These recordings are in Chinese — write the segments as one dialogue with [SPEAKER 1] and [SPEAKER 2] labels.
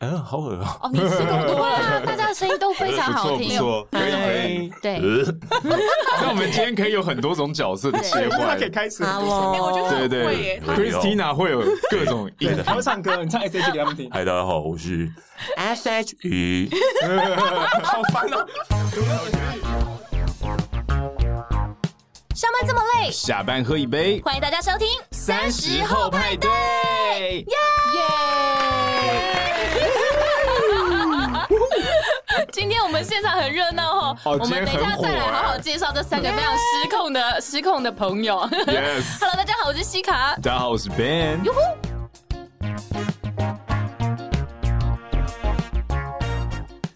[SPEAKER 1] 嗯，好恶哦、
[SPEAKER 2] 哦，你吃够多 了，
[SPEAKER 3] 哇，大家的声音都 非常好
[SPEAKER 4] 不
[SPEAKER 3] 听，
[SPEAKER 4] 错，不错可以可以。
[SPEAKER 1] 欸
[SPEAKER 2] 对，
[SPEAKER 4] 呃 那我们今天可以有很多种角色的切
[SPEAKER 1] 他
[SPEAKER 4] 换
[SPEAKER 1] 可，以开始。
[SPEAKER 3] 好
[SPEAKER 5] 哎、我觉得他
[SPEAKER 3] 哦，
[SPEAKER 4] 对
[SPEAKER 5] 很
[SPEAKER 4] 对
[SPEAKER 5] 会耶，他
[SPEAKER 4] 对，Christina 会有各 种音
[SPEAKER 1] 对的，他会唱歌，你唱 S H 给他们听。
[SPEAKER 4] 嗨，大家好，我是 S H E。
[SPEAKER 1] 好烦哦、
[SPEAKER 2] 上班这么累，
[SPEAKER 4] 下班喝一杯，
[SPEAKER 2] 欢迎大家收听
[SPEAKER 4] 三十后派对。
[SPEAKER 2] 今天我们现场很热闹哦，
[SPEAKER 4] 哦
[SPEAKER 2] 我们等一下再来好好介绍这三个非常失控的失控的朋友。
[SPEAKER 4] Yes，
[SPEAKER 2] Hello，大家好，我是西卡。
[SPEAKER 4] 大家好，我是 Ben。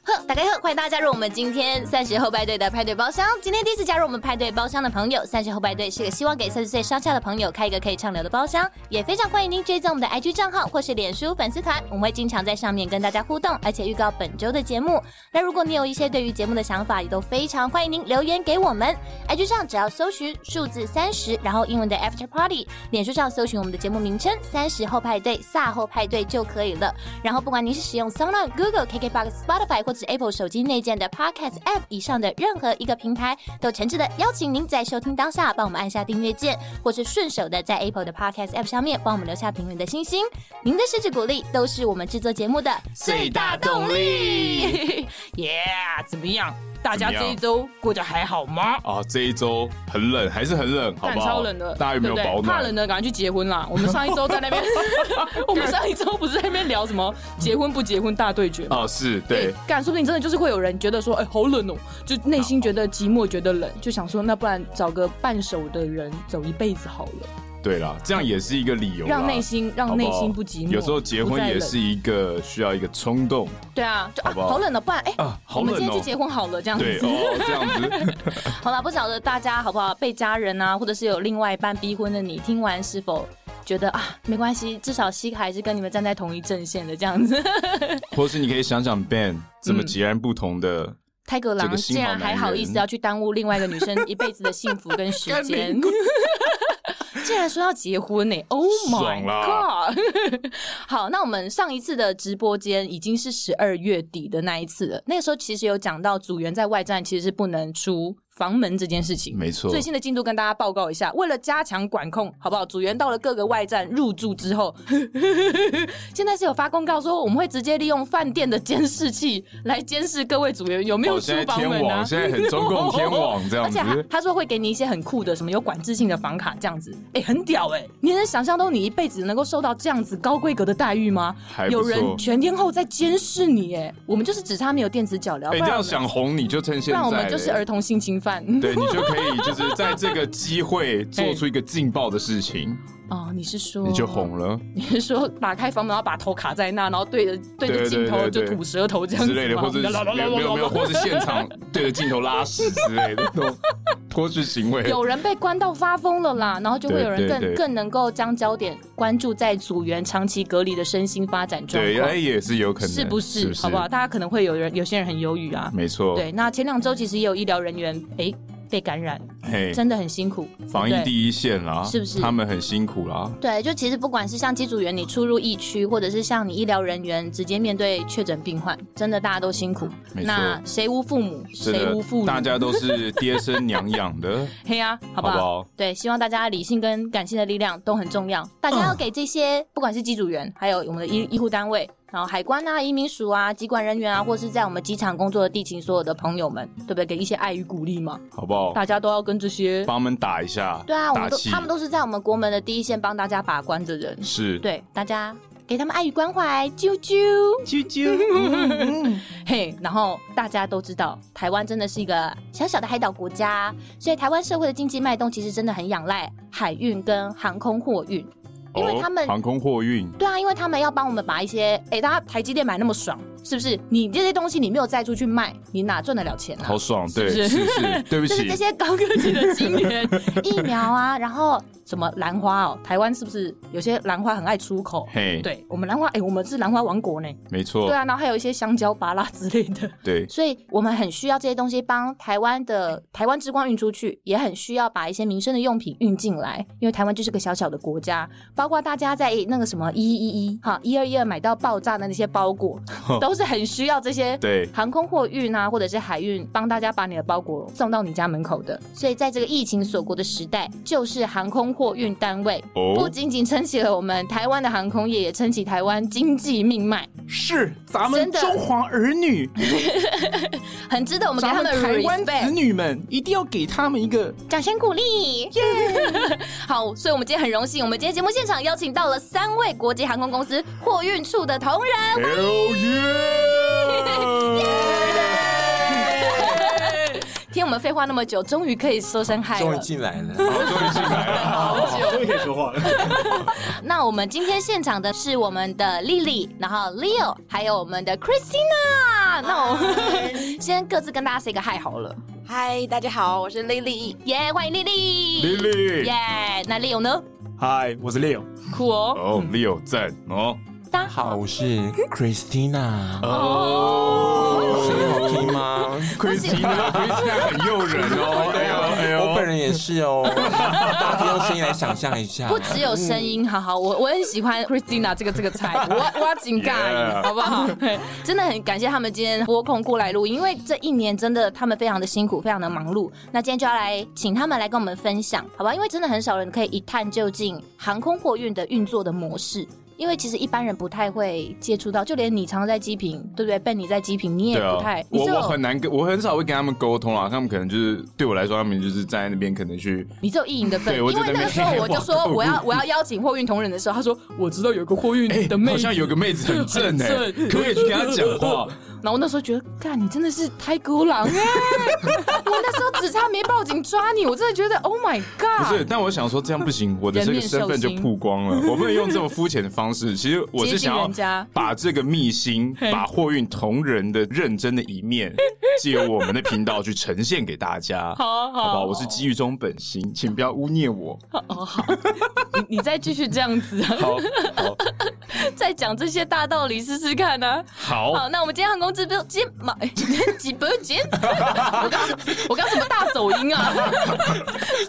[SPEAKER 2] 呵，打开呵，欢迎大家加入我们今天三十后派对的派对包厢。今天第一次加入我们派对包厢的朋友，三十后派对是个希望给三十岁上下的朋友开一个可以畅聊的包厢，也非常欢迎您追踪我们的 IG 账号或是脸书粉丝团，我们会经常在上面跟大家互动，而且预告本周的节目。那如果你有一些对于节目的想法，也都非常欢迎您留言给我们。IG 上只要搜寻数字三十，然后英文的 After Party，脸书上搜寻我们的节目名称“三十后派对”“萨后派对”就可以了。然后，不管您是使用 Sound、Google、KKBox、Spotify 或者是 Apple 手机内建的 Podcast App 以上的任何一个平台，都诚挚的邀请您在收听当下帮我们按下订阅键，或是顺手的在 Apple 的 Podcast App 上面帮我们留下评论的星星。您的支持鼓励都是我们制作节目的
[SPEAKER 4] 最大动力。
[SPEAKER 5] ，Yeah，怎么样？大家
[SPEAKER 4] 怎么样
[SPEAKER 5] 这一周过得还好吗？
[SPEAKER 4] 啊，这一周很冷，还是很冷，好
[SPEAKER 5] 干
[SPEAKER 4] 不好？
[SPEAKER 5] 超冷的，
[SPEAKER 4] 大家有没有
[SPEAKER 5] 对不对
[SPEAKER 4] 保
[SPEAKER 5] 怕冷的
[SPEAKER 4] 暖？
[SPEAKER 5] 赶快去结婚 啦！我们上一周在那边， 我们上一周不是在那边聊什么结婚不结婚大对决吗？哎
[SPEAKER 4] 哦，是对，
[SPEAKER 5] 干，说不定真的就是会有人觉得说，哎、好冷哦、就内心觉得寂寞，觉得冷，就想说，那不然找个伴手的人走一辈子好了，
[SPEAKER 4] 对啦，这样也是一个理由啦，
[SPEAKER 5] 让内心
[SPEAKER 4] 好
[SPEAKER 5] 让
[SPEAKER 4] 不
[SPEAKER 5] 内
[SPEAKER 4] 好
[SPEAKER 5] 心不寂寞。
[SPEAKER 4] 有时候结
[SPEAKER 5] 不
[SPEAKER 4] 婚
[SPEAKER 5] 再
[SPEAKER 4] 也
[SPEAKER 5] 冷
[SPEAKER 4] 是一个需要一个冲动
[SPEAKER 5] 对啊，就啊
[SPEAKER 4] 好不好
[SPEAKER 5] 好冷哦、不然哎、
[SPEAKER 4] 啊，好
[SPEAKER 5] 我们
[SPEAKER 4] 冷
[SPEAKER 5] 今天去
[SPEAKER 4] 哦。
[SPEAKER 5] 结婚好了，这样子。
[SPEAKER 4] 对哦，这样 子
[SPEAKER 2] 好了，不晓得大家好不好？被家人啊，或者是有另外一半逼婚的你，听完是否觉得啊，没关系，至少西卡还是跟你们站在同一阵线的这样 子。
[SPEAKER 4] 或是你可以想想 Ben 怎
[SPEAKER 5] 嗯
[SPEAKER 4] 么截然不同的
[SPEAKER 2] 泰戈
[SPEAKER 4] 这
[SPEAKER 2] 狼
[SPEAKER 4] 个新
[SPEAKER 2] 竟
[SPEAKER 4] 好男
[SPEAKER 2] 然
[SPEAKER 4] 人
[SPEAKER 2] 还 好意思要去耽误 另外一个女生一辈子的幸福跟时间，竟然说要结婚呢、o h
[SPEAKER 4] 爽
[SPEAKER 2] my
[SPEAKER 4] 啦
[SPEAKER 2] god！好，那我们上一次的直播间已经是十二月底的那一次了，那个时候其实有讲到组员在外站其实是不能出。房门这件事情，
[SPEAKER 4] 没错
[SPEAKER 2] 最新的进度跟大家报告一下。为了加强管控，好不好？组员到了各个外站入住之后， 现在是有发公告说，我们会直接利用饭店的监视器来监视各位组员有没有
[SPEAKER 4] 哦
[SPEAKER 2] 出
[SPEAKER 4] 现在
[SPEAKER 2] 房
[SPEAKER 4] 天
[SPEAKER 2] 门啊。
[SPEAKER 4] 网，现在很中共天网这 样
[SPEAKER 2] 而且他
[SPEAKER 4] 子，
[SPEAKER 2] 他说会给你一些很酷的，什么有管制性的房卡这样子，哎、很屌哎、你能想象到你一辈子能够受到这样子高规格的待遇吗？
[SPEAKER 4] 还
[SPEAKER 2] 有
[SPEAKER 4] 不错
[SPEAKER 2] 人。全天候在监视你哎、我们就是只差没有电子脚镣，不
[SPEAKER 4] 哎，这
[SPEAKER 2] 然我
[SPEAKER 4] 样
[SPEAKER 2] 们
[SPEAKER 4] 想红你就趁
[SPEAKER 2] 不
[SPEAKER 4] 现在
[SPEAKER 2] 然
[SPEAKER 4] 了，
[SPEAKER 2] 我们就是儿童性侵犯。
[SPEAKER 4] 对你就可以就是在这个机会做出一个劲爆的事情，
[SPEAKER 2] 哦，你是说
[SPEAKER 4] 你就红 了
[SPEAKER 2] 你是说打开房门，然后把头卡在那，然后对着对着
[SPEAKER 4] 对对
[SPEAKER 2] 镜头
[SPEAKER 4] 对
[SPEAKER 2] 就
[SPEAKER 4] 对
[SPEAKER 2] 吐舌头这样
[SPEAKER 4] 之
[SPEAKER 2] 子
[SPEAKER 4] 类的，
[SPEAKER 2] 吗
[SPEAKER 4] 或者是没有没有没有，或是现 场对着镜头拉屎之类的，那种脱序行为。
[SPEAKER 2] 有人被关到发疯了啦，然后就会有人
[SPEAKER 4] 对对
[SPEAKER 2] 更
[SPEAKER 4] 对
[SPEAKER 2] 更能够将焦点关注在组员长期隔离的身心发展状
[SPEAKER 4] 对，
[SPEAKER 2] 况
[SPEAKER 4] 哎，，也是有可能，
[SPEAKER 2] 是不是？好不好？？大家可能会有人有些人很忧郁啊，
[SPEAKER 4] 没错，
[SPEAKER 2] 对。那前两周其实也有医疗人员哎被感染，
[SPEAKER 4] 嘿，
[SPEAKER 2] 真的很辛苦，
[SPEAKER 4] 防
[SPEAKER 2] 对
[SPEAKER 4] 疫第一线啦，
[SPEAKER 2] 是不是
[SPEAKER 4] 他们很辛苦啦，
[SPEAKER 2] 对，就其实不管是像机组员你出入疫区，或者是像你医疗人员直接面对确诊病患，真的大家都辛苦。
[SPEAKER 4] 没错
[SPEAKER 2] 那谁无父母，
[SPEAKER 4] 真
[SPEAKER 2] 谁无父
[SPEAKER 4] 的，
[SPEAKER 2] 母？
[SPEAKER 4] 大家都是爹生娘养的，
[SPEAKER 2] 嘿呀、好
[SPEAKER 4] 好
[SPEAKER 2] 不
[SPEAKER 4] 不
[SPEAKER 2] 好？
[SPEAKER 4] 好？
[SPEAKER 2] 对，希望大家理性跟感性的力量都很重要。大家要给这些，不管是机组员，还有我们的医
[SPEAKER 4] 嗯
[SPEAKER 2] 医护单位，然后海关啊、移民署啊、机关人员啊，或是在我们机场工作的地勤所有的朋友们，对不对？给一些爱与鼓励嘛，
[SPEAKER 4] 好不好？
[SPEAKER 2] 大家都要跟这些。
[SPEAKER 4] 帮我们打一下，
[SPEAKER 2] 对啊，我
[SPEAKER 4] 打
[SPEAKER 2] 们都
[SPEAKER 4] 气，
[SPEAKER 2] 他们都是在我们国门的第一线帮大家把关的人，
[SPEAKER 4] 是，
[SPEAKER 2] 对大家给他们爱与关怀，啾啾
[SPEAKER 4] 啾啾，
[SPEAKER 2] 嘿。然后大家都知道，台湾真的是一个小小的海岛国家，所以台湾社会的经济脉动其实真的很仰赖海运跟航空货运。因为
[SPEAKER 4] 哦
[SPEAKER 2] 他们
[SPEAKER 4] 航空货运，
[SPEAKER 2] 对啊，因为他们要帮我们把一些，哎、大家台积电买那么爽，是不是？你这些东西你没有再出去卖，你哪赚得了钱啊
[SPEAKER 4] 好？爽，
[SPEAKER 2] 不
[SPEAKER 4] 哦对，
[SPEAKER 2] 是
[SPEAKER 4] 是是，对不
[SPEAKER 2] 就是
[SPEAKER 4] 起
[SPEAKER 2] 这，些高科技的晶圆、疫苗啊，然后什么兰花哦，台湾是不是有些兰花很爱出口？
[SPEAKER 4] 嘿，，
[SPEAKER 2] 对我们兰花，哎、我们是兰花王国呢。
[SPEAKER 4] 没错
[SPEAKER 2] 对，啊，然后还有一些香蕉、芭拉之类的。
[SPEAKER 4] 对，
[SPEAKER 3] 所以我们很需要这些东西帮台湾的台湾之光运出去，也很需要把一些民生的用品运进来，因为台湾就是个小小的国家，包括大家在那个什么一一一哈一二一二买到爆炸的那些包 裹，都是很需要这些
[SPEAKER 4] 对
[SPEAKER 3] 航空货运啊，或者是海运帮大家把你的包裹送到你家门口的。所以在这个疫情锁国的时代，就是航空货运单位不
[SPEAKER 4] 哦，
[SPEAKER 3] 仅仅撑起了我们台湾的航空业，也撑起台湾经济命脉，
[SPEAKER 6] 是咱
[SPEAKER 3] 真
[SPEAKER 6] 们
[SPEAKER 3] 的
[SPEAKER 6] 中华儿女，
[SPEAKER 3] 很值得我们给
[SPEAKER 6] 咱
[SPEAKER 3] 他们
[SPEAKER 6] 们台湾
[SPEAKER 3] respect
[SPEAKER 6] 子。女们，一定要给他们一个
[SPEAKER 3] 掌声鼓励！ 好，所以我们今天很荣幸，我们今天节目现场邀请到了三位国际航空公司货运处的同仁。
[SPEAKER 4] Hell yeah！
[SPEAKER 3] 听我们废话那么久，终于可以说声嗨
[SPEAKER 6] 终于
[SPEAKER 3] 了。
[SPEAKER 6] 进来了，
[SPEAKER 4] 好，终于进来了。
[SPEAKER 6] 终于可以说话了。
[SPEAKER 3] 那我们今天现场的是我们的丽丽，然后 Leo，还有我们的 Christina。那我们先各自跟大家 say 个嗨好了。
[SPEAKER 7] 嗨，大家好，我是 Lily。
[SPEAKER 3] 耶、欢迎丽丽。耶
[SPEAKER 4] Lily，
[SPEAKER 3] 那 Leo 呢？
[SPEAKER 6] 嗨，我是 Leo，嗯
[SPEAKER 2] 酷哦！
[SPEAKER 4] 哦，Leo 赞哦，
[SPEAKER 3] 大家好，
[SPEAKER 1] 好，我是 Christina，
[SPEAKER 6] 哦
[SPEAKER 4] 哦
[SPEAKER 1] 声音好听吗？
[SPEAKER 4] ，Christina，Christina 很诱人 哦，
[SPEAKER 6] 啊
[SPEAKER 4] 哎呦哎呦，
[SPEAKER 1] 我本人也是哦，大家用声音来想象一下，
[SPEAKER 3] 不只有声音，好好，我我很喜欢
[SPEAKER 2] Christina 这个这个菜， 我我要警告你，
[SPEAKER 4] Yeah
[SPEAKER 2] 好不好？嘿
[SPEAKER 3] 真的很感谢他们今天拨空过来录，因为这一年真的他们非常的辛苦，非常的忙碌。那今天就要来请他们来跟我们分享，好吧？因为真的很少人可以一探究竟航空货运的运作的模式。因为其实一般人不太会接触到，就连你常常在机坪，对不对？笨你在机坪，你也
[SPEAKER 4] 对啊
[SPEAKER 3] 不太，，你
[SPEAKER 4] 我
[SPEAKER 3] 只有
[SPEAKER 4] 我很难跟，我很少会跟他们沟通啊，他们可能就是对我来说，他们就是站在那边，可能去
[SPEAKER 3] 你只有意淫的份。
[SPEAKER 4] 对
[SPEAKER 3] 因
[SPEAKER 4] 我只
[SPEAKER 3] 为那个时候我就 说
[SPEAKER 4] 在那边
[SPEAKER 3] 我要
[SPEAKER 2] 我要邀请货运同仁的时候，他 说我知道有个货运
[SPEAKER 4] 哎
[SPEAKER 2] 的妹
[SPEAKER 4] 好
[SPEAKER 2] 子
[SPEAKER 4] 像有个妹 子很正哎、
[SPEAKER 2] 很正
[SPEAKER 4] 可不可以去跟她讲 话？
[SPEAKER 2] 然后那时候觉得，干你真的是太孤狼哎！ 我那时候只差没报警抓你，我真的觉得 Oh my
[SPEAKER 4] 不
[SPEAKER 2] God！
[SPEAKER 4] 是，但我想说这样不行，我的
[SPEAKER 2] 人
[SPEAKER 4] 这个
[SPEAKER 2] 面
[SPEAKER 4] 身份
[SPEAKER 2] 兽
[SPEAKER 4] 就
[SPEAKER 2] 心
[SPEAKER 4] 曝光了，我不能用这么肤浅的方式。其实我
[SPEAKER 2] 接
[SPEAKER 4] 是
[SPEAKER 2] 近
[SPEAKER 4] 想
[SPEAKER 2] 人
[SPEAKER 4] 要
[SPEAKER 2] 家
[SPEAKER 4] 把这个秘辛，把货运同仁的认真的一面，借由我们的频道去呈现给大家，
[SPEAKER 2] 好
[SPEAKER 4] 好不好？我是基于这种本心，请不要污蔑我。
[SPEAKER 2] 你你再继续这样子啊，
[SPEAKER 4] 好， 好，
[SPEAKER 3] 再讲这些大道理试试看啊。
[SPEAKER 4] 好，
[SPEAKER 3] 好，那我们今天航空直播间嘛，
[SPEAKER 2] 哎
[SPEAKER 3] 几波间，
[SPEAKER 2] 我刚什么大走音啊？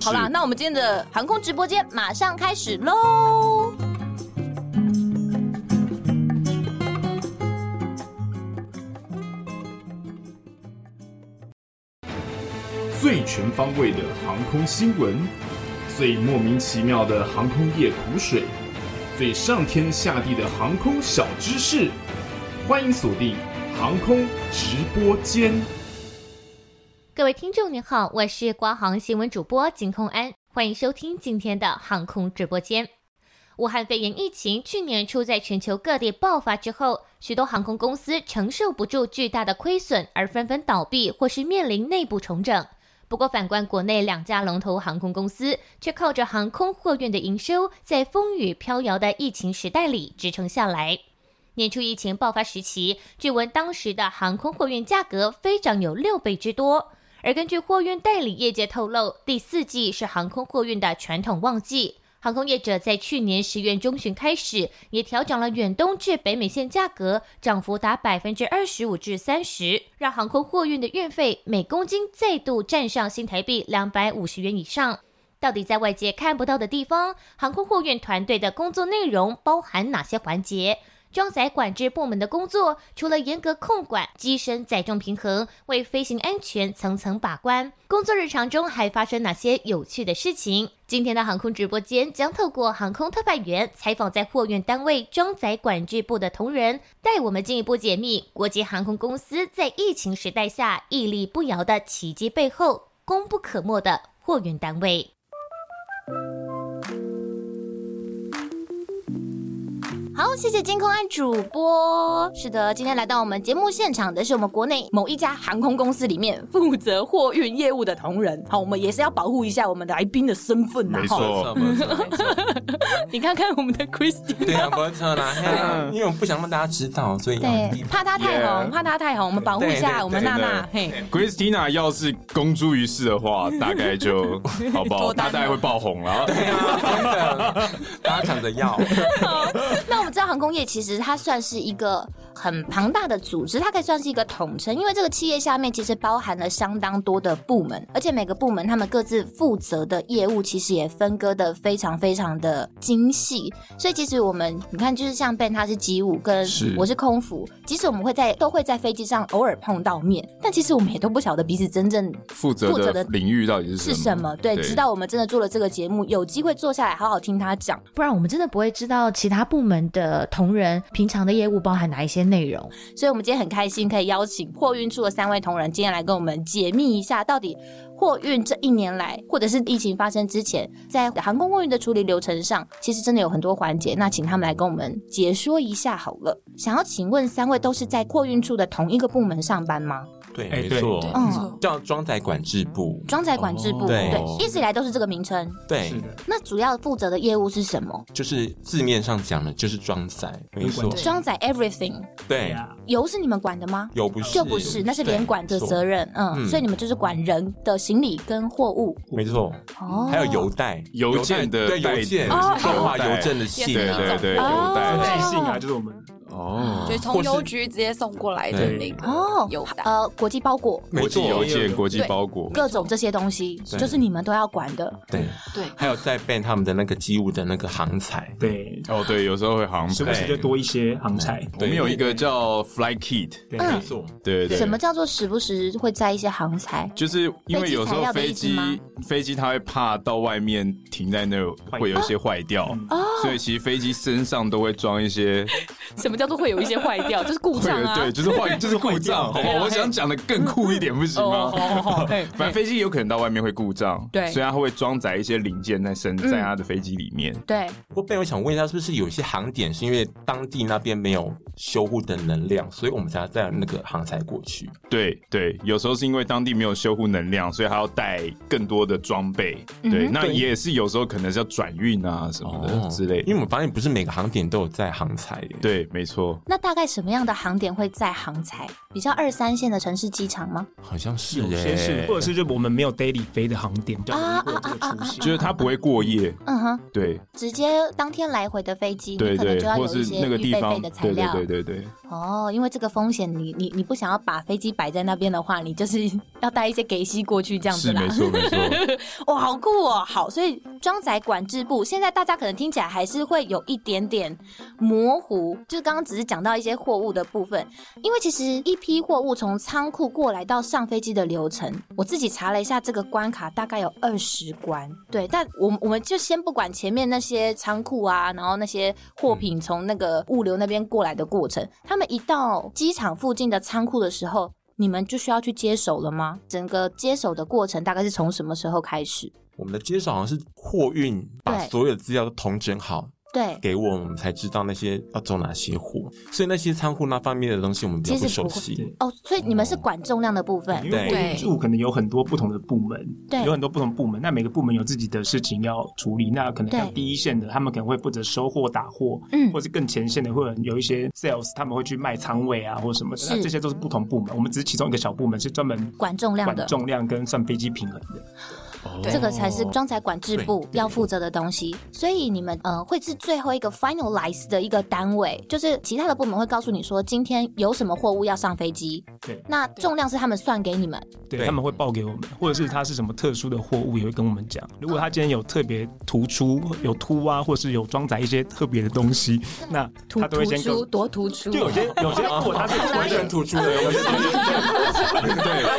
[SPEAKER 3] 好啦，那我们今天的航空直播间马上开始喽。
[SPEAKER 8] 最全方位的航空新闻，最莫名其妙的航空业苦水，最上天下地的航空小知识，欢迎锁定航空直播间。
[SPEAKER 9] 各位听众您好，我是国航新闻主播金空安，欢迎收听今天的航空直播间。武汉肺炎疫情去年初在全球各地爆发之后，许多航空公司承受不住巨大的亏损，而纷纷倒闭或是面临内部重整。不过，反观国内两家龙头航空公司，却靠着航空货运的营收，在风雨飘摇的疫情时代里支撑下来。年初疫情爆发时期，据闻当时的航空货运价格飞涨有六倍之多。而根据货运代理业界透露，第四季是航空货运的传统旺季。航空业者在去年十月中旬开始，也调整了远东至北美线价格，涨幅达百分之二十五至三十，让航空货运的运费每公斤再度站上新台币两百五十元以上。到底在外界看不到的地方，航空货运团队的工作内容包含哪些环节？装载管制部门的工作，除了严格控管机身载重平衡，为飞行安全层层把关。工作日常中还发生哪些有趣的事情？今天的航空直播间将透过航空特派员采访在货运单位装载管制部的同仁，带我们进一步解密国际航空公司在疫情时代下屹立不摇的奇迹背后，功不可没的货运单位。
[SPEAKER 3] 好，谢谢金空安主播。是的，今天来到我们节目现场的是我们国内某一家航空公司里面负责货运业务的同仁。好，我们也是要保护一下我们的来宾的身份呐、
[SPEAKER 4] 没
[SPEAKER 3] 哈
[SPEAKER 4] 错，
[SPEAKER 1] 没错，没错，
[SPEAKER 3] 你看看我们的 Christine，
[SPEAKER 1] 对啊，不错啦，嘿啊因为我不想让大家知道，所以
[SPEAKER 3] 对，怕她太红
[SPEAKER 4] Yeah
[SPEAKER 3] 怕她太红，我们保护一
[SPEAKER 1] 对
[SPEAKER 3] 下
[SPEAKER 1] 对
[SPEAKER 3] 我们娜娜。嘿，
[SPEAKER 4] Christina 要是公诸于世的 话，大概就好不好？
[SPEAKER 3] 脱单了
[SPEAKER 4] 她大概会爆红了。
[SPEAKER 1] 对啊，真的，大家抢着要，
[SPEAKER 3] 那我们知道航空业其实它算是一个很庞大的组织，它可以算是一个统称，因为这个企业下面其实包含了相当多的部门，而且每个部门他们各自负责的业务其实也分割的非常非常的精细，所以其实我们你看，就是像 Ben 他是机务，跟
[SPEAKER 4] 是
[SPEAKER 3] 我是空服，即使我们会在都会在飞机上偶尔碰到面，但其实我们也都不晓得彼此真正
[SPEAKER 4] 负
[SPEAKER 3] 负责
[SPEAKER 4] 责
[SPEAKER 3] 的
[SPEAKER 4] 的领域到底是
[SPEAKER 3] 是什么。对，直到我们真的做了这个节目，有机会坐下来好好听他讲。
[SPEAKER 9] 不然我们真的不会知道其他部门的同仁平常的业务包含哪一些内容。
[SPEAKER 3] 所以我们今天很开心可以邀请货运处的三位同仁今天来跟我们解密一下，到底货运这一年来，或者是疫情发生之前，在航空货运的处理流程上，其实真的有很多环节。那请他们来跟我们解说一下好了。想要请问三位都是在货运处的同一个部门上班吗？
[SPEAKER 1] 对，
[SPEAKER 6] 哎
[SPEAKER 1] 没错，
[SPEAKER 3] 嗯
[SPEAKER 2] 没错
[SPEAKER 1] 叫装载管制部，
[SPEAKER 3] 装载管制部、
[SPEAKER 1] 哦对
[SPEAKER 3] 一直以来都是这个名称。
[SPEAKER 1] 对，
[SPEAKER 3] 那主要负责的业务是什么？
[SPEAKER 1] 就是字面上讲的，就是装载，没错，
[SPEAKER 3] 装载 everything，
[SPEAKER 1] 对，
[SPEAKER 3] 油是你们管的吗？
[SPEAKER 1] 有不是
[SPEAKER 3] 就不是，那是连管的责，任，嗯，
[SPEAKER 1] 嗯
[SPEAKER 3] 所以你们就是管人的行李跟货物，
[SPEAKER 1] 对没错，
[SPEAKER 4] 嗯
[SPEAKER 3] 哦，
[SPEAKER 1] 还有邮袋，
[SPEAKER 4] 邮件的
[SPEAKER 1] 对
[SPEAKER 4] 袋
[SPEAKER 1] 邮
[SPEAKER 4] 子
[SPEAKER 1] 件，
[SPEAKER 4] 哦
[SPEAKER 1] 中华邮政的
[SPEAKER 7] 也
[SPEAKER 1] 信
[SPEAKER 4] 对
[SPEAKER 7] 是
[SPEAKER 1] 啊，
[SPEAKER 4] 对
[SPEAKER 7] 那种
[SPEAKER 4] 对，
[SPEAKER 3] 哦
[SPEAKER 4] 有带
[SPEAKER 6] 寄信啊，就是我们
[SPEAKER 3] 嗯
[SPEAKER 1] 哦
[SPEAKER 7] 就是从邮局直接送过来的那个
[SPEAKER 3] 哦
[SPEAKER 7] 邮袋。
[SPEAKER 3] 呃，国际包裹，
[SPEAKER 4] 国际邮件、国际
[SPEAKER 7] 对
[SPEAKER 4] 包裹，
[SPEAKER 3] 各种这些东西，
[SPEAKER 1] 对
[SPEAKER 3] 就是你们都要管的。
[SPEAKER 1] 对
[SPEAKER 7] 对
[SPEAKER 1] 还有在办他们的那个机务的那个航材，
[SPEAKER 6] 对，
[SPEAKER 4] 哦，对，有时候会航
[SPEAKER 6] 时不时
[SPEAKER 4] 拍。
[SPEAKER 6] 就多一些航材。
[SPEAKER 4] 我们有一个叫 Fly Kit，
[SPEAKER 6] 对，
[SPEAKER 3] 嗯
[SPEAKER 1] 没错，
[SPEAKER 4] 对对对，
[SPEAKER 3] 什么叫做时不时会在一些航材？
[SPEAKER 4] 就是因为有时候
[SPEAKER 3] 飞机材
[SPEAKER 4] 飞机
[SPEAKER 3] 料的意
[SPEAKER 4] 飞机它会怕到外面停在那
[SPEAKER 6] 坏
[SPEAKER 4] 会有一些坏掉，
[SPEAKER 3] 哦
[SPEAKER 4] 所以其实飞机身上都会装 一些
[SPEAKER 2] 什么叫做会有一些坏掉？ 就是故
[SPEAKER 4] 会
[SPEAKER 2] 障
[SPEAKER 4] 有
[SPEAKER 2] 啊。
[SPEAKER 4] 对，就是坏 就是故障，好不好？我想讲的更酷
[SPEAKER 3] 嗯
[SPEAKER 4] 一点不行
[SPEAKER 2] 哦，
[SPEAKER 4] 吗
[SPEAKER 2] 好？好好，哎，
[SPEAKER 4] 反正飞机有可能到外面会故障，
[SPEAKER 2] 对
[SPEAKER 4] 所以它会装载一些零件在身在它的飞机里面。
[SPEAKER 3] 对，
[SPEAKER 1] 不过贝，我想问一下，是不是有些航点是因为当地那边没有修护的能量，所以我们才要带那个航材过去？
[SPEAKER 4] 对对，有时候是因为当地没有修护能量，所以它要带更多的装备。
[SPEAKER 3] 嗯哼
[SPEAKER 4] 对，那也是有时候可能是要转运啊什么的之类
[SPEAKER 1] 哦因为
[SPEAKER 4] 的。
[SPEAKER 1] 我们发现不是每个航点都有在航材耶。
[SPEAKER 4] 对，没错。
[SPEAKER 3] 那大概什么样的航点会在航材？比较二三线的城市机场吗？
[SPEAKER 1] 好像是
[SPEAKER 6] 有些是，
[SPEAKER 1] 耶
[SPEAKER 6] 或者是就我们没有 daily 飞的航点，比较
[SPEAKER 3] 啊
[SPEAKER 6] 容易会有这个出现。
[SPEAKER 4] 就是它不会过夜，
[SPEAKER 3] 嗯哼，
[SPEAKER 4] 对
[SPEAKER 3] 直接当天来回的飞机，你
[SPEAKER 4] 对
[SPEAKER 3] 可能
[SPEAKER 4] 对
[SPEAKER 3] 就，要
[SPEAKER 4] 或
[SPEAKER 3] 有一
[SPEAKER 4] 是
[SPEAKER 3] 些
[SPEAKER 4] 那个
[SPEAKER 3] 预
[SPEAKER 4] 地
[SPEAKER 3] 备备
[SPEAKER 4] 方，
[SPEAKER 3] 的材
[SPEAKER 4] 对
[SPEAKER 3] 料。
[SPEAKER 4] 对对对对，
[SPEAKER 3] 哦，因为这个风险，你你你不想要把飞机摆在那边的话，你就是 要带一些给息过去这样子
[SPEAKER 4] 是
[SPEAKER 3] 啦
[SPEAKER 4] 没。错 没错。
[SPEAKER 3] 哇、好酷哦！好，所以装载管制部现在大家可能听起来还是会有一点点模糊，就是刚刚只是讲到一些货物的部分，因为其实一批货物从仓库过来到上飞机的流程，我自己查了一下，这个关卡大概有二十关。对，但我们我们就先不管前面那些仓库啊，然后那些货品从那个物流那边过来的过程，他们一到机场附近的仓库的时候，你们就需要去接手了吗？整个接手的过程大概是从什么时候开始？
[SPEAKER 1] 我们的接手好像是货运把
[SPEAKER 3] 对
[SPEAKER 1] 所有的资料都统整好
[SPEAKER 3] 对，
[SPEAKER 1] 给我们，我们才知道那些要走哪些货，所以那些仓库那方面的东西我们比较不
[SPEAKER 3] 其实
[SPEAKER 1] 熟
[SPEAKER 3] 不会
[SPEAKER 1] 悉。
[SPEAKER 3] 哦，所以你们是管重量的部分，
[SPEAKER 1] 嗯
[SPEAKER 6] 因为货运处可能有很多不同的部门，
[SPEAKER 3] 对
[SPEAKER 6] 有很多不同部门，那每个部门有自己的事情要处理，那可能
[SPEAKER 3] 对
[SPEAKER 6] 像第一线的，他们可能会负责收货、打货，
[SPEAKER 3] 嗯
[SPEAKER 6] 或是更前线的，会有一些 sales，他们会去卖仓位啊，或什么的，
[SPEAKER 3] 是
[SPEAKER 6] 那这些都是不同部门，我们只是其中一个小部门，是专门
[SPEAKER 3] 管重量
[SPEAKER 6] 管
[SPEAKER 3] 的。
[SPEAKER 6] 重量跟算飞机平衡的。
[SPEAKER 3] 这个才是装载管制部要负责的东西，所以你们呃会是最后一个 finalize 的一个单位，就是其他的部门会告诉你说今天有什么货物要上飞机，
[SPEAKER 6] 对
[SPEAKER 3] 那重量是他们算给你们，
[SPEAKER 6] 对，
[SPEAKER 1] 对
[SPEAKER 6] 他们会报给我们，或者是他是什么特殊的货物，也会跟我们讲。如果他今天有特别突出、有凸啊，或是有装载一些特别的东西，那
[SPEAKER 2] 突
[SPEAKER 6] 他都
[SPEAKER 2] 突
[SPEAKER 6] 会先跟
[SPEAKER 2] 出。多突出，
[SPEAKER 6] 就有些有些货它是完全
[SPEAKER 1] 突出的，
[SPEAKER 4] 对，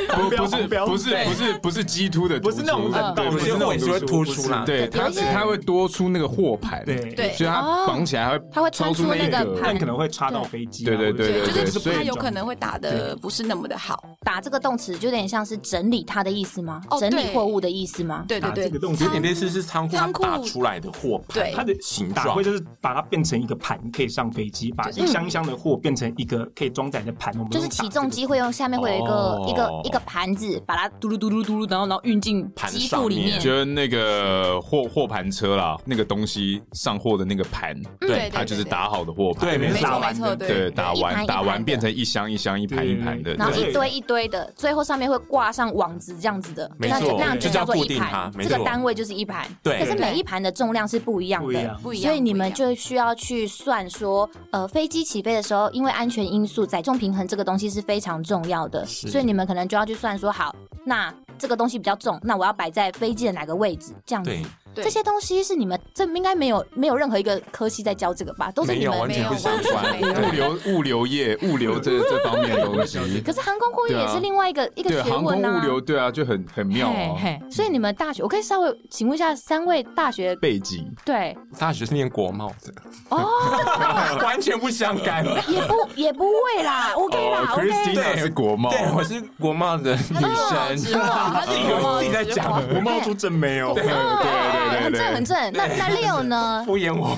[SPEAKER 4] 不不是
[SPEAKER 6] 狂飙
[SPEAKER 4] 不是不是不是不是鸡突的突出，
[SPEAKER 6] 不是那种
[SPEAKER 4] 种冷
[SPEAKER 1] 对
[SPEAKER 4] 冻，
[SPEAKER 1] 有些货也是会突出啦。
[SPEAKER 4] 对，它它会多出那个货盘，
[SPEAKER 6] 对
[SPEAKER 7] 对
[SPEAKER 4] 所以
[SPEAKER 2] 哦
[SPEAKER 4] 它绑起来它会
[SPEAKER 7] 它会
[SPEAKER 4] 超
[SPEAKER 7] 穿
[SPEAKER 4] 出
[SPEAKER 7] 出那
[SPEAKER 4] 那
[SPEAKER 7] 个
[SPEAKER 4] 个
[SPEAKER 6] 但
[SPEAKER 7] 盘
[SPEAKER 6] 可能会插到飞机
[SPEAKER 4] 对
[SPEAKER 6] 啊。
[SPEAKER 4] 对
[SPEAKER 6] 或者
[SPEAKER 4] 对对
[SPEAKER 7] 就
[SPEAKER 4] 对
[SPEAKER 7] 是
[SPEAKER 4] 所以
[SPEAKER 7] 它有可能会打的不是那么的好。
[SPEAKER 3] 打这个动词就有点像是整理它的意思吗？
[SPEAKER 7] 哦
[SPEAKER 3] 整理
[SPEAKER 7] 对
[SPEAKER 3] 货物的意思吗？
[SPEAKER 7] 对对
[SPEAKER 6] 打这
[SPEAKER 7] 对
[SPEAKER 6] 个，动
[SPEAKER 1] 有
[SPEAKER 6] 作
[SPEAKER 1] 点类似是仓库它
[SPEAKER 7] 仓库
[SPEAKER 1] 打出来的货盘，
[SPEAKER 7] 对
[SPEAKER 6] 它的
[SPEAKER 1] 形
[SPEAKER 6] 打
[SPEAKER 1] 状
[SPEAKER 6] 会就是把它变成一个盘，可以上飞机，把一箱一箱的货变成一个可以装载的盘。我们
[SPEAKER 3] 就是
[SPEAKER 6] 用打
[SPEAKER 3] 起
[SPEAKER 6] 这
[SPEAKER 3] 重
[SPEAKER 6] 个
[SPEAKER 3] 机会用下面会有一个、
[SPEAKER 1] 哦
[SPEAKER 3] 一个一个盘子，把它
[SPEAKER 2] 嘟噜嘟噜嘟噜，然后然后运进
[SPEAKER 1] 盘
[SPEAKER 3] 机
[SPEAKER 1] 上
[SPEAKER 3] 腹里面
[SPEAKER 1] 面。
[SPEAKER 4] 就是那个货货盘车啦，那个东西上货的那个盘，
[SPEAKER 3] 嗯
[SPEAKER 7] 对
[SPEAKER 4] 它就是打好的货盘，
[SPEAKER 1] 对没
[SPEAKER 7] 没
[SPEAKER 1] 打
[SPEAKER 7] 错
[SPEAKER 1] 完
[SPEAKER 7] 没错，
[SPEAKER 1] 的
[SPEAKER 4] 对，打
[SPEAKER 3] 一盘
[SPEAKER 4] 完
[SPEAKER 3] 一盘
[SPEAKER 4] 打
[SPEAKER 3] 的
[SPEAKER 4] 完变成一箱一箱、一盘一盘的，
[SPEAKER 6] 对
[SPEAKER 3] 然后
[SPEAKER 4] 对
[SPEAKER 3] 一堆一堆的，最后上面会挂上网子这样子的，
[SPEAKER 1] 没
[SPEAKER 3] 那就
[SPEAKER 1] 错
[SPEAKER 3] 那样
[SPEAKER 6] 就
[SPEAKER 3] 就是
[SPEAKER 1] 要
[SPEAKER 3] 叫做
[SPEAKER 1] 固
[SPEAKER 3] 一
[SPEAKER 1] 定它
[SPEAKER 3] 盘，
[SPEAKER 1] 没
[SPEAKER 3] 这个
[SPEAKER 1] 错
[SPEAKER 3] 单位就是一盘。
[SPEAKER 1] 对
[SPEAKER 3] 可是每一盘的重量是不一样
[SPEAKER 6] 不一
[SPEAKER 3] 的
[SPEAKER 6] 样。
[SPEAKER 7] 不一样。
[SPEAKER 3] 所以你们
[SPEAKER 7] 不一样
[SPEAKER 3] 就需要去算说，呃，飞机起飞的时候，因为安全因素，载重平衡这个东西是非常重要的，
[SPEAKER 1] 是
[SPEAKER 3] 所以你们可能就要去算说，好，那这个东西比较重，那我要摆在飞机的哪个位置？这样子
[SPEAKER 1] 对，
[SPEAKER 7] 对
[SPEAKER 3] 这些东西是你们这应该没有没有任何一个科系在教这个吧？都是
[SPEAKER 1] 没
[SPEAKER 3] 你
[SPEAKER 1] 有
[SPEAKER 3] 们
[SPEAKER 1] 完全不相
[SPEAKER 7] 没有完
[SPEAKER 1] 关，
[SPEAKER 7] 全没有
[SPEAKER 1] 对
[SPEAKER 4] 物流物流业物流这这方面的东西
[SPEAKER 3] 可，是航空货运
[SPEAKER 4] 对啊
[SPEAKER 3] 也是另外一个、一个学
[SPEAKER 4] 对航空
[SPEAKER 3] 问
[SPEAKER 4] 物
[SPEAKER 3] 啊。
[SPEAKER 4] 流，对啊，就很很妙啊。
[SPEAKER 3] 嘿，所以你们大学，我可以稍微请问一下三位大学
[SPEAKER 4] 背景
[SPEAKER 3] 对
[SPEAKER 1] 大学是念国贸的，哦，完全不相干。
[SPEAKER 3] 也不也不会啦，OK 啦，OK。
[SPEAKER 4] 哦，Christina 也是国贸，
[SPEAKER 1] 对，我是国贸的女生，
[SPEAKER 7] 直话他
[SPEAKER 1] 自
[SPEAKER 7] 是
[SPEAKER 1] 己
[SPEAKER 7] 国贸
[SPEAKER 1] 自己在讲，
[SPEAKER 6] 我冒出真没有，
[SPEAKER 3] 哦很正很正，那那 Leo 呢？
[SPEAKER 1] 敷衍我。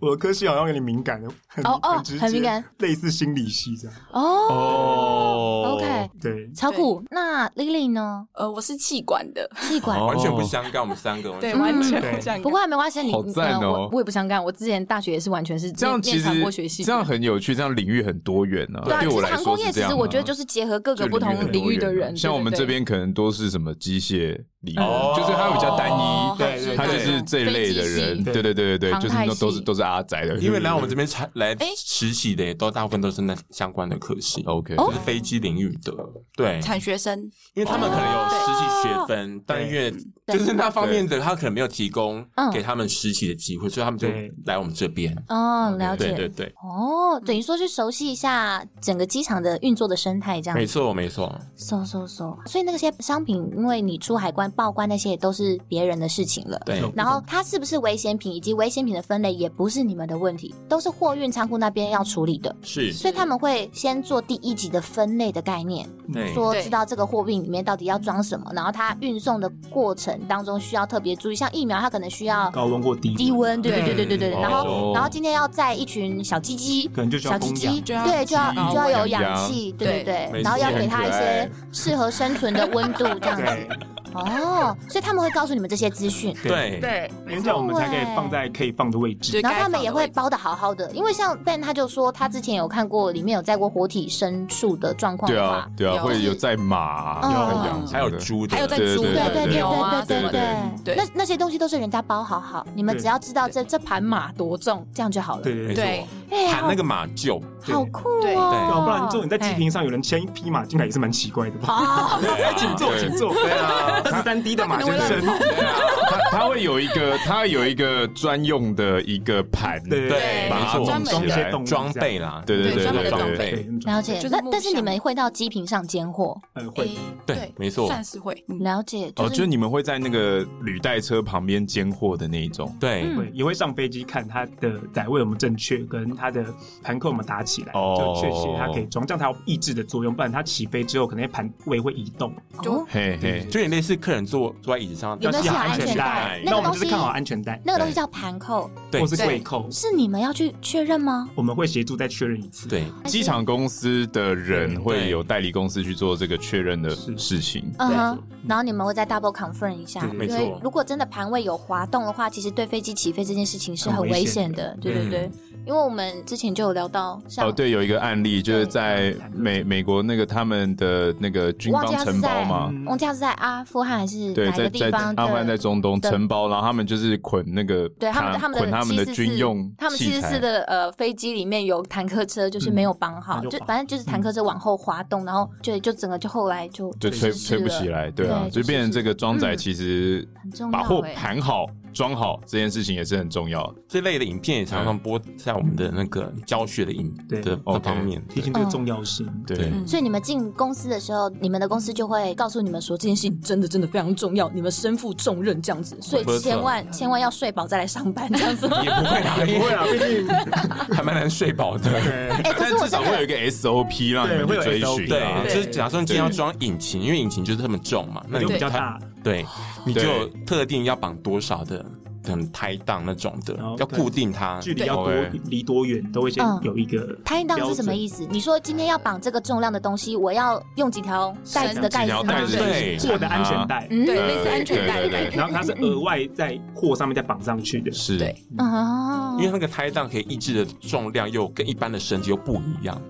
[SPEAKER 6] 我的科系好像有点敏感的，很
[SPEAKER 3] 哦哦
[SPEAKER 6] 直
[SPEAKER 3] 很敏
[SPEAKER 6] 接
[SPEAKER 3] 感，
[SPEAKER 6] 类似心理系这样。
[SPEAKER 3] 哦
[SPEAKER 1] 哦
[SPEAKER 3] ，OK，
[SPEAKER 6] 对，
[SPEAKER 3] 超酷。那 Lily 呢？
[SPEAKER 7] 呃，我是气管的，
[SPEAKER 3] 气管
[SPEAKER 1] 哦完全不相干，我们三个完
[SPEAKER 7] 对，
[SPEAKER 1] 全。
[SPEAKER 7] 完全
[SPEAKER 6] 对
[SPEAKER 7] 不像。
[SPEAKER 3] 嗯不过没关系，你
[SPEAKER 4] 好赞哦
[SPEAKER 3] 呃我我也不相干，我之前大学也是完全是
[SPEAKER 4] 这样
[SPEAKER 3] 念
[SPEAKER 4] 其
[SPEAKER 3] 念
[SPEAKER 4] 实
[SPEAKER 3] 传播学系的，
[SPEAKER 4] 这样很有趣，这样领域很多元啊。
[SPEAKER 3] 对啊，
[SPEAKER 4] 对
[SPEAKER 3] 其
[SPEAKER 4] 我
[SPEAKER 3] 实
[SPEAKER 4] 来
[SPEAKER 3] 航
[SPEAKER 4] 说
[SPEAKER 3] 空业
[SPEAKER 4] 这
[SPEAKER 3] 其
[SPEAKER 4] 样啊。
[SPEAKER 3] 实我
[SPEAKER 2] 嗯
[SPEAKER 3] 觉得就是结合各个不同领域的人，
[SPEAKER 4] 啊像我们
[SPEAKER 3] 对
[SPEAKER 4] 这
[SPEAKER 3] 对对
[SPEAKER 4] 边可能都是什么机械理工
[SPEAKER 1] 哦，
[SPEAKER 4] 就是它比较单
[SPEAKER 3] 哦
[SPEAKER 4] 一，
[SPEAKER 6] 对对
[SPEAKER 4] 他就
[SPEAKER 6] 对
[SPEAKER 4] 是这一类的人，
[SPEAKER 6] 飞机系
[SPEAKER 4] 对对对对对，
[SPEAKER 3] 航
[SPEAKER 4] 就是
[SPEAKER 3] 太
[SPEAKER 4] 那都
[SPEAKER 3] 系
[SPEAKER 4] 是都是阿宅的，
[SPEAKER 1] 因为来我们这边才来实习的，也都大部分都是那相关的科系，
[SPEAKER 4] OK，
[SPEAKER 1] 就是飞机领域的。对，
[SPEAKER 7] 产学生
[SPEAKER 1] 因为他们可能有
[SPEAKER 3] 哦
[SPEAKER 1] 实习学分，但因为就是那方面的，他可能没有提供
[SPEAKER 3] 嗯
[SPEAKER 1] 给他们实习的机会，所以他们就
[SPEAKER 6] 对
[SPEAKER 1] 来我们这边。
[SPEAKER 3] 哦，了
[SPEAKER 1] 嗯对
[SPEAKER 3] 解
[SPEAKER 1] 对对，
[SPEAKER 3] 哦，等于说去熟悉一下整个机场的运作的生态，这样
[SPEAKER 1] 没错没错，
[SPEAKER 3] 搜搜搜，所以那些商品，因为你出海关、报关那些也都是别人的事情了。
[SPEAKER 1] 对。
[SPEAKER 3] 然后它是不是危险品，以及危险品的分类，也不是你们的问题，都是货运仓库那边要处理的。
[SPEAKER 1] 是，
[SPEAKER 3] 所以他们会先做第一级的分类的概念，
[SPEAKER 1] 对
[SPEAKER 3] 说
[SPEAKER 7] 对
[SPEAKER 3] 知道这个货运里面到底要装什么，然后它运送的过程当中需要特别注意，像疫苗它可能需要
[SPEAKER 6] 高温或低
[SPEAKER 3] 低温，对对对对对对。
[SPEAKER 1] 哦
[SPEAKER 3] 然后然后今天要载一群小鸡鸡，
[SPEAKER 6] 可能就需要
[SPEAKER 3] 小鸡鸡，
[SPEAKER 6] 供
[SPEAKER 7] 氧
[SPEAKER 3] 对，就要
[SPEAKER 7] 就要
[SPEAKER 3] 就要有
[SPEAKER 4] 养
[SPEAKER 3] 氧
[SPEAKER 4] 羊
[SPEAKER 3] 气，对对对，
[SPEAKER 1] 没
[SPEAKER 3] 然后要
[SPEAKER 1] 错
[SPEAKER 3] 给它一
[SPEAKER 4] 很可
[SPEAKER 3] 些
[SPEAKER 4] 爱
[SPEAKER 3] 适合生存的温度这样
[SPEAKER 6] 对
[SPEAKER 3] 子。，哦，所以他们会告诉你们这些资讯。
[SPEAKER 1] 对
[SPEAKER 7] 对，
[SPEAKER 6] 因为这样我们才可以放在可以放的位置。
[SPEAKER 3] 然后他们也会包的好好的，因为像 Ben 他就说他之前有看过里面有载过活体牲畜的状况
[SPEAKER 4] 对
[SPEAKER 3] 的话，
[SPEAKER 4] 啊对啊，
[SPEAKER 7] 有
[SPEAKER 4] 会有在马，啊
[SPEAKER 3] 嗯
[SPEAKER 4] 有养什么的
[SPEAKER 1] 还有猪的，
[SPEAKER 7] 还有在
[SPEAKER 4] 对
[SPEAKER 7] 猪
[SPEAKER 4] 对
[SPEAKER 3] 对
[SPEAKER 7] 的
[SPEAKER 3] 对对
[SPEAKER 7] 牛啊
[SPEAKER 3] 对
[SPEAKER 7] 什
[SPEAKER 3] 对
[SPEAKER 7] 么
[SPEAKER 1] 对
[SPEAKER 7] 的，
[SPEAKER 3] 对
[SPEAKER 7] 对
[SPEAKER 3] 那那些东西都是人家包好好，你们
[SPEAKER 6] 对
[SPEAKER 3] 只要知道这这盘马多重，这样就好了。
[SPEAKER 6] 对对
[SPEAKER 1] 没
[SPEAKER 6] 对，
[SPEAKER 7] 对
[SPEAKER 1] 错，
[SPEAKER 3] 哎呀
[SPEAKER 1] 喊那个马厩，
[SPEAKER 3] 好好酷
[SPEAKER 7] 对
[SPEAKER 3] 哦！
[SPEAKER 6] 要不然这种你在机坪上有人牵一匹马进来也是蛮奇怪的吧？哎
[SPEAKER 3] 哦，
[SPEAKER 6] 请坐，请坐。对 啊，二十三 D 的马先生，
[SPEAKER 4] 它它会有一个它会有一个专用的一个盘，
[SPEAKER 6] 对
[SPEAKER 1] 对，
[SPEAKER 4] 把它
[SPEAKER 1] 没
[SPEAKER 4] 装
[SPEAKER 1] 错，
[SPEAKER 6] 装一些动物
[SPEAKER 1] 装备啦，
[SPEAKER 4] 对对
[SPEAKER 7] 对
[SPEAKER 4] 对
[SPEAKER 7] 专门的
[SPEAKER 4] 对
[SPEAKER 7] 装
[SPEAKER 4] 对
[SPEAKER 1] 备
[SPEAKER 4] 对，
[SPEAKER 6] 对，
[SPEAKER 3] 了解
[SPEAKER 7] 就。是
[SPEAKER 3] 那
[SPEAKER 7] 木
[SPEAKER 3] 但是你
[SPEAKER 7] 箱
[SPEAKER 3] 们会到机坪上拣货，
[SPEAKER 6] 呃，会
[SPEAKER 7] 诶
[SPEAKER 1] 对没错
[SPEAKER 7] 算是会，嗯
[SPEAKER 3] 了解。
[SPEAKER 4] 哦，就是
[SPEAKER 3] 是
[SPEAKER 4] 你们会在那个履带车旁边拣货的那一种。
[SPEAKER 1] 对，
[SPEAKER 3] 嗯
[SPEAKER 6] 会也会上飞机看它的载位有没有正确，跟它的盘扣有没有打起来，
[SPEAKER 4] 哦
[SPEAKER 6] 就确实它可以装，这样才有抑制的作用，不然它起飞之后可能盘位会移动。
[SPEAKER 3] 哦
[SPEAKER 7] 就
[SPEAKER 4] 嘿嘿，
[SPEAKER 1] 就有点类似客人坐坐在椅子上，
[SPEAKER 3] 有没有系
[SPEAKER 6] 要
[SPEAKER 3] 好
[SPEAKER 6] 系
[SPEAKER 3] 安全带
[SPEAKER 6] 带？
[SPEAKER 3] 那个
[SPEAKER 6] 那我们
[SPEAKER 3] 东
[SPEAKER 6] 就是
[SPEAKER 3] 西
[SPEAKER 6] 看好安全带，
[SPEAKER 3] 那个东西叫盘扣，
[SPEAKER 1] 对
[SPEAKER 6] 或是跪扣，
[SPEAKER 3] 是你们要去确认吗？
[SPEAKER 6] 我们会协助再确认一次。
[SPEAKER 1] 对，
[SPEAKER 4] 机场公司的人会有代理公司去做这个确认的
[SPEAKER 6] 是
[SPEAKER 4] 事情。
[SPEAKER 3] 嗯哼，然后你们会再 double confirm 一下，
[SPEAKER 6] 对
[SPEAKER 3] 因
[SPEAKER 1] 没
[SPEAKER 3] 为
[SPEAKER 1] 错
[SPEAKER 3] 如果真的盘位有滑动的话，其实对飞机起飞这件事情是很
[SPEAKER 6] 很危
[SPEAKER 3] 危
[SPEAKER 6] 险
[SPEAKER 3] 险的，对对
[SPEAKER 1] 嗯
[SPEAKER 3] 对。因为我们之前就有聊到，像
[SPEAKER 4] 哦，对，有一个案例就是在美美国那个他们的那个军
[SPEAKER 3] 忘记他
[SPEAKER 4] 方
[SPEAKER 3] 是
[SPEAKER 4] 承包
[SPEAKER 3] 在
[SPEAKER 4] 嘛，
[SPEAKER 6] 嗯
[SPEAKER 3] 忘记他是在阿富汗还是
[SPEAKER 4] 对，
[SPEAKER 3] 哪
[SPEAKER 4] 在
[SPEAKER 3] 个地
[SPEAKER 4] 在
[SPEAKER 3] 方的？
[SPEAKER 4] 阿富汗在中东
[SPEAKER 3] 的
[SPEAKER 4] 承包，然后他们就是捆那个
[SPEAKER 3] 对他们
[SPEAKER 4] 坦
[SPEAKER 3] 他们的
[SPEAKER 4] 捆他们的
[SPEAKER 3] 744
[SPEAKER 4] 军用
[SPEAKER 3] 他们七
[SPEAKER 4] 器
[SPEAKER 3] 十
[SPEAKER 4] 材
[SPEAKER 3] 四。的呃飞机里面有坦克车，就是没有绑好，
[SPEAKER 6] 嗯那就
[SPEAKER 3] 就
[SPEAKER 6] 滑
[SPEAKER 3] 反正就是坦克车往后滑动，然后就就整个就后来就
[SPEAKER 4] 就
[SPEAKER 3] 失
[SPEAKER 4] 吹
[SPEAKER 3] 事
[SPEAKER 4] 吹不
[SPEAKER 3] 了
[SPEAKER 4] 起来，对啊，
[SPEAKER 3] 对
[SPEAKER 4] 就变成这个装载其实
[SPEAKER 3] 嗯很重要
[SPEAKER 4] 把货
[SPEAKER 3] 欸
[SPEAKER 4] 盘好装好这件事情也是很重要的。
[SPEAKER 1] 这类的影片也常常播在我们的那个教学的影
[SPEAKER 6] 对
[SPEAKER 1] 的那
[SPEAKER 4] OK
[SPEAKER 1] 方面。
[SPEAKER 6] 提醒
[SPEAKER 3] 嗯
[SPEAKER 6] 这个重要性。
[SPEAKER 4] 对，
[SPEAKER 3] 所以你们进公司的时候，你们的公司就会告诉你们说，
[SPEAKER 2] 这件事情真的真的非常重要，你们身负重任这样子，所
[SPEAKER 3] 所
[SPEAKER 2] 以
[SPEAKER 3] 以千万千万要睡饱再来上班这样子吗。
[SPEAKER 1] 也不会啦，也
[SPEAKER 6] 不会啊，毕竟
[SPEAKER 1] 还蛮难睡饱的。
[SPEAKER 3] 哎、可是
[SPEAKER 4] 但
[SPEAKER 3] 我真
[SPEAKER 4] 至少会
[SPEAKER 3] 的
[SPEAKER 4] 有一个 SOP 让你
[SPEAKER 6] 对
[SPEAKER 4] 们
[SPEAKER 6] 会有
[SPEAKER 4] 去追
[SPEAKER 6] SOP
[SPEAKER 4] 寻啊。
[SPEAKER 1] 对，就是假设你今天要装引擎，因为引擎就是这么重嘛，那
[SPEAKER 6] 那
[SPEAKER 1] 你
[SPEAKER 6] 就比
[SPEAKER 1] 就
[SPEAKER 6] 较
[SPEAKER 1] 它
[SPEAKER 6] 大，
[SPEAKER 1] 对，你就
[SPEAKER 4] 对
[SPEAKER 1] 有特定要绑多少的，可能抬档那种的
[SPEAKER 6] 哦，
[SPEAKER 1] 要
[SPEAKER 6] 对
[SPEAKER 1] 固定它。
[SPEAKER 6] 距离要多
[SPEAKER 4] 对
[SPEAKER 6] 离多远都会先
[SPEAKER 3] 嗯
[SPEAKER 6] 有一个。
[SPEAKER 3] 拍档是什么意思？你说今天要绑这个重量的东西，我要用几条带子的盖
[SPEAKER 4] 几条
[SPEAKER 3] 子吗
[SPEAKER 4] 带？子
[SPEAKER 1] 对
[SPEAKER 6] 做的安全带，
[SPEAKER 3] 嗯
[SPEAKER 7] 对，
[SPEAKER 4] 呃
[SPEAKER 7] 类似安全带的
[SPEAKER 4] 对
[SPEAKER 7] 感
[SPEAKER 4] 对
[SPEAKER 7] 觉。
[SPEAKER 6] 然后它是额外在货上面再绑上去的。
[SPEAKER 1] 是，
[SPEAKER 7] 对
[SPEAKER 3] 哦
[SPEAKER 1] 因为那个胎档可以抑制的重量又跟一般的身体又不一样。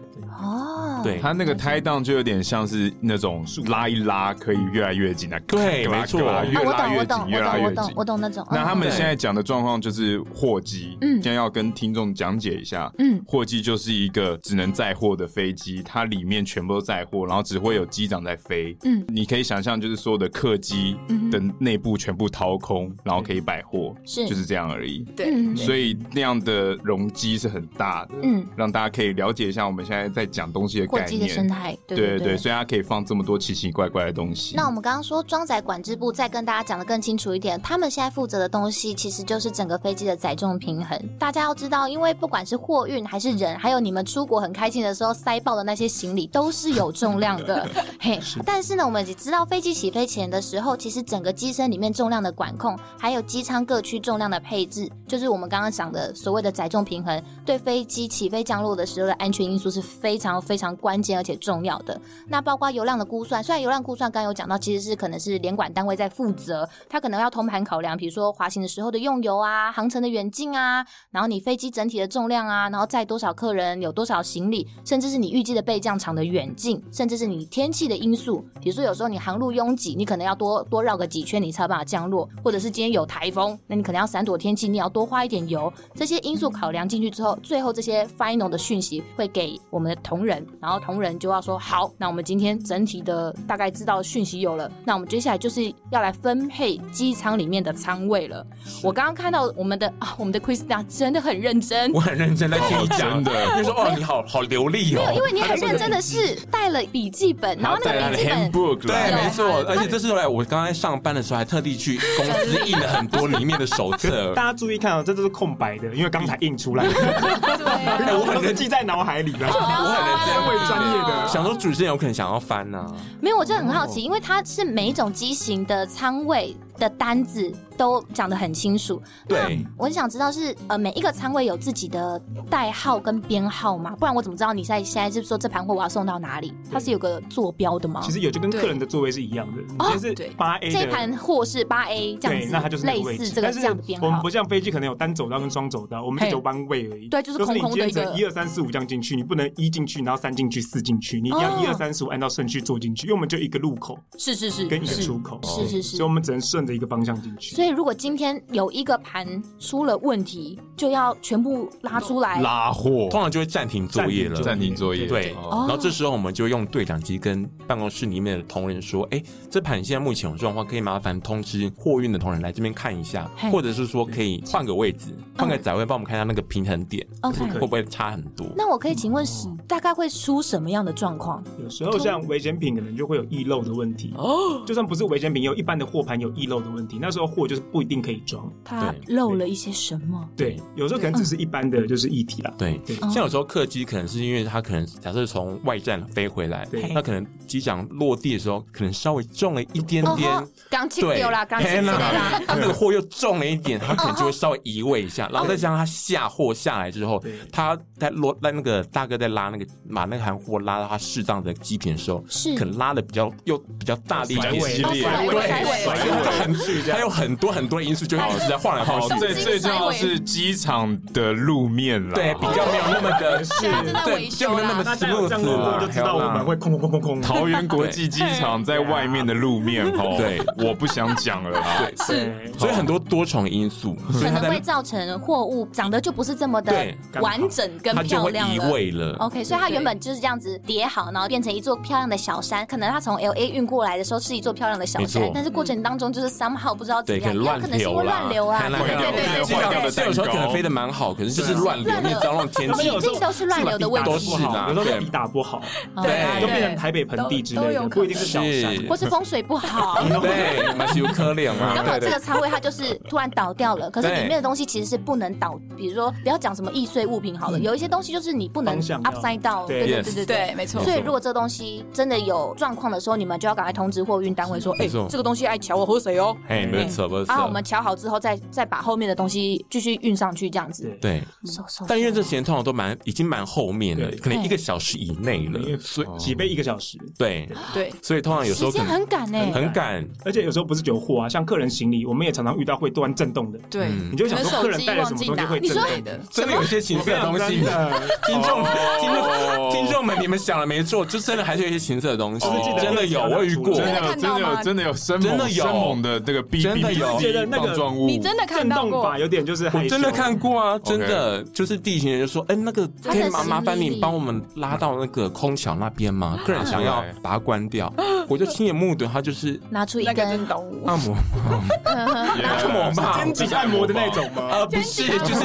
[SPEAKER 3] 哦，
[SPEAKER 1] 对，
[SPEAKER 4] 它那个胎档就有点像是那种拉一拉，可以越来越紧的。
[SPEAKER 1] 对
[SPEAKER 4] 嘎啦
[SPEAKER 1] 没错
[SPEAKER 4] 嘎啦
[SPEAKER 3] 啊，
[SPEAKER 4] 越
[SPEAKER 3] 我
[SPEAKER 4] 拉
[SPEAKER 3] 懂，我
[SPEAKER 4] 越
[SPEAKER 3] 懂，
[SPEAKER 4] 紧，
[SPEAKER 3] 我
[SPEAKER 4] 越拉
[SPEAKER 3] 懂，
[SPEAKER 4] 越
[SPEAKER 3] 我
[SPEAKER 4] 紧
[SPEAKER 3] 懂，。我懂那种。
[SPEAKER 4] 那他们
[SPEAKER 3] 嗯
[SPEAKER 4] 现在讲的状况就是货机，
[SPEAKER 3] 嗯
[SPEAKER 4] 今天要跟听众讲解一下，
[SPEAKER 3] 嗯
[SPEAKER 4] 货机就是一个只能载货的飞机，它里面全部都载货，然后只会有机长在飞，
[SPEAKER 3] 嗯
[SPEAKER 4] 你可以想象就是所有的客机的内部全部掏空，然后可以摆货，
[SPEAKER 3] 是
[SPEAKER 4] 就是这样而已。
[SPEAKER 7] 对，
[SPEAKER 3] 嗯
[SPEAKER 4] 所以那样的容积是很大的，
[SPEAKER 3] 嗯，
[SPEAKER 4] 让大家可以了解一下我们现在在讲东西的
[SPEAKER 3] 货
[SPEAKER 4] 概
[SPEAKER 3] 机的生
[SPEAKER 4] 念。
[SPEAKER 3] 态，对
[SPEAKER 4] 对
[SPEAKER 3] 对
[SPEAKER 4] 对，所以它可以放这么多奇奇怪怪的东西。
[SPEAKER 3] 那我们刚刚说装载管制部，再跟大家讲的更清楚一点，他们现在负责的东西其实就是整个飞机的载重平衡。大家要知道，因为不管是货运还是人，还有你们出国很开心的时候塞爆的那些行李，都是有重量的。嘿，但是呢，我们也知道飞机起飞前的时候，其实整个机身里面重量的管控，还有机舱各区重量的配置，就是我们刚刚讲的所谓的载重平衡，对飞机起飞降落的时候的安全因素是非常非常关键而且重要的。那包括油量的估算，虽然油量估算刚刚有讲到，其实是可能是联管单位在负责，它可能要通盘考量，比如说滑行的时候的用油啊、航程的远近啊，然后你飞机整体的重量啊，然后载多少客人、有多少行李，甚至是你预计的备降场的远近，甚至是你天气的因素，比如说有时候你航路拥挤，你可能要多多绕个几圈你才有办法降落，或者是今天有台风，那你可能要闪躲天气，你也要多花一点油，这些因素考量进去之后，最后这些 final 的讯息会给我们的同仁，然后同仁就要说好，那我们今天整体的大概知道讯息有了，那我们接下来就是要来分配机舱里面的仓位了。我刚刚看到我们的啊，我们的 Krista 真的很认真
[SPEAKER 1] 我。很认真在听你讲
[SPEAKER 4] 真的
[SPEAKER 1] 因为说哦，你好好流利
[SPEAKER 3] 没有，因
[SPEAKER 1] 哦。
[SPEAKER 3] 为你很认真的是带了笔记本，嗯然后那
[SPEAKER 4] 带
[SPEAKER 3] 个
[SPEAKER 4] 来
[SPEAKER 3] 笔
[SPEAKER 4] 的
[SPEAKER 3] 记本
[SPEAKER 4] handbook
[SPEAKER 1] 对，啊
[SPEAKER 4] 来
[SPEAKER 1] 没错，而且这是后来我刚才上班的时候，还特地去公司印了很多里面的手册
[SPEAKER 6] 大。家注意看啊，这都是空白的，因为刚才印 出来的，
[SPEAKER 3] 啊
[SPEAKER 1] 哎我
[SPEAKER 6] 我
[SPEAKER 1] 很
[SPEAKER 6] 都
[SPEAKER 1] 认
[SPEAKER 6] 是
[SPEAKER 1] 真，
[SPEAKER 6] 记在脑海里的。
[SPEAKER 3] 哦
[SPEAKER 1] 我很认真，
[SPEAKER 6] 为专业的
[SPEAKER 1] 想说主持人有可能想要翻啊呐、
[SPEAKER 3] 没有，我就很好
[SPEAKER 6] 哦
[SPEAKER 3] 奇，因为它是每一种机型的仓位的单子都讲得很清楚。
[SPEAKER 1] 对，
[SPEAKER 3] 我很想知道是呃每一个仓位有自己的代号跟编号吗？不然我怎么知道你在现在是说这盘货我要送到哪里？它是有个坐标的吗？
[SPEAKER 6] 其实有就跟客人的座位是一样的，你今天
[SPEAKER 7] 对
[SPEAKER 6] 是八 A
[SPEAKER 3] 哦这一
[SPEAKER 6] 的。
[SPEAKER 3] 盘货是八 A 这样
[SPEAKER 6] 对
[SPEAKER 3] 子，，
[SPEAKER 6] 那它就是那
[SPEAKER 3] 类
[SPEAKER 6] 个位
[SPEAKER 3] 似
[SPEAKER 6] 置，
[SPEAKER 3] 这个
[SPEAKER 6] 但
[SPEAKER 3] 这
[SPEAKER 6] 是
[SPEAKER 3] 样的编
[SPEAKER 6] 我们
[SPEAKER 3] 号
[SPEAKER 6] 不。像飞机，可能有单走道跟双走道，我们
[SPEAKER 3] 嘿
[SPEAKER 6] 就走弯位而已。
[SPEAKER 2] 对就是空空的一个
[SPEAKER 6] 一二三四五这样进去，你不能一进去，然后三进去，四进去，你一定
[SPEAKER 3] 哦
[SPEAKER 6] 要一二三四五按照顺序坐进去，因为我们就一个入口
[SPEAKER 3] 是是是，
[SPEAKER 6] 跟一个
[SPEAKER 3] 是
[SPEAKER 6] 出口，
[SPEAKER 3] 是是是
[SPEAKER 6] 所以我们只能顺着一个方向进去。
[SPEAKER 3] 所以如果今天有一个盘出了问题，就要全部拉出来。
[SPEAKER 4] 拉货
[SPEAKER 1] 通常就会暂停作业了。
[SPEAKER 4] 暂停作业，
[SPEAKER 1] 对，
[SPEAKER 3] 哦
[SPEAKER 1] 然后这时候我们就用对讲机跟办公室里面的同仁说：“哎，这盘现在目前有状况，可以麻烦通知货运的同仁来这边看一下
[SPEAKER 3] 嘿，嗯
[SPEAKER 1] 或者是说可以换个位置，换个载位，帮我们看一下那个平衡点
[SPEAKER 3] OK
[SPEAKER 1] 会不会差很多。”
[SPEAKER 3] 那我可以请问是
[SPEAKER 2] 嗯
[SPEAKER 3] 大概会出什么样的状况？
[SPEAKER 6] 有时候像危险品可能就会有溢漏的问题哦，就算不是危险品，也有一般的货盘有溢漏的问题，那时候货就是不一定可以装。
[SPEAKER 3] 它
[SPEAKER 1] 对
[SPEAKER 3] 漏了一些什么？
[SPEAKER 6] 对，有时候可能只是一般的就是议题啦。
[SPEAKER 1] 对
[SPEAKER 6] 对，
[SPEAKER 1] 像有时候客机可能是因为他可能假设从外站飞回来
[SPEAKER 6] 对，
[SPEAKER 1] 那可能机长落地的时候可能稍微重了一点点，
[SPEAKER 3] 刚切
[SPEAKER 1] 对
[SPEAKER 3] 丢啦，刚切
[SPEAKER 1] 天
[SPEAKER 3] 丢
[SPEAKER 1] 哪
[SPEAKER 3] 啦。
[SPEAKER 1] 他这个货又重了一点，他可能就会稍微移位一下，然后再加上他下货下来之后
[SPEAKER 6] 对，
[SPEAKER 1] 他在落在那个大哥在拉那个把那个韩货拉到他适当的机坪的时候，
[SPEAKER 3] 是
[SPEAKER 1] 可能拉的比较又比较大力一点，
[SPEAKER 4] 甩尾
[SPEAKER 1] 对
[SPEAKER 4] 甩
[SPEAKER 3] 尾甩尾
[SPEAKER 1] 甩尾，他有很多很多因素就会导致在晃来晃
[SPEAKER 4] 好，
[SPEAKER 1] 去，
[SPEAKER 4] 最最重要是机场的路面啦，
[SPEAKER 1] 对，比较没有那么的，
[SPEAKER 7] 现在正在
[SPEAKER 1] 对，
[SPEAKER 7] 维
[SPEAKER 1] 就没
[SPEAKER 7] 修
[SPEAKER 1] 有那么
[SPEAKER 7] 啦。
[SPEAKER 6] 那这样有这样过
[SPEAKER 1] smooth 啦
[SPEAKER 6] 就知道我们会空空空空空。
[SPEAKER 4] 桃园国际机场在外面的路面哦，
[SPEAKER 1] 对，
[SPEAKER 4] 我不想讲了啦。
[SPEAKER 6] 对，
[SPEAKER 1] 所以很多多重因素，所
[SPEAKER 3] 可
[SPEAKER 1] 以它
[SPEAKER 3] 能会
[SPEAKER 1] 在
[SPEAKER 3] 造成货物长得就不是这么的
[SPEAKER 1] 对
[SPEAKER 3] 完整跟
[SPEAKER 1] 它就
[SPEAKER 3] 漂
[SPEAKER 1] 会
[SPEAKER 3] 亮
[SPEAKER 1] 移
[SPEAKER 3] 了。
[SPEAKER 1] 位了。
[SPEAKER 3] OK，所以它原本就是这样子叠好，然后变成一座漂亮的小山。可能它从 LA 运过来的时候是一座漂亮的小
[SPEAKER 1] 没
[SPEAKER 3] 山
[SPEAKER 1] 错，
[SPEAKER 3] 但是过程当中就是 somehow 不知道怎
[SPEAKER 1] 对，可
[SPEAKER 3] 么样，
[SPEAKER 1] 点乱
[SPEAKER 3] 有可能是因
[SPEAKER 1] 流
[SPEAKER 3] 为
[SPEAKER 1] 啦，
[SPEAKER 3] 乱流啊
[SPEAKER 1] 看那个
[SPEAKER 3] 对对对对
[SPEAKER 1] 机
[SPEAKER 4] 坏掉的蛋糕
[SPEAKER 1] 有时候可能飞得蛮好，可是就是乱流，你只要让天
[SPEAKER 6] 没
[SPEAKER 1] 气
[SPEAKER 6] 有
[SPEAKER 3] 这都是乱流的问
[SPEAKER 6] 打
[SPEAKER 1] 都
[SPEAKER 3] 题，
[SPEAKER 6] 不
[SPEAKER 1] 是
[SPEAKER 6] 好，
[SPEAKER 1] 啦，
[SPEAKER 6] 有时候
[SPEAKER 1] 对
[SPEAKER 6] 笔打不好，
[SPEAKER 1] 对
[SPEAKER 6] 就变成台北盆地之类
[SPEAKER 7] 都
[SPEAKER 6] 的，
[SPEAKER 7] 有
[SPEAKER 6] 不一定是小山。
[SPEAKER 1] 是
[SPEAKER 7] 或是风水不好，
[SPEAKER 1] 对，蛮是有可怜嘛，
[SPEAKER 3] 刚好这个仓位它就是突然倒掉了，可是
[SPEAKER 1] 对
[SPEAKER 3] 里面的东西其实是不能倒，比如说不要讲什么易碎物品好了，有一些东西就是你不能
[SPEAKER 6] 方向要
[SPEAKER 3] upside down，
[SPEAKER 6] 对
[SPEAKER 3] 对对对
[SPEAKER 1] Yes
[SPEAKER 3] 对对。
[SPEAKER 7] 对，没错
[SPEAKER 3] 所。以，如果这东西真的有状况的时候，你们就要赶快通知货运单位说：“哎、
[SPEAKER 1] 没错
[SPEAKER 3] 这个东西爱瞧我喝水哦。
[SPEAKER 1] 哎，没有扯不”
[SPEAKER 3] 啊，我
[SPEAKER 1] 扯
[SPEAKER 3] 们，瞧好之后再，再把后面的东西继续运上去，这样子。
[SPEAKER 6] 对
[SPEAKER 1] 对。
[SPEAKER 3] 收收。
[SPEAKER 1] 但因为这时间通常都蛮已经蛮后面了
[SPEAKER 6] 对，
[SPEAKER 1] 可能一个小时以内
[SPEAKER 6] 因为
[SPEAKER 1] 了，
[SPEAKER 6] 所以几杯一个小时，
[SPEAKER 1] 对，
[SPEAKER 7] 对，
[SPEAKER 1] 所以通常有时候
[SPEAKER 3] 时
[SPEAKER 1] 可
[SPEAKER 3] 间
[SPEAKER 1] 能
[SPEAKER 3] 很赶呢、欸
[SPEAKER 1] 很赶，
[SPEAKER 6] 而且有时候不是只有货啊，像客人行李，我们也常常遇到会突然震动的，
[SPEAKER 7] 对，
[SPEAKER 1] 嗯
[SPEAKER 6] 你就会
[SPEAKER 7] 可
[SPEAKER 6] 想
[SPEAKER 7] 能
[SPEAKER 6] 说客
[SPEAKER 7] 手
[SPEAKER 6] 人
[SPEAKER 7] 机
[SPEAKER 6] 带了什
[SPEAKER 7] 忘
[SPEAKER 6] 么
[SPEAKER 7] 记
[SPEAKER 6] 东西
[SPEAKER 7] 拿
[SPEAKER 6] 会
[SPEAKER 7] 之
[SPEAKER 6] 震
[SPEAKER 7] 类
[SPEAKER 6] 动。
[SPEAKER 7] 的，
[SPEAKER 1] 真的有一些情色的东西
[SPEAKER 6] 真。的
[SPEAKER 1] 听众听
[SPEAKER 4] 哦
[SPEAKER 1] 众听众们，你们想了没错，就真的还是有一些情色的东西
[SPEAKER 6] 就是记，得
[SPEAKER 1] 哦真的有，我遇过
[SPEAKER 4] 真，的
[SPEAKER 7] 真的
[SPEAKER 4] 有
[SPEAKER 7] 看
[SPEAKER 4] 真
[SPEAKER 7] 到
[SPEAKER 4] 的有
[SPEAKER 7] 吗
[SPEAKER 4] 真的有生
[SPEAKER 1] 真的
[SPEAKER 4] 猛
[SPEAKER 1] 有
[SPEAKER 4] 生猛的那个 B
[SPEAKER 1] 真
[SPEAKER 4] B
[SPEAKER 1] 的
[SPEAKER 4] B
[SPEAKER 1] 有
[SPEAKER 6] 觉得那个
[SPEAKER 4] 棒状物，
[SPEAKER 7] 你真的看
[SPEAKER 6] 震
[SPEAKER 7] 到
[SPEAKER 6] 动
[SPEAKER 7] 过
[SPEAKER 6] 法？有点就是害
[SPEAKER 1] 我
[SPEAKER 6] 羞
[SPEAKER 1] 真的看过啊，真的就是地勤人就说，哎，那个可以麻麻烦你帮我们拉到那个空桥那边吗？
[SPEAKER 3] 啊
[SPEAKER 1] 个人想要把它关掉，我就亲眼目睹他就是
[SPEAKER 3] 拿出一
[SPEAKER 7] 那个
[SPEAKER 3] 根
[SPEAKER 7] 真懂我。
[SPEAKER 1] 按 摩，
[SPEAKER 4] 拿
[SPEAKER 1] 什么嘛
[SPEAKER 6] 肩颈按摩的那种吗？
[SPEAKER 1] 呃，不是，
[SPEAKER 3] 啊
[SPEAKER 1] 就是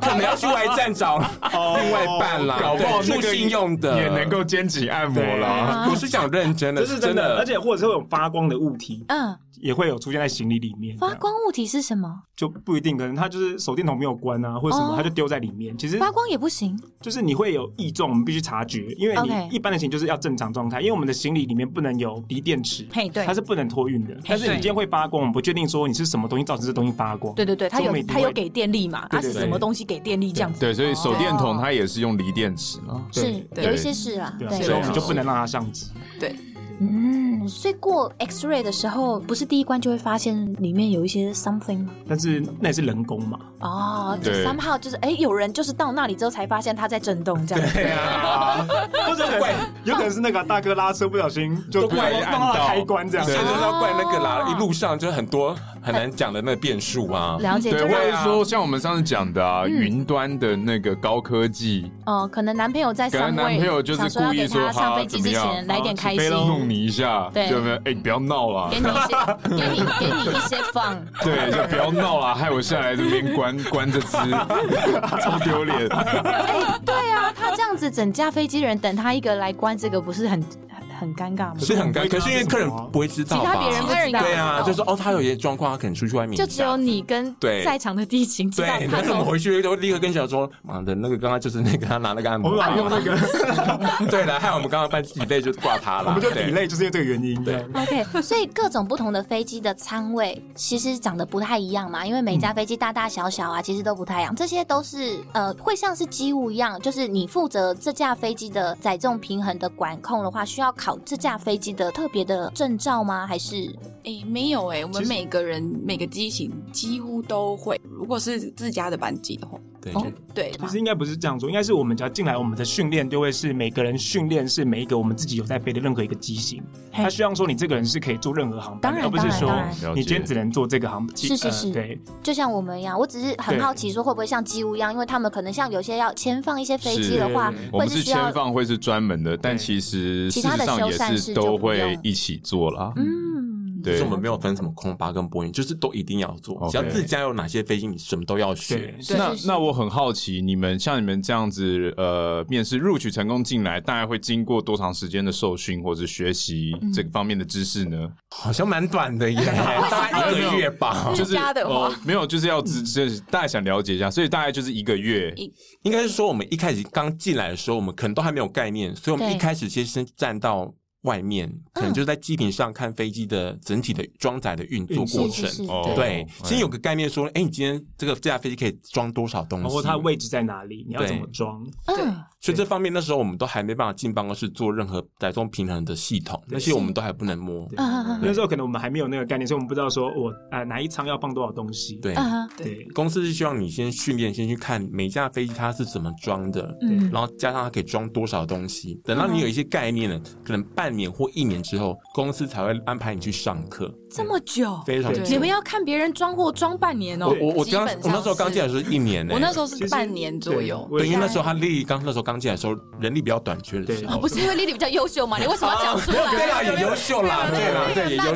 [SPEAKER 1] 可能要去外站找另外一半啦，
[SPEAKER 4] 搞不好
[SPEAKER 1] 对
[SPEAKER 4] 那
[SPEAKER 1] 住
[SPEAKER 4] 个
[SPEAKER 1] 信用的啊
[SPEAKER 4] 也能。够肩颈按摩
[SPEAKER 6] 对
[SPEAKER 4] 啦。
[SPEAKER 1] 我是讲认真的，
[SPEAKER 6] 这是真的，而且或者是会有发光的物体，
[SPEAKER 3] 嗯，
[SPEAKER 6] 也会有出现在行李里面。
[SPEAKER 3] 发光物体是什么？
[SPEAKER 6] 就不一定，可能他就是手电筒没有关啊，或者什
[SPEAKER 3] 哦
[SPEAKER 6] 么，他就丢在里面。其实
[SPEAKER 3] 发光也不行，
[SPEAKER 6] 就是你会有异状，我们必须察觉，因为
[SPEAKER 3] OK
[SPEAKER 6] 你一般的行就是要正常状态，因为我们的行李里面不能有锂电池，
[SPEAKER 3] 嘿对
[SPEAKER 6] 它是不能托运的。但是你今天会发光，我们不确定说你是什么东西造成这东西发光。
[SPEAKER 3] 对对对，它
[SPEAKER 6] 所以我们
[SPEAKER 3] 有
[SPEAKER 6] 一定
[SPEAKER 3] 它有
[SPEAKER 6] 会
[SPEAKER 3] 给电力嘛，它
[SPEAKER 6] 对对
[SPEAKER 3] 是
[SPEAKER 6] 对
[SPEAKER 3] 什么东西给电力这样子？
[SPEAKER 4] 对，所以手电筒
[SPEAKER 3] 哦
[SPEAKER 4] 它也是用锂电池嘛。
[SPEAKER 3] 是
[SPEAKER 7] 对
[SPEAKER 3] 有一些是啦，
[SPEAKER 6] 对啊，
[SPEAKER 3] 对
[SPEAKER 6] 所以我们就不能让它上机。
[SPEAKER 3] 嗯，所以过 X-ray 的时候，不是第一关就会发现里面有一些 something 吗？
[SPEAKER 6] 但是那也是人工嘛，
[SPEAKER 3] 哦，就
[SPEAKER 4] 对
[SPEAKER 3] somehow 就是哎，有人就是到那里之后才发现它在震动这样子。
[SPEAKER 6] 或者可能是 有可能是那个大哥拉车不小心就
[SPEAKER 1] 都怪
[SPEAKER 6] 忘了
[SPEAKER 1] 按
[SPEAKER 6] 忘了
[SPEAKER 1] 到
[SPEAKER 6] 开关这样。
[SPEAKER 1] 所以
[SPEAKER 6] 对
[SPEAKER 1] 就是要怪那个啦，一路上就很多很难讲的那个变数啊。
[SPEAKER 3] 啊了解，
[SPEAKER 4] 对，
[SPEAKER 3] 就
[SPEAKER 4] 或者
[SPEAKER 3] 让
[SPEAKER 4] 是说像我们上次讲的
[SPEAKER 3] 嗯
[SPEAKER 4] 啊，云端的那个高科技，
[SPEAKER 3] 哦，可能男朋友在
[SPEAKER 4] 可
[SPEAKER 3] 上
[SPEAKER 4] 能
[SPEAKER 3] 位，
[SPEAKER 4] 男朋友就是
[SPEAKER 3] 想说要
[SPEAKER 4] 故意
[SPEAKER 3] 给
[SPEAKER 4] 说
[SPEAKER 3] 他上
[SPEAKER 4] 哈
[SPEAKER 3] 飞机
[SPEAKER 4] 怎
[SPEAKER 3] 之
[SPEAKER 4] 么样
[SPEAKER 3] 前来点开心，
[SPEAKER 4] 弄你一下，
[SPEAKER 3] 对
[SPEAKER 4] 对不对？哎，你不要闹啦
[SPEAKER 3] 给，你一些，给你给你一些放。
[SPEAKER 4] 对，就不要闹啦， 害我下来这边关 关着吃，超丢脸。
[SPEAKER 3] 对啊，他这样子整架飞机人等他一个来关这个，不是很很很尴尬吗？
[SPEAKER 1] 是很尴尬，可是因为客人不会知道吧？
[SPEAKER 3] 其他别人不知道
[SPEAKER 1] 对啊，就说哦，他有一些状况，他可能出去外面一下
[SPEAKER 3] 就只有你跟
[SPEAKER 1] 对
[SPEAKER 3] 在场的地勤知道
[SPEAKER 1] 对，
[SPEAKER 3] 他
[SPEAKER 1] 他怎
[SPEAKER 3] 怎
[SPEAKER 1] 么
[SPEAKER 3] 么。
[SPEAKER 1] 回去就立刻跟小说，妈的，那个刚刚就是那个他拿那个按
[SPEAKER 6] 我
[SPEAKER 1] 摩
[SPEAKER 6] 们把
[SPEAKER 1] 棒
[SPEAKER 6] 它用那 个，
[SPEAKER 1] 对了，害我们刚刚办几倍就挂他了，
[SPEAKER 6] 我们就
[SPEAKER 1] 对
[SPEAKER 6] delay 就是因为这个原因。对，
[SPEAKER 3] OK，所以各种不同的飞机的舱位其实长得不太一样嘛，因为每架飞机大大小小啊，其实都不太一样。这些都是呃，会像是机务一样，就是你负责这架飞机的载重平衡的管控的话，需要考这架飞机的特别的证照吗？还是
[SPEAKER 7] 诶，哎没有诶，我们每个人每个机型几乎都会。如果是自家的班机的话，
[SPEAKER 1] 对
[SPEAKER 3] 哦
[SPEAKER 7] 对，
[SPEAKER 6] 其实应该不是这样说，应该是我们只要进来，我们的训练就会是每个人训练是每一个我们自己有在飞的任何一个机型。他希望说你这个人是可以做任何航
[SPEAKER 3] 当
[SPEAKER 6] 班，
[SPEAKER 3] 然
[SPEAKER 6] 而不是说
[SPEAKER 3] 当然
[SPEAKER 4] 当然
[SPEAKER 6] 你今天只能做这个航机。
[SPEAKER 3] 是是
[SPEAKER 6] 呃
[SPEAKER 3] 是
[SPEAKER 6] 对，
[SPEAKER 3] 就像我们一样？我只是很
[SPEAKER 6] 对
[SPEAKER 3] 好奇，说会不会像机务一样，因为他们可能像有些要签放一些飞机的话，
[SPEAKER 4] 我
[SPEAKER 3] 会
[SPEAKER 4] 们是
[SPEAKER 3] 需要
[SPEAKER 4] 签放会是专门的，但其实
[SPEAKER 3] 其
[SPEAKER 4] 事
[SPEAKER 3] 他
[SPEAKER 4] 实
[SPEAKER 3] 的
[SPEAKER 4] 上
[SPEAKER 3] 修
[SPEAKER 4] 也
[SPEAKER 3] 缮
[SPEAKER 4] 是
[SPEAKER 3] 是就不
[SPEAKER 4] 都
[SPEAKER 3] 用
[SPEAKER 4] 会一起做啦。
[SPEAKER 3] 嗯，
[SPEAKER 1] 所
[SPEAKER 4] 对
[SPEAKER 1] 以我们没有分什么空巴跟波音，就是都一定要做，
[SPEAKER 4] OK
[SPEAKER 1] 只要自家有哪些飞机，你什么都要学。
[SPEAKER 6] 对
[SPEAKER 4] 那
[SPEAKER 3] 是是
[SPEAKER 4] 那我很好奇，你们像你们这样子，呃，面试录取成功进来，大概会经过多长时间的受训或者学习这个方面的知识 呢？
[SPEAKER 1] 好像蛮短 的耶，大概一个月吧，
[SPEAKER 4] 就是
[SPEAKER 7] 家的话
[SPEAKER 4] 哦，没有，就是要知，就是大概想了解一下，所以大概就是一个月。
[SPEAKER 7] 嗯
[SPEAKER 1] 应该是说我们一开始刚进来的时候，我们可能都还没有概念，所以我们
[SPEAKER 3] 对
[SPEAKER 1] 一开始先先站到外面，可能就在机坪上看飞机的整体的装载的运作过
[SPEAKER 3] 是是
[SPEAKER 1] 程。
[SPEAKER 3] 是，
[SPEAKER 4] 哦
[SPEAKER 1] 对，
[SPEAKER 4] 哎
[SPEAKER 1] 先有个概念说，哎，你今天这个这架飞机可以装多少东
[SPEAKER 6] 包括
[SPEAKER 1] 西？
[SPEAKER 6] 它的位置在哪里，你要怎么
[SPEAKER 1] 对
[SPEAKER 6] 装，
[SPEAKER 3] 嗯，
[SPEAKER 1] 所以这方面那时候我们都还没办法进办公室做任何载重平衡的系统，那些我们都还不能摸。
[SPEAKER 6] 对
[SPEAKER 3] 嗯嗯
[SPEAKER 6] 那时候可能我们还没有那个概念，所以我们不知道说我呃哪一舱要放多少东西。
[SPEAKER 1] 对，
[SPEAKER 3] 嗯嗯
[SPEAKER 6] 对，
[SPEAKER 1] 公司是希望你先训练，先去看每架飞机它是怎么装的，
[SPEAKER 3] 嗯
[SPEAKER 1] 然后加上它可以装多少东西。等到你有一些概念了，可能半半年或一年之后，公司才会安排你去上课，
[SPEAKER 2] 这么久，
[SPEAKER 1] 非常
[SPEAKER 7] 对
[SPEAKER 2] 你们要看别人装货装半年哦
[SPEAKER 1] 我。我我
[SPEAKER 7] 基本
[SPEAKER 1] 刚我
[SPEAKER 7] 上
[SPEAKER 1] 那时候刚
[SPEAKER 7] 是
[SPEAKER 1] 进来的时候是一年呢、
[SPEAKER 7] 我那时候是
[SPEAKER 6] 其实
[SPEAKER 7] 半年左右。
[SPEAKER 6] 对我
[SPEAKER 1] 对，
[SPEAKER 6] 也
[SPEAKER 1] 因为那时候他力刚那时候刚进来的时候，人力比较短缺的时候，
[SPEAKER 3] 不是因为丽丽比较优 秀嘛？你为什么要讲出来？啊
[SPEAKER 1] 对啦，也优秀啦，对啦，对也优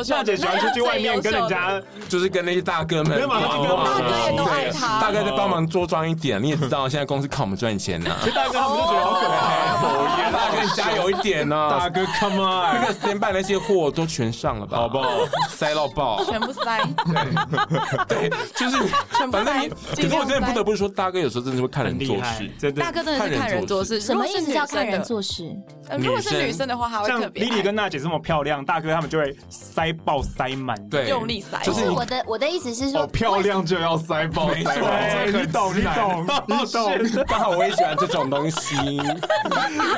[SPEAKER 1] 秀，
[SPEAKER 6] 大姐喜欢出去外面跟人家，
[SPEAKER 1] 就是跟那些大哥们
[SPEAKER 6] 没有嘛
[SPEAKER 1] 帮忙
[SPEAKER 6] 大哥
[SPEAKER 7] 也都爱他
[SPEAKER 1] 对大哥在帮忙多装一点，你也知道现在公司靠我们赚钱啊呐、
[SPEAKER 6] 大哥他们就觉得好可爱，
[SPEAKER 1] 大哥你加油一点呐、
[SPEAKER 4] 大哥，come
[SPEAKER 1] 那
[SPEAKER 4] on，
[SPEAKER 1] 个先办那些货都全上了吧？
[SPEAKER 4] 好不好？
[SPEAKER 1] 塞到爆，
[SPEAKER 7] 全部塞，
[SPEAKER 1] 对，就是
[SPEAKER 7] 全部
[SPEAKER 1] 反正
[SPEAKER 7] 塞
[SPEAKER 1] 你，
[SPEAKER 7] 尽
[SPEAKER 1] 可是
[SPEAKER 7] 量
[SPEAKER 1] 我真的不
[SPEAKER 7] 塞
[SPEAKER 1] 得不说，大哥有时候真的是会看人
[SPEAKER 6] 很厉
[SPEAKER 1] 做
[SPEAKER 6] 害
[SPEAKER 1] 事，。
[SPEAKER 6] 真的
[SPEAKER 7] 大。哥真的是看人做事，
[SPEAKER 3] 什么意思叫看人
[SPEAKER 7] 事？
[SPEAKER 3] 做事？
[SPEAKER 7] 呃如果是女生的话，她会
[SPEAKER 6] 像
[SPEAKER 7] 特别
[SPEAKER 6] Lily 跟娜姐这么漂亮，大哥他们就会塞爆塞满。
[SPEAKER 1] 对，
[SPEAKER 7] 用力塞，
[SPEAKER 1] 就是你
[SPEAKER 3] 我的我的意思是
[SPEAKER 4] 好
[SPEAKER 3] 说，
[SPEAKER 4] 漂亮就要塞爆塞爆，
[SPEAKER 6] 对，你懂 你懂你 懂，
[SPEAKER 1] 刚好我也喜欢这种东西，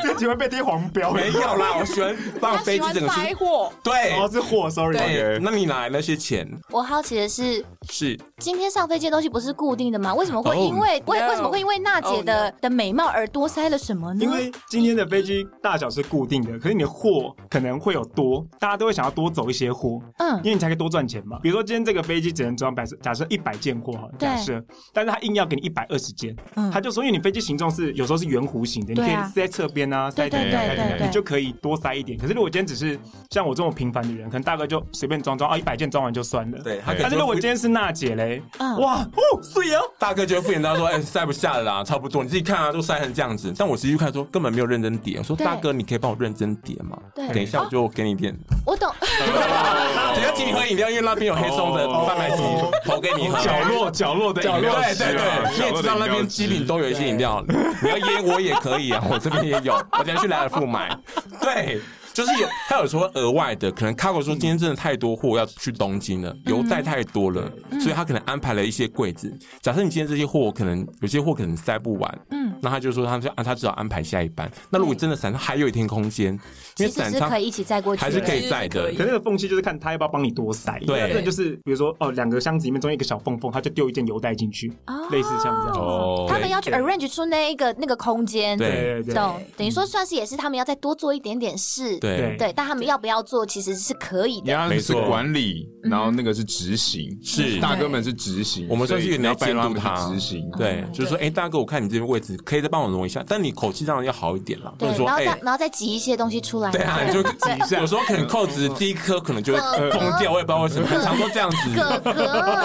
[SPEAKER 6] 这几会被贴黄标。
[SPEAKER 1] 没有啦，我喜欢
[SPEAKER 7] 她
[SPEAKER 1] 放飞
[SPEAKER 7] 喜
[SPEAKER 1] 机
[SPEAKER 7] 欢
[SPEAKER 1] 整个
[SPEAKER 7] 塞
[SPEAKER 1] 是，
[SPEAKER 7] 货，
[SPEAKER 1] 对
[SPEAKER 6] 哦，是货，sorry。
[SPEAKER 1] 对，那你哪来那些钱？
[SPEAKER 3] 我好奇的是，
[SPEAKER 1] 是
[SPEAKER 3] 今天上飞机的东西不是固定的吗？为什么会
[SPEAKER 1] Oh,
[SPEAKER 3] 因为、为
[SPEAKER 7] no.
[SPEAKER 3] 为什么会因为娜姐的、
[SPEAKER 1] 哦
[SPEAKER 3] 的美貌而多塞了什么呢？
[SPEAKER 6] 因为今天的飞机大小是固定的，可是你的货可能会有多，大家都会想要多走一些货，
[SPEAKER 3] 嗯
[SPEAKER 6] 因，为你才可以多赚钱嘛。比如说今天这个飞机只能装百，假设一百件货好了，
[SPEAKER 3] 对
[SPEAKER 6] 假设，但是他硬要给你一百二十件，
[SPEAKER 3] 嗯
[SPEAKER 6] 他就说，因为你飞机形状是有时候是圆弧形的，你
[SPEAKER 3] 对
[SPEAKER 6] 可以
[SPEAKER 3] 啊
[SPEAKER 6] 塞在侧边啊，塞
[SPEAKER 3] 对
[SPEAKER 6] 在
[SPEAKER 3] 对
[SPEAKER 6] 哪
[SPEAKER 3] 对
[SPEAKER 6] 里
[SPEAKER 3] 对对，
[SPEAKER 6] 你就可以多塞一点。可是如果今天只是像我这么平凡的人，可能大概就随便装装，哦，一百件装完就算了。
[SPEAKER 1] 对，他可能
[SPEAKER 6] 但是如果今天是娜姐嘞，
[SPEAKER 3] 嗯
[SPEAKER 6] 哇哦，碎啊！
[SPEAKER 1] 大哥就会敷衍他说：“哎、塞不下了啦，差不多，你自己看啊，都塞成这样子。”但我实际去看说根本没有认真叠，我说：“
[SPEAKER 3] 对
[SPEAKER 1] 大哥，你可以帮我认真叠吗？”
[SPEAKER 3] 对
[SPEAKER 1] 等一下我就给你点，
[SPEAKER 3] 我懂，哦
[SPEAKER 1] 等一下请你喝饮料，因为那边有黑松的贩卖机，投给你喝。
[SPEAKER 4] 角落角落的饮料
[SPEAKER 1] 对
[SPEAKER 4] 机
[SPEAKER 1] 对
[SPEAKER 4] 啊
[SPEAKER 1] 对，你
[SPEAKER 4] 角
[SPEAKER 1] 也
[SPEAKER 4] 落
[SPEAKER 1] 知
[SPEAKER 4] 的
[SPEAKER 1] 道
[SPEAKER 4] 饮
[SPEAKER 1] 那
[SPEAKER 4] 料
[SPEAKER 1] 边
[SPEAKER 4] 机
[SPEAKER 1] 机顶都有一些饮料，你要烟我也可以啊，我这边也有，我等下去莱尔富买。对，就是有，他有说额外的，可能 Cargo 说今天真的太多货要去东京了，
[SPEAKER 3] 嗯
[SPEAKER 1] 邮袋太多了，所以他可能安排了一些柜子。假设你今天这些货可能有些货可能塞不完，
[SPEAKER 3] 嗯，
[SPEAKER 1] 那他就说他就啊他只好安排下一班。那如果真的散，他还有一天空间，因
[SPEAKER 3] 其
[SPEAKER 1] 为
[SPEAKER 3] 实
[SPEAKER 1] 散
[SPEAKER 3] 是
[SPEAKER 1] 仓
[SPEAKER 3] 可以一起载过去的，
[SPEAKER 1] 还是可以在
[SPEAKER 7] 其实是可
[SPEAKER 1] 的
[SPEAKER 7] 以。
[SPEAKER 6] 可那个缝隙就是看他要不要帮你多塞，
[SPEAKER 1] 对
[SPEAKER 6] 那真的就是比如说哦，两个箱子里面中间一个小缝缝，他就丢一件邮袋进去，
[SPEAKER 3] 哦
[SPEAKER 6] 类似像这样。
[SPEAKER 1] 哦
[SPEAKER 3] 他们要去 arrange 出那一个那个空间，
[SPEAKER 1] 对
[SPEAKER 6] 对对
[SPEAKER 3] 懂？等于说算是也是他们要再多做一点点事，
[SPEAKER 6] 对
[SPEAKER 1] 对，
[SPEAKER 3] 对，但他们要不要做其实是可以
[SPEAKER 4] 你
[SPEAKER 3] 的，
[SPEAKER 4] 要
[SPEAKER 1] 没
[SPEAKER 4] 是
[SPEAKER 1] 错
[SPEAKER 4] 管理，然后那个是执行，
[SPEAKER 1] 是
[SPEAKER 4] 大哥们是执行，
[SPEAKER 1] 我们算是有
[SPEAKER 4] 所
[SPEAKER 1] 点
[SPEAKER 4] 以你要
[SPEAKER 1] 在监
[SPEAKER 4] 帮他
[SPEAKER 1] 督
[SPEAKER 4] 们
[SPEAKER 1] 他
[SPEAKER 4] 去执行。
[SPEAKER 3] 哦
[SPEAKER 1] 对，就是说，哎、大哥，我看你这边位置，可以再帮我挪一下，但你口气当然要好一点啦，不
[SPEAKER 3] 对
[SPEAKER 1] 能，说，
[SPEAKER 3] 然后
[SPEAKER 1] 哎、
[SPEAKER 3] 再然后再挤一些东西出来，
[SPEAKER 1] 对 啊，你就 有时候可能扣子
[SPEAKER 4] 嗯
[SPEAKER 1] 第一颗可能就会崩掉，我也不知道为什么，很常都这样子。
[SPEAKER 3] 哥哥，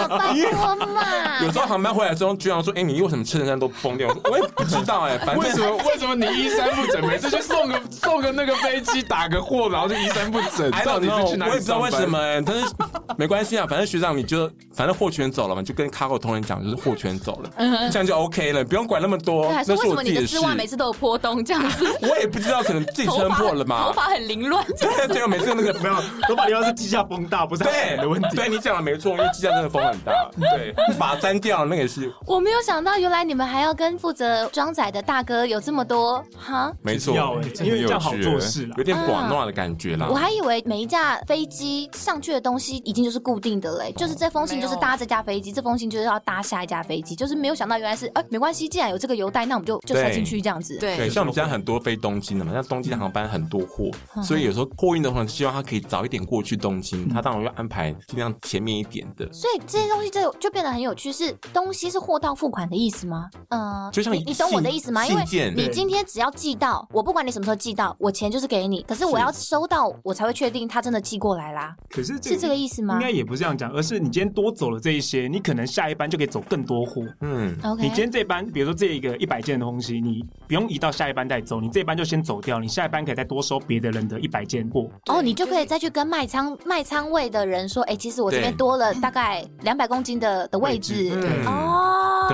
[SPEAKER 3] 拜托嘛，
[SPEAKER 1] 有时候航班回来之后，居然说，哎、你为什么衬衫都崩掉？我 说我也不知道哎、反
[SPEAKER 4] 为什
[SPEAKER 1] 正。
[SPEAKER 4] 么为什么你衣衫不整？每次去送个送个那个飞机打个货，然后就衣衫不整，
[SPEAKER 1] I
[SPEAKER 4] 到
[SPEAKER 1] don't
[SPEAKER 4] 底
[SPEAKER 1] know，
[SPEAKER 4] 是去哪
[SPEAKER 1] 我也
[SPEAKER 4] 里
[SPEAKER 1] 不知道
[SPEAKER 4] 上
[SPEAKER 1] 为
[SPEAKER 4] 班？
[SPEAKER 1] 什么、哎但是没关系啊， 反正学长你就反正货全走了嘛，就跟卡口同仁讲，就是货全走 了，这样就 OK 了，你不用管那么多
[SPEAKER 3] 嗯对，还。是
[SPEAKER 1] 那
[SPEAKER 3] 为
[SPEAKER 1] 是
[SPEAKER 3] 什
[SPEAKER 1] 我
[SPEAKER 3] 么
[SPEAKER 1] 自
[SPEAKER 3] 你
[SPEAKER 1] 己
[SPEAKER 3] 的
[SPEAKER 1] 事
[SPEAKER 3] 丝，袜每次都有破洞这样子？
[SPEAKER 1] 我也不知道，可能自己
[SPEAKER 3] 头
[SPEAKER 1] 撑
[SPEAKER 3] 发
[SPEAKER 1] 破了嘛
[SPEAKER 3] 头。发很凌乱，
[SPEAKER 1] 对对，我每次用那个
[SPEAKER 6] 没有，头发地方是地下风大，不是
[SPEAKER 1] 对
[SPEAKER 6] 的问题。嗯
[SPEAKER 1] 对你讲的没错，因为机架真的风很大。对，把粘掉那个也是
[SPEAKER 3] 我没有想到，原来你们还要跟负责装载的大哥有这么多哈。
[SPEAKER 1] 没错，
[SPEAKER 6] 要哎，因为这样好做事啦
[SPEAKER 1] 有。欸点寡诺的感觉啦
[SPEAKER 3] 我。还以为每一架飞机上去的东西已经就是固定的
[SPEAKER 1] 哦
[SPEAKER 3] 嘞，就是这封信就是搭这架飞机，这封信就是要搭下一架飞机，就是没有想到原来是哎、没关系，既然有这个邮袋，那我们就就塞进去这样子。，
[SPEAKER 1] 对，
[SPEAKER 7] 对，
[SPEAKER 1] 像我们家很多飞东京的嘛，像东京的航班很多货，所以有时候货运的话，希望他可以早一点过去东京，他当然要安排尽量前面一点的。
[SPEAKER 3] 所以这些东西就就变得很有趣，是东西是货到付款的意思吗？嗯，
[SPEAKER 1] 就像
[SPEAKER 3] 你你懂我的意思吗？因
[SPEAKER 1] 信
[SPEAKER 3] 为
[SPEAKER 1] 信件
[SPEAKER 3] 你今天只要寄到，我不管你什么时候寄到，我钱就是给你，可是我要收到，我才会确定他真的寄过来啦，
[SPEAKER 6] 可是
[SPEAKER 3] 是这个意思吗
[SPEAKER 6] 应该也不是这样讲，而是你今天多走了这一些，你可能下一班就可以走更多货。
[SPEAKER 1] 嗯，
[SPEAKER 3] ？OK，
[SPEAKER 6] 你今天这班，比如说这一个一百件的东西，你不用移到下一班再走，你这班就先走掉，你下一班可以再多收别的人的一百件货。
[SPEAKER 3] 哦，你就可以再去跟卖仓卖仓位的人说，哎、其实我这边
[SPEAKER 1] 对
[SPEAKER 3] 多了大概两百公斤的的位置。
[SPEAKER 1] 嗯
[SPEAKER 3] 哦，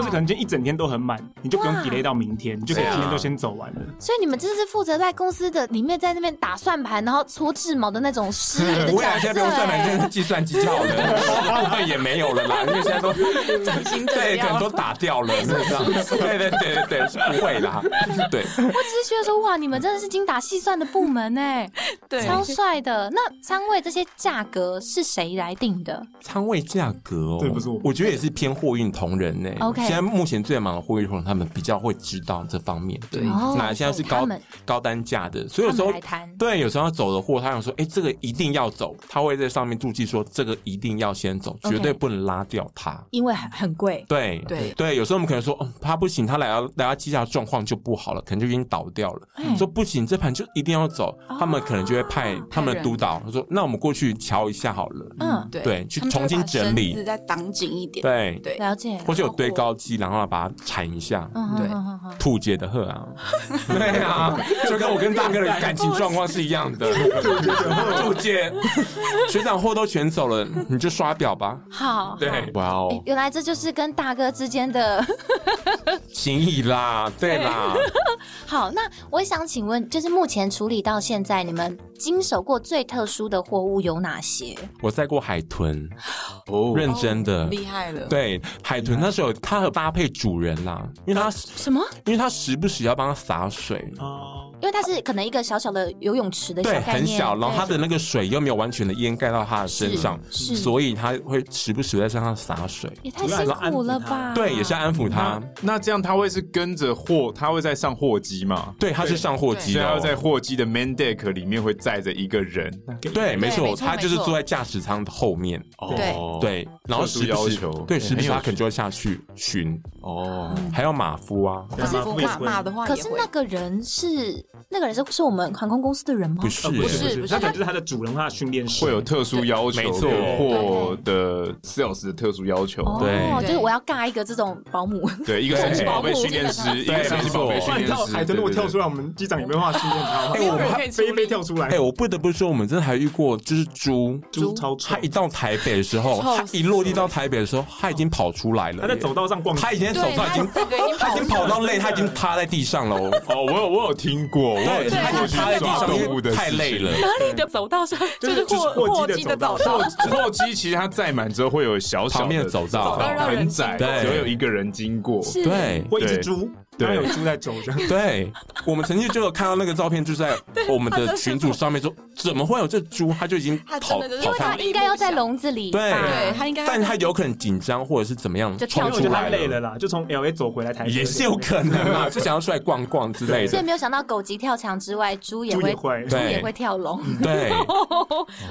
[SPEAKER 1] 对
[SPEAKER 6] 者是可能今天一整天都很满，你就不用
[SPEAKER 3] 哇
[SPEAKER 6] delay 到明天，你就可以今天就先走完了。
[SPEAKER 3] 所以你们真是负责在公司的里面在那边打算盘，然后搓制毛的那种师爷的
[SPEAKER 1] 我俩
[SPEAKER 3] 角
[SPEAKER 1] 现在
[SPEAKER 3] 色、欸
[SPEAKER 1] 不用算盘，就是计算机就好了，部分也没有了啦，因为现在都
[SPEAKER 7] 转型这
[SPEAKER 1] 对，可能
[SPEAKER 7] 样
[SPEAKER 1] 都打掉了，是不是？对对对对对，是不会啦，对。
[SPEAKER 3] 我只是觉得说，哇，你们真的是精打细算的部门 哎，
[SPEAKER 7] 对，
[SPEAKER 3] 超帅的。那仓位这些价格是谁来定的
[SPEAKER 1] 仓位价格哦，
[SPEAKER 6] 对不是我
[SPEAKER 1] 我觉得也是偏货运同仁呢、
[SPEAKER 3] OK
[SPEAKER 1] 现在目前最忙的货运通，他们比较会知道这方面。对
[SPEAKER 3] 哦
[SPEAKER 1] 哪现在是
[SPEAKER 3] 所以他
[SPEAKER 1] 高
[SPEAKER 3] 们
[SPEAKER 1] 高单价的，所以有时
[SPEAKER 3] 他
[SPEAKER 1] 候
[SPEAKER 3] 们来谈
[SPEAKER 1] 对有时候要走的货，他想说，哎，这个一定要走，他会在上面注记说，这个一定要先走，绝对
[SPEAKER 3] OK
[SPEAKER 1] 不能拉掉它。
[SPEAKER 2] 因为很很贵，
[SPEAKER 1] 对
[SPEAKER 7] 对
[SPEAKER 1] 对，有时候我们可能说，哦，他不行，他来到来到机下状况就不好了，可能就已经倒掉了。
[SPEAKER 3] 哎
[SPEAKER 1] 说不行，这盘就一定要走，
[SPEAKER 3] 哦
[SPEAKER 1] 他们可能就会派他们的督导，他说，那我们过去瞧一下好了，
[SPEAKER 3] 嗯，
[SPEAKER 7] 对
[SPEAKER 1] 对，去
[SPEAKER 7] 他
[SPEAKER 1] 重
[SPEAKER 7] 们就会
[SPEAKER 1] 新
[SPEAKER 7] 把
[SPEAKER 1] 整
[SPEAKER 7] 绳
[SPEAKER 1] 理
[SPEAKER 7] 子再绑紧一点。
[SPEAKER 1] 对，
[SPEAKER 7] 对
[SPEAKER 2] 嗯
[SPEAKER 3] 了解。
[SPEAKER 1] 或者有堆高机，然后把它铲一下。
[SPEAKER 3] 嗯
[SPEAKER 7] 对
[SPEAKER 3] 哼哼哼哼
[SPEAKER 1] 兔姐的鹤啊， 对啊， 就跟我跟大哥的感情状况是一样的。兔姐，学长货都全走了，你就刷表吧。
[SPEAKER 3] 好，
[SPEAKER 1] 对，哇
[SPEAKER 3] 哎
[SPEAKER 1] 哦，
[SPEAKER 3] 原来这就是跟大哥之间的
[SPEAKER 1] 情谊啦，对啦，
[SPEAKER 3] 好，那我想请问，就是目前处理到现在，你们经手过最特殊的货物有哪些？
[SPEAKER 1] 我载过海豚，
[SPEAKER 4] 哦
[SPEAKER 1] 认真的。
[SPEAKER 7] 厉害了。
[SPEAKER 1] 对，海豚那时候它和搭配主人啦，因为它
[SPEAKER 3] 什么？
[SPEAKER 1] 因为它时不时要帮它洒水，
[SPEAKER 3] 因为它是可能一个小小的游泳池的小
[SPEAKER 1] 对，
[SPEAKER 3] 概念，
[SPEAKER 1] 很小，然后它
[SPEAKER 3] 对
[SPEAKER 1] 的那个水又没有完全的淹盖到它的身上，
[SPEAKER 3] 是是
[SPEAKER 1] 所以它会时不时在身上洒水。
[SPEAKER 3] 也太辛苦了吧？
[SPEAKER 2] 啊
[SPEAKER 1] 对，也是要安抚它
[SPEAKER 4] 那。那这样他会是跟着货，他会在上货机嘛？
[SPEAKER 1] 对，它是上货机
[SPEAKER 4] 所以他
[SPEAKER 1] 哦
[SPEAKER 4] 会。在货机的 main deck 里面会载着一个人。
[SPEAKER 7] 嗯
[SPEAKER 1] 对，没
[SPEAKER 7] 对
[SPEAKER 1] 错，
[SPEAKER 7] 没错
[SPEAKER 1] 它就是
[SPEAKER 7] 没错
[SPEAKER 1] 坐在驾驶舱的后面。
[SPEAKER 7] 对
[SPEAKER 4] 哦，
[SPEAKER 1] 对，然后时
[SPEAKER 4] 特殊
[SPEAKER 1] 不
[SPEAKER 4] 要
[SPEAKER 1] 时
[SPEAKER 4] 求
[SPEAKER 1] 对，
[SPEAKER 4] 哎
[SPEAKER 1] 时不时
[SPEAKER 4] 很有
[SPEAKER 1] 它可能就会下去巡，
[SPEAKER 4] 哦，
[SPEAKER 1] 还有马夫啊，
[SPEAKER 7] 可是骂骂的话也
[SPEAKER 3] 可
[SPEAKER 7] 会，
[SPEAKER 3] 是那个人是那个人是是我们航空公司的人吗？
[SPEAKER 1] 不是
[SPEAKER 6] 呃不
[SPEAKER 1] 欸
[SPEAKER 6] 是不
[SPEAKER 7] 不
[SPEAKER 6] 是，
[SPEAKER 7] 是
[SPEAKER 6] 那可能就是他的主人，他的训练师
[SPEAKER 4] 会有特殊要求，
[SPEAKER 1] 没错
[SPEAKER 4] 跟货的 sales 的特殊要
[SPEAKER 7] 嗯
[SPEAKER 4] 求。
[SPEAKER 3] 哦
[SPEAKER 1] 对
[SPEAKER 3] 就是我要尬一个这种保 姆，
[SPEAKER 4] 对，一个
[SPEAKER 1] 对
[SPEAKER 4] 是宝贝训练师，一个是宝贝训
[SPEAKER 6] 哇，你
[SPEAKER 4] 练
[SPEAKER 6] 跳
[SPEAKER 4] 师。
[SPEAKER 6] 海豚如果跳出
[SPEAKER 4] 来，
[SPEAKER 6] 来，我们机长有没有办法训练他？
[SPEAKER 1] 哎我们
[SPEAKER 6] 他飞飞跳出来
[SPEAKER 1] 哎、，我不得不说，我们真的还遇过，就是猪，
[SPEAKER 6] 猪超臭
[SPEAKER 1] 它一到台北的时候，
[SPEAKER 7] 臭
[SPEAKER 1] 它
[SPEAKER 7] 死
[SPEAKER 1] 一落地到台北的时候，它已经跑出来了。
[SPEAKER 6] 他在走，道上逛，
[SPEAKER 1] 它已经手
[SPEAKER 7] 对，
[SPEAKER 1] 上已经，
[SPEAKER 7] 这个已经
[SPEAKER 1] 它已
[SPEAKER 7] 跑
[SPEAKER 1] 经跑到累，它已经趴在地上了哦。
[SPEAKER 4] 哦，我有我有听过， 我有
[SPEAKER 1] 对，
[SPEAKER 4] 听
[SPEAKER 1] 它
[SPEAKER 4] 过
[SPEAKER 1] 已
[SPEAKER 4] 去
[SPEAKER 1] 经趴在地
[SPEAKER 4] 抓
[SPEAKER 1] 上，
[SPEAKER 4] 动物
[SPEAKER 1] 因
[SPEAKER 4] 的
[SPEAKER 1] 为太累了。
[SPEAKER 7] 哪里的走道上
[SPEAKER 6] 就是就是
[SPEAKER 7] 货
[SPEAKER 6] 货
[SPEAKER 7] 货
[SPEAKER 6] 机的
[SPEAKER 7] 机的
[SPEAKER 6] 走
[SPEAKER 7] 走
[SPEAKER 6] 道
[SPEAKER 7] 道，
[SPEAKER 4] 货机其实它载满之后会有小小
[SPEAKER 1] 旁边的走道
[SPEAKER 7] 走道让人
[SPEAKER 4] 很窄，
[SPEAKER 1] 经过
[SPEAKER 4] 只会有一个人经过。
[SPEAKER 1] 对
[SPEAKER 6] 或一只猪，
[SPEAKER 4] 对
[SPEAKER 6] 然后有猪在走这样。
[SPEAKER 1] 对，我们曾经就有看到那个照片，就在我们的群组上面说，怎么会有这猪？它就已经
[SPEAKER 7] 它
[SPEAKER 1] 跑
[SPEAKER 7] 真的就是
[SPEAKER 1] 跑
[SPEAKER 3] 他
[SPEAKER 1] 上，
[SPEAKER 3] 应该要在笼子里吧。
[SPEAKER 1] 对
[SPEAKER 7] 对他应该要
[SPEAKER 1] 但它有可能紧张或者是怎么样
[SPEAKER 3] 就
[SPEAKER 6] 因
[SPEAKER 3] 跳
[SPEAKER 1] 冲
[SPEAKER 6] 为我觉
[SPEAKER 1] 出
[SPEAKER 6] 得他
[SPEAKER 1] 来
[SPEAKER 6] 累了啦，就从 L A 走回来台北，
[SPEAKER 1] 也是有可能啊，就想要出来逛逛之类
[SPEAKER 3] 所以
[SPEAKER 1] 的。
[SPEAKER 3] 没有想到狗急跳墙之外，猪也
[SPEAKER 6] 猪
[SPEAKER 3] 会
[SPEAKER 6] 也会。
[SPEAKER 3] 猪也
[SPEAKER 1] 对
[SPEAKER 3] 会跳笼。
[SPEAKER 1] 对，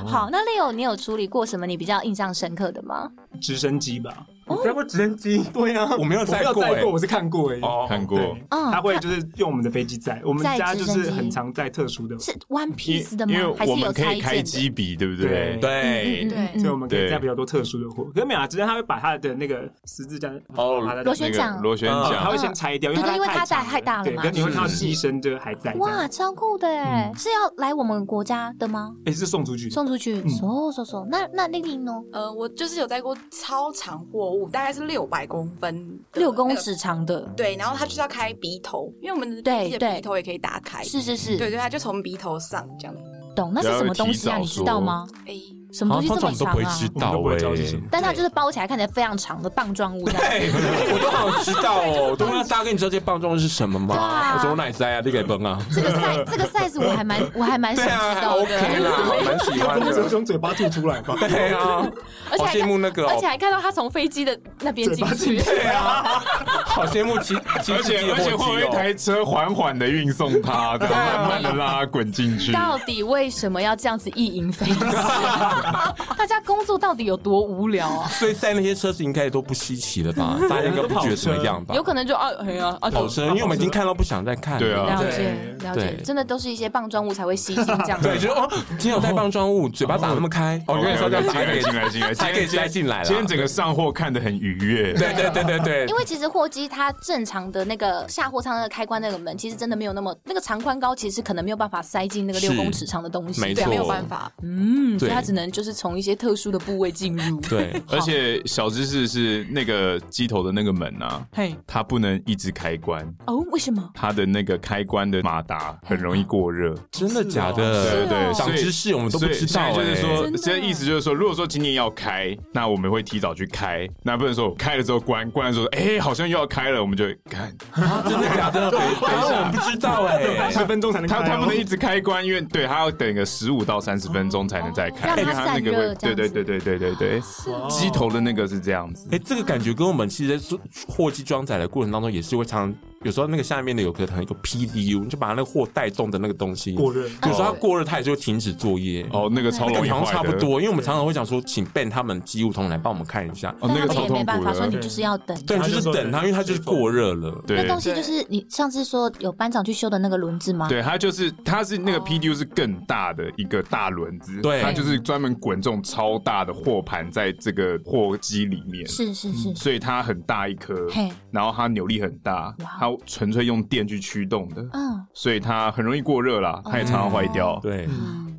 [SPEAKER 3] 好，那 Leo，你有处理过什么你比较印象深刻的吗？
[SPEAKER 6] 直升机吧，
[SPEAKER 3] 哦
[SPEAKER 1] 你载过直升机？对啊，我没有
[SPEAKER 6] 我没
[SPEAKER 1] 载
[SPEAKER 6] 有
[SPEAKER 1] 过
[SPEAKER 6] 载
[SPEAKER 1] 哎
[SPEAKER 6] 过，。我是看过而已。
[SPEAKER 1] 哦
[SPEAKER 4] 看过
[SPEAKER 6] 对
[SPEAKER 3] 嗯
[SPEAKER 6] 他会就是用我们的飞机载，我们
[SPEAKER 3] 载
[SPEAKER 6] 家就
[SPEAKER 3] 直升机
[SPEAKER 6] 是很常载特殊的，
[SPEAKER 3] 是 One
[SPEAKER 4] 因
[SPEAKER 3] Piece 的吗
[SPEAKER 4] 因为？
[SPEAKER 3] 还
[SPEAKER 4] 我
[SPEAKER 3] 是有
[SPEAKER 4] 们可
[SPEAKER 3] 拆
[SPEAKER 4] 以开
[SPEAKER 3] 件的？
[SPEAKER 4] 机比，对不对？
[SPEAKER 6] 对
[SPEAKER 1] 对，
[SPEAKER 7] 对
[SPEAKER 3] 嗯
[SPEAKER 6] 所以我们可以
[SPEAKER 4] 对
[SPEAKER 6] 载比较多特殊的货。可是没有啊，直接他会把他的那个十字架
[SPEAKER 1] 哦
[SPEAKER 6] 把它
[SPEAKER 3] 螺旋桨
[SPEAKER 4] 那个螺旋
[SPEAKER 1] 嗯
[SPEAKER 6] 他
[SPEAKER 4] 桨
[SPEAKER 6] 会先拆掉，
[SPEAKER 3] 对对，因为
[SPEAKER 6] 它
[SPEAKER 3] 它
[SPEAKER 6] 太
[SPEAKER 3] 载
[SPEAKER 6] 长
[SPEAKER 3] 太大了
[SPEAKER 6] 对，
[SPEAKER 3] 嘛
[SPEAKER 6] 可。是你会看到
[SPEAKER 4] 是
[SPEAKER 6] 机身就还在。
[SPEAKER 3] 哇，，超酷的哎！是要来我们国家的吗？
[SPEAKER 6] 也是送出去，
[SPEAKER 3] 送出去，嗖嗖嗖。那那丽丽呢？
[SPEAKER 7] 呃，我就是有载过超长货物，大概是六百公分，
[SPEAKER 3] 六
[SPEAKER 7] 呃
[SPEAKER 3] 公。尺长的，
[SPEAKER 7] 对，然后他就是要开鼻头，因为我们的
[SPEAKER 3] 对
[SPEAKER 7] 飞机的
[SPEAKER 3] 对
[SPEAKER 7] 鼻头也可以打开。
[SPEAKER 3] 是是
[SPEAKER 7] 对
[SPEAKER 3] 是，
[SPEAKER 7] 对，他就从鼻头上这样子。
[SPEAKER 3] 懂。那是什么东西啊？
[SPEAKER 4] 然后
[SPEAKER 3] 你
[SPEAKER 4] 提
[SPEAKER 3] 知
[SPEAKER 4] 早
[SPEAKER 3] 道吗？
[SPEAKER 7] 哎，
[SPEAKER 3] 什么
[SPEAKER 1] 好
[SPEAKER 3] 东西
[SPEAKER 1] 像
[SPEAKER 3] 这
[SPEAKER 1] 通常
[SPEAKER 3] 么
[SPEAKER 1] 我们都
[SPEAKER 3] 长
[SPEAKER 1] 不会
[SPEAKER 3] 啊
[SPEAKER 1] 知？
[SPEAKER 6] 我们
[SPEAKER 1] 道
[SPEAKER 6] 都不会知道是什
[SPEAKER 1] 哎
[SPEAKER 6] 么。。
[SPEAKER 3] 但它就是包起来看起来非常长的棒状物这样。
[SPEAKER 1] 对， 我都好想知道哦， 我都问大哥，你知道这棒状是什么
[SPEAKER 3] 对
[SPEAKER 1] 吗
[SPEAKER 3] 啊？
[SPEAKER 1] 我说我奶塞啊，你给崩 啊。
[SPEAKER 3] 这个 size 这个 size 我还蛮我还蛮
[SPEAKER 1] 对
[SPEAKER 3] 想
[SPEAKER 1] 啊
[SPEAKER 3] 知
[SPEAKER 1] 还
[SPEAKER 3] 道
[SPEAKER 1] ，OK
[SPEAKER 3] 的，
[SPEAKER 1] 啦，蛮喜欢
[SPEAKER 6] 只有
[SPEAKER 1] 的。
[SPEAKER 6] 从嘴巴吐出来吧。
[SPEAKER 1] 对啊，
[SPEAKER 2] 而
[SPEAKER 1] 好
[SPEAKER 2] 且还
[SPEAKER 1] 羡慕那个
[SPEAKER 2] 而
[SPEAKER 1] 哦
[SPEAKER 2] 且，还看到他从飞机的那边进去，
[SPEAKER 1] 对 啊，好羡慕骑骑
[SPEAKER 4] 而
[SPEAKER 1] 自
[SPEAKER 4] 且
[SPEAKER 1] 己的
[SPEAKER 4] 而且会
[SPEAKER 1] 货
[SPEAKER 4] 有
[SPEAKER 1] 机
[SPEAKER 4] 一
[SPEAKER 1] 哦。
[SPEAKER 4] 台车缓缓的运送它，这样慢慢的让它滚进 去。
[SPEAKER 2] 到底为什么要这样子意淫飞机？大家工作到底有多无聊啊？
[SPEAKER 1] 所以在那些车子应该都不稀奇了 吧？大家应该不觉得怎么样吧
[SPEAKER 2] 有？可能就啊，哎呀啊，
[SPEAKER 1] 跑车，因为我们已经看到不想再看了。
[SPEAKER 4] 对啊
[SPEAKER 2] 了解了解，
[SPEAKER 1] 对
[SPEAKER 2] 真的都是一些棒状物才会吸睛这样子。
[SPEAKER 1] 对，就是哦，今天有带棒状物，嘴巴打那么 开，哦，原来是要这样
[SPEAKER 4] 进
[SPEAKER 1] 打
[SPEAKER 4] 来
[SPEAKER 1] 给
[SPEAKER 4] 进来进来，
[SPEAKER 1] 才可以塞进来
[SPEAKER 4] 今天
[SPEAKER 1] 了。
[SPEAKER 4] 整个上货看得很愉悦，
[SPEAKER 1] 对对对对 对，
[SPEAKER 4] 啊
[SPEAKER 3] 因为其实货机它正常的那个下货舱那个开关那个门，其实真的没有那么那个长宽高，其实可能没有办法塞进那个六
[SPEAKER 1] 是
[SPEAKER 3] 公尺长的东西。
[SPEAKER 1] 没
[SPEAKER 7] 对，
[SPEAKER 1] 错
[SPEAKER 7] 没有办法，
[SPEAKER 2] 嗯，所以
[SPEAKER 1] 对
[SPEAKER 2] 它只能就是从一些特殊的部位进入。
[SPEAKER 1] 对，
[SPEAKER 4] 而且小知识是那个机头的那个门啊，
[SPEAKER 2] 嘿，
[SPEAKER 4] 它不能一直开关，
[SPEAKER 2] 哦，为什么？
[SPEAKER 4] 它的那个开关的马达很容易过热。
[SPEAKER 1] 真的假
[SPEAKER 4] 对
[SPEAKER 1] 的？
[SPEAKER 4] 对，
[SPEAKER 1] 长
[SPEAKER 4] 所以
[SPEAKER 1] 知识我们都不
[SPEAKER 4] 所以
[SPEAKER 1] 知道
[SPEAKER 4] 现在就是
[SPEAKER 1] 欸
[SPEAKER 4] 说
[SPEAKER 2] 真，的
[SPEAKER 4] 现在意思就是说，如果说今年要开，那我们会提早去开，那不能说我开了之后关，关了之后，哎，好像又要开了，我们就看
[SPEAKER 1] 啊真的假的？然后我们不知道哎。
[SPEAKER 6] 哦十分钟才能
[SPEAKER 4] 它
[SPEAKER 6] 开
[SPEAKER 4] 它
[SPEAKER 6] 哦
[SPEAKER 4] 不能一直开关，因为对它要等个十五到三十分钟才能再开，
[SPEAKER 3] 哦让
[SPEAKER 4] 因为
[SPEAKER 3] 它
[SPEAKER 4] 它那个
[SPEAKER 3] 散热这
[SPEAKER 4] 会，对
[SPEAKER 3] 样
[SPEAKER 4] 对
[SPEAKER 3] 子
[SPEAKER 4] 对对对对对，机头的那个是这样子
[SPEAKER 1] 哎、。这个感觉跟我们其实在做货机装载的过程当中，也是会常有时候那个下面的有可能有个 PDU，你就把那个货带动的那个东西
[SPEAKER 6] 过热
[SPEAKER 1] 有时候它过热，它也就会停止作业。
[SPEAKER 4] 哦，那个超
[SPEAKER 1] 那
[SPEAKER 4] 容
[SPEAKER 1] 个
[SPEAKER 4] 易
[SPEAKER 1] 好像
[SPEAKER 4] 坏
[SPEAKER 1] 差不
[SPEAKER 4] 的。
[SPEAKER 1] 多，因为我们常常会讲说，请 Ben 他们机务同仁来帮我们看一下。
[SPEAKER 4] 哦，那
[SPEAKER 3] 但
[SPEAKER 4] 个
[SPEAKER 3] 他
[SPEAKER 4] 超
[SPEAKER 3] 们也没
[SPEAKER 4] 痛
[SPEAKER 3] 办
[SPEAKER 4] 苦
[SPEAKER 3] 法说你
[SPEAKER 4] 的。
[SPEAKER 3] 就是要等。
[SPEAKER 1] 对，就是等它，因为它就是过热了。
[SPEAKER 3] 那
[SPEAKER 4] 对
[SPEAKER 3] 东西就是你上次说有班长去修的那个轮子吗？
[SPEAKER 4] 对，它就是它是
[SPEAKER 3] 哦
[SPEAKER 4] 那个 PDU 是更大的一个大轮子，
[SPEAKER 1] 对
[SPEAKER 4] 它就是专门滚这种超大的货盘在这个货机里面。
[SPEAKER 3] 是是是，
[SPEAKER 4] 所以它很大一颗
[SPEAKER 3] 嘿，
[SPEAKER 4] 然后它扭力很大，
[SPEAKER 3] 哇哦
[SPEAKER 4] 它纯粹用电去驱动的，
[SPEAKER 3] 嗯，哦
[SPEAKER 4] 所以它很容易过热啦，它也常常坏掉。，
[SPEAKER 6] 哦
[SPEAKER 1] 对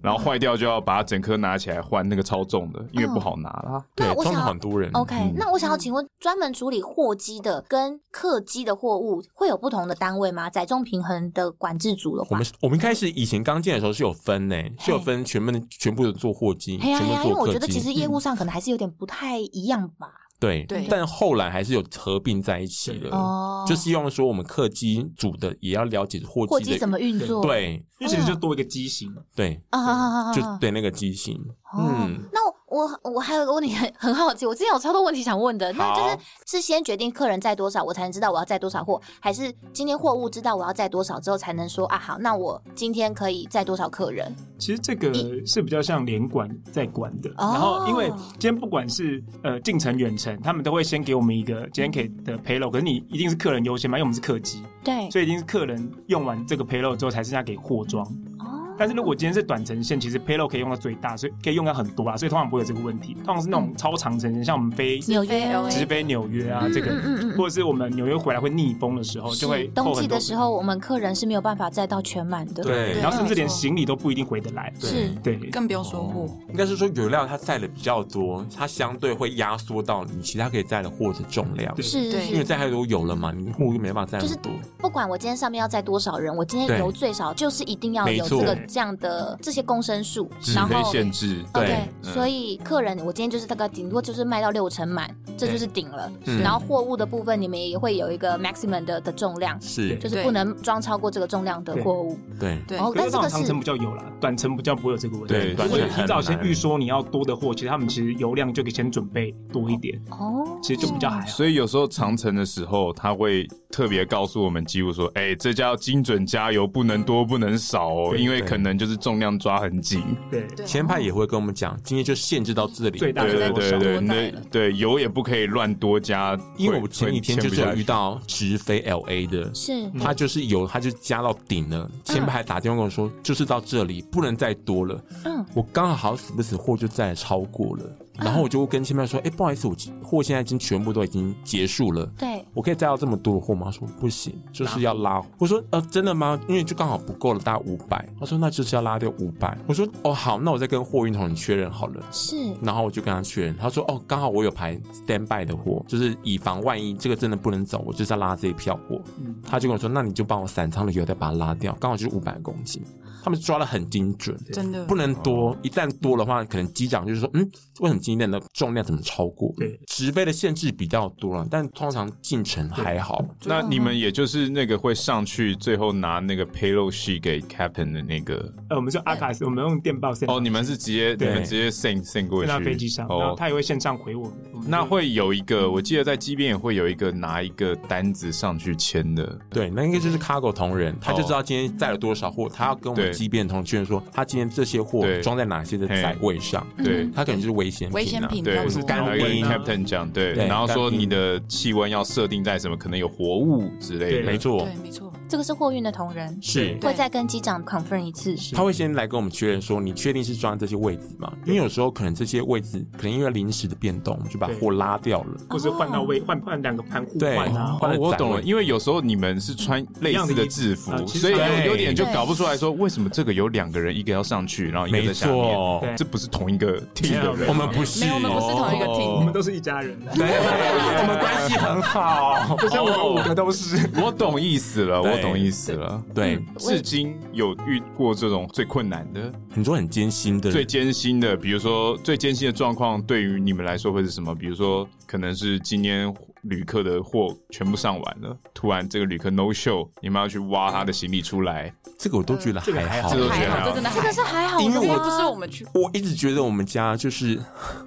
[SPEAKER 4] 然后坏掉就要把它整颗拿起来换那个超重的，因为
[SPEAKER 3] 嗯
[SPEAKER 4] 不好拿啦。
[SPEAKER 1] 对
[SPEAKER 3] 那，我
[SPEAKER 1] 装
[SPEAKER 3] 想
[SPEAKER 1] 了
[SPEAKER 3] 要
[SPEAKER 1] 很多人。
[SPEAKER 3] OK，那我想要请问，专门处理货机的跟客机的货物会有不同的单位吗？载重平衡的管制组的
[SPEAKER 1] 我
[SPEAKER 3] 话
[SPEAKER 1] 们，我们一开始以前刚进来的时候是有分呢，是有
[SPEAKER 3] 嘿
[SPEAKER 1] 分全部的全部的做货机，
[SPEAKER 3] 哎嘿呀
[SPEAKER 1] 全部
[SPEAKER 3] 嘿呀，因为
[SPEAKER 1] 做嗯
[SPEAKER 3] 我
[SPEAKER 1] 客
[SPEAKER 3] 觉得其实
[SPEAKER 1] 机。
[SPEAKER 3] 业务上可能还是有点不太一样吧。
[SPEAKER 1] 对
[SPEAKER 7] 对
[SPEAKER 1] 但后来还是有合并在一起了。
[SPEAKER 3] 哦，
[SPEAKER 1] 呃就希望说我们客机组的也要了解货
[SPEAKER 3] 货
[SPEAKER 1] 机
[SPEAKER 3] 机
[SPEAKER 1] 的，
[SPEAKER 3] 怎么运作？
[SPEAKER 1] 对
[SPEAKER 6] 因为其实就多一个机型嘛，
[SPEAKER 1] 对，
[SPEAKER 3] 啊啊啊啊啊！
[SPEAKER 1] 就对那个机型。
[SPEAKER 3] 哦
[SPEAKER 1] 嗯，
[SPEAKER 3] 那我我还有个问题很很好奇，我之前有超多问题想问的，那就是
[SPEAKER 1] 好
[SPEAKER 3] 是先决定客人载多少，我才能知道我要载多少货，还是今天货物知道我要载多少之后才能说啊好，那我今天可以载多少客人？
[SPEAKER 6] 其实这个是比较像连管在管的，
[SPEAKER 3] 哦
[SPEAKER 6] 然后因为今天不管是呃近程远程，他们都会先给我们一个今天可以的 payload，可是你一定是客人优先嘛，因为我们是客机，
[SPEAKER 2] 啊
[SPEAKER 3] 对，
[SPEAKER 6] 所以一定是客人用完这个 payload 之后才剩下给货装。
[SPEAKER 3] 哦，
[SPEAKER 6] 但是如果今天是短程线，其实 payload 可以用到最大，所以可以用到很多啦，啊所以通常不会有这个问题。通常是那种超长程线，像我们飞
[SPEAKER 3] 纽约
[SPEAKER 6] 直飞纽约啊，
[SPEAKER 3] 嗯
[SPEAKER 6] 这个
[SPEAKER 3] 嗯嗯嗯嗯
[SPEAKER 6] 或者是我们纽约回来会逆风的时候，就会
[SPEAKER 3] 是冬
[SPEAKER 6] 扣很
[SPEAKER 3] 季
[SPEAKER 6] 多
[SPEAKER 3] 的时候，我们客人是没有办法载到全满的。
[SPEAKER 1] 对
[SPEAKER 6] 然后甚至连
[SPEAKER 3] 没错
[SPEAKER 6] 行李都不一定回得来。
[SPEAKER 3] 是
[SPEAKER 6] 对，
[SPEAKER 7] 更不用说货。
[SPEAKER 1] 应该是说原料它载的比较多，它相对会压缩到你其他可以载的货的重量，
[SPEAKER 3] 是
[SPEAKER 7] 对
[SPEAKER 1] 因为
[SPEAKER 3] 是，
[SPEAKER 1] 载太多油了嘛，你货就没办法载那
[SPEAKER 3] 就是
[SPEAKER 1] 么多。
[SPEAKER 3] 不管我今天上面要载多少人，我今天
[SPEAKER 1] 对
[SPEAKER 3] 油最少就是一定要
[SPEAKER 1] 没
[SPEAKER 3] 有这
[SPEAKER 1] 错
[SPEAKER 3] 个这样的这些公升数，
[SPEAKER 4] 纸
[SPEAKER 3] 然
[SPEAKER 4] 飞
[SPEAKER 3] 后
[SPEAKER 4] 限制，
[SPEAKER 3] 哦
[SPEAKER 1] 对
[SPEAKER 3] 对，
[SPEAKER 4] 嗯
[SPEAKER 3] 所以客人，我今天就是大概顶多就是卖到六成满，这就是顶了。
[SPEAKER 1] 嗯
[SPEAKER 3] 然后货物的部分，你们也会有一个 maximum 的的重量，
[SPEAKER 1] 是，
[SPEAKER 3] 就是
[SPEAKER 7] 对
[SPEAKER 3] 不能装超过这个重量的货物。
[SPEAKER 1] 对，
[SPEAKER 7] 对，
[SPEAKER 3] 哦
[SPEAKER 6] 可
[SPEAKER 3] 但这
[SPEAKER 6] 是这
[SPEAKER 3] 个
[SPEAKER 6] 种
[SPEAKER 3] 是
[SPEAKER 6] 长程比较有啦，短程比较不会有这个问题。
[SPEAKER 1] 对
[SPEAKER 6] 如果你
[SPEAKER 1] 短程
[SPEAKER 6] 提早先
[SPEAKER 1] 很难
[SPEAKER 6] 预说你要多的货，其实他们其实油量就可以先准备多一点，
[SPEAKER 3] 哦，
[SPEAKER 6] 其实就比较还好。
[SPEAKER 4] 所以有时候长城的时候，他会特别告诉我们机务说：“哎、这叫精准加油，不能多，不能少哦，
[SPEAKER 1] 对
[SPEAKER 4] 因为
[SPEAKER 1] 对
[SPEAKER 4] 可能就是重量抓很紧。
[SPEAKER 6] 对，
[SPEAKER 7] 对
[SPEAKER 1] 前派也会跟我们讲，今天就限制到这里。
[SPEAKER 6] 最”大
[SPEAKER 4] 对
[SPEAKER 6] 的
[SPEAKER 4] 对
[SPEAKER 6] 多
[SPEAKER 4] 对
[SPEAKER 6] 少
[SPEAKER 4] 对，
[SPEAKER 7] 多载
[SPEAKER 4] 那
[SPEAKER 7] 了
[SPEAKER 4] 对油也不可以乱多加，
[SPEAKER 1] 因为
[SPEAKER 4] 会
[SPEAKER 1] 我前几天就是有遇，到直飞 LA 的，
[SPEAKER 3] 是
[SPEAKER 1] 他就是有，他就加到顶了。前排还打电话跟我说，就是到这里，不能再多了。
[SPEAKER 3] 嗯
[SPEAKER 1] 嗯，我刚好好死不死货就再超过了，然后我就跟前排说，哎，不好意思，我货现在已经全部都已经结束了。
[SPEAKER 3] 对，
[SPEAKER 1] 我可以载到这么多的货吗？他说不行，就是要拉。我说呃，真的吗？因为就刚好不够了，大概五百。他说那就是要拉掉五百。我说哦好，那我再跟货运同仁确认好了。
[SPEAKER 3] 是
[SPEAKER 1] 然后我就跟他确认，他说哦，刚好我有排 stand by 的货，就是以防万一这个真的不能走，我就是要拉这一票货。他就跟我说，那你就帮我散仓的油再把它拉掉，刚好就是五百公斤。他们抓的很精准，
[SPEAKER 7] 真的
[SPEAKER 1] 不能多，一旦多的话，可能机长就是说，嗯，为什么今天的重量怎么超过？
[SPEAKER 6] 对，
[SPEAKER 1] 直飞的限制比较多了，但通常进程还好。
[SPEAKER 4] 那你们也就是那个会上去，最后拿那个 payload sheet 给 captain 的那个
[SPEAKER 6] 呃，我们是阿卡斯，我们用电报 send
[SPEAKER 4] 哦，你们是直接你
[SPEAKER 1] 对
[SPEAKER 4] 们直接 send send 过
[SPEAKER 6] send
[SPEAKER 4] 去
[SPEAKER 6] 到飞机上，然后
[SPEAKER 4] 哦。
[SPEAKER 6] 他也会线上回我们。我们
[SPEAKER 4] 那
[SPEAKER 6] 就
[SPEAKER 4] 会有一个，我记得在机边也会有一个拿一个单子上去签的，
[SPEAKER 1] 对，那应该就是 cargo 同仁，他就知道今天载了多少货，他要跟我
[SPEAKER 4] 哦对
[SPEAKER 1] 们机变同仁确认说，他今天这些货
[SPEAKER 4] 对
[SPEAKER 1] 装在哪些的
[SPEAKER 4] 嘿
[SPEAKER 1] 载位上。
[SPEAKER 4] 对，
[SPEAKER 1] 它可能就是危险、啊，
[SPEAKER 7] 危险品比
[SPEAKER 4] 对
[SPEAKER 7] 较，
[SPEAKER 6] 是干
[SPEAKER 7] 多。
[SPEAKER 4] 还有跟
[SPEAKER 6] 冰
[SPEAKER 4] captain 讲，对，
[SPEAKER 1] 对
[SPEAKER 4] 然后
[SPEAKER 1] 干
[SPEAKER 4] 说
[SPEAKER 1] 冰
[SPEAKER 4] 你的气温要设定在什么，可能有活物之类
[SPEAKER 6] 对
[SPEAKER 4] 的
[SPEAKER 1] 没。错
[SPEAKER 7] 对，，没错，
[SPEAKER 3] 这个是货运的同仁
[SPEAKER 1] 是。
[SPEAKER 7] 对
[SPEAKER 3] 会再跟机长 confirm 一次。
[SPEAKER 1] 他会先来跟我们确认说，你确定是装这些位置吗？因为有时候可能这些位置可能因为临时的变动，我们就把
[SPEAKER 6] 对
[SPEAKER 1] 货拉掉了。
[SPEAKER 6] 或是换到位，换换两个盘互
[SPEAKER 1] 对
[SPEAKER 6] 换啊，
[SPEAKER 4] 哦，我
[SPEAKER 1] 展
[SPEAKER 4] 懂了，
[SPEAKER 1] 位
[SPEAKER 4] 因为有时候你们是穿类似的制服
[SPEAKER 6] 一样的，衣服
[SPEAKER 4] 所以
[SPEAKER 6] 啊其
[SPEAKER 1] 实
[SPEAKER 4] 有有点就
[SPEAKER 3] 对
[SPEAKER 4] 搞不出来说为什么这个有两个人，一个要上去，然后一个
[SPEAKER 1] 没
[SPEAKER 4] 在下面，
[SPEAKER 1] 错
[SPEAKER 6] 对，
[SPEAKER 4] 这不是同一个 team 的
[SPEAKER 6] 没
[SPEAKER 4] 人
[SPEAKER 6] 有
[SPEAKER 1] 我。们不是，
[SPEAKER 7] 没有，我们不是同一个
[SPEAKER 6] 我们
[SPEAKER 7] team。
[SPEAKER 6] 都是一家人。啊
[SPEAKER 1] 对，我们关系很好。
[SPEAKER 6] 就像我们五个都是，
[SPEAKER 4] 我懂意思了，
[SPEAKER 1] 对
[SPEAKER 4] 我懂意思了。
[SPEAKER 1] 对，
[SPEAKER 7] 嗯
[SPEAKER 4] 至今有遇过这种最困难的、
[SPEAKER 1] 很多很艰辛的，
[SPEAKER 4] 最艰辛的，比如说最艰辛的状况，对于你们来说会是什么？比如说，可能是今天旅客的货全部上完了，突然这个旅客 no show，你们要去挖他的行李出来，
[SPEAKER 1] 这个我都觉得还好
[SPEAKER 4] 这。个
[SPEAKER 7] 还
[SPEAKER 4] 还
[SPEAKER 7] 好，
[SPEAKER 4] 好
[SPEAKER 7] 这真的
[SPEAKER 3] 这个是还好的
[SPEAKER 1] 因
[SPEAKER 3] 吗，
[SPEAKER 1] 为我
[SPEAKER 7] 不是我们去，
[SPEAKER 1] 我一直觉得我们家就是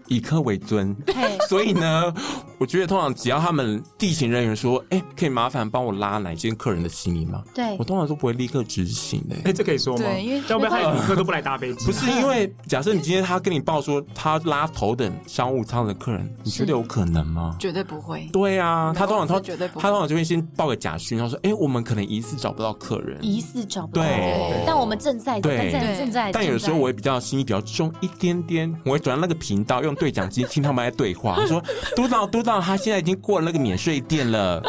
[SPEAKER 1] 以客为尊，
[SPEAKER 3] 嘿
[SPEAKER 1] 所以呢，我觉得通常只要他们地勤人员说：“哎、可以麻烦帮我拉哪件客人的行李吗？”
[SPEAKER 3] 对
[SPEAKER 1] 我通常都不会立刻执行的、
[SPEAKER 6] 哎，这可以说吗？
[SPEAKER 7] 对因为
[SPEAKER 6] 要不然害旅客都不来搭飞机。啊
[SPEAKER 1] 不是因为，假设你今天他跟你报说他拉头等商务舱的客人，你觉得有可能吗？
[SPEAKER 7] 绝对不会。
[SPEAKER 1] 对
[SPEAKER 3] 嗯
[SPEAKER 1] 啊，他通常
[SPEAKER 7] 绝对不
[SPEAKER 1] 他他
[SPEAKER 7] 会
[SPEAKER 1] 通常就会先报个假讯，他说：“哎、我们可能疑似找不到客人。
[SPEAKER 3] 疑似找不到
[SPEAKER 1] 对
[SPEAKER 3] 人，但我们正在
[SPEAKER 1] 对
[SPEAKER 3] 正在
[SPEAKER 7] 对
[SPEAKER 3] 正在，”
[SPEAKER 1] 但有时候
[SPEAKER 3] 正在
[SPEAKER 1] 我也比较心意比较重一点点，我会转到那个频道，用对讲机听他们在对话，说：“督导，督导，他现在已经过了那个免税店了。”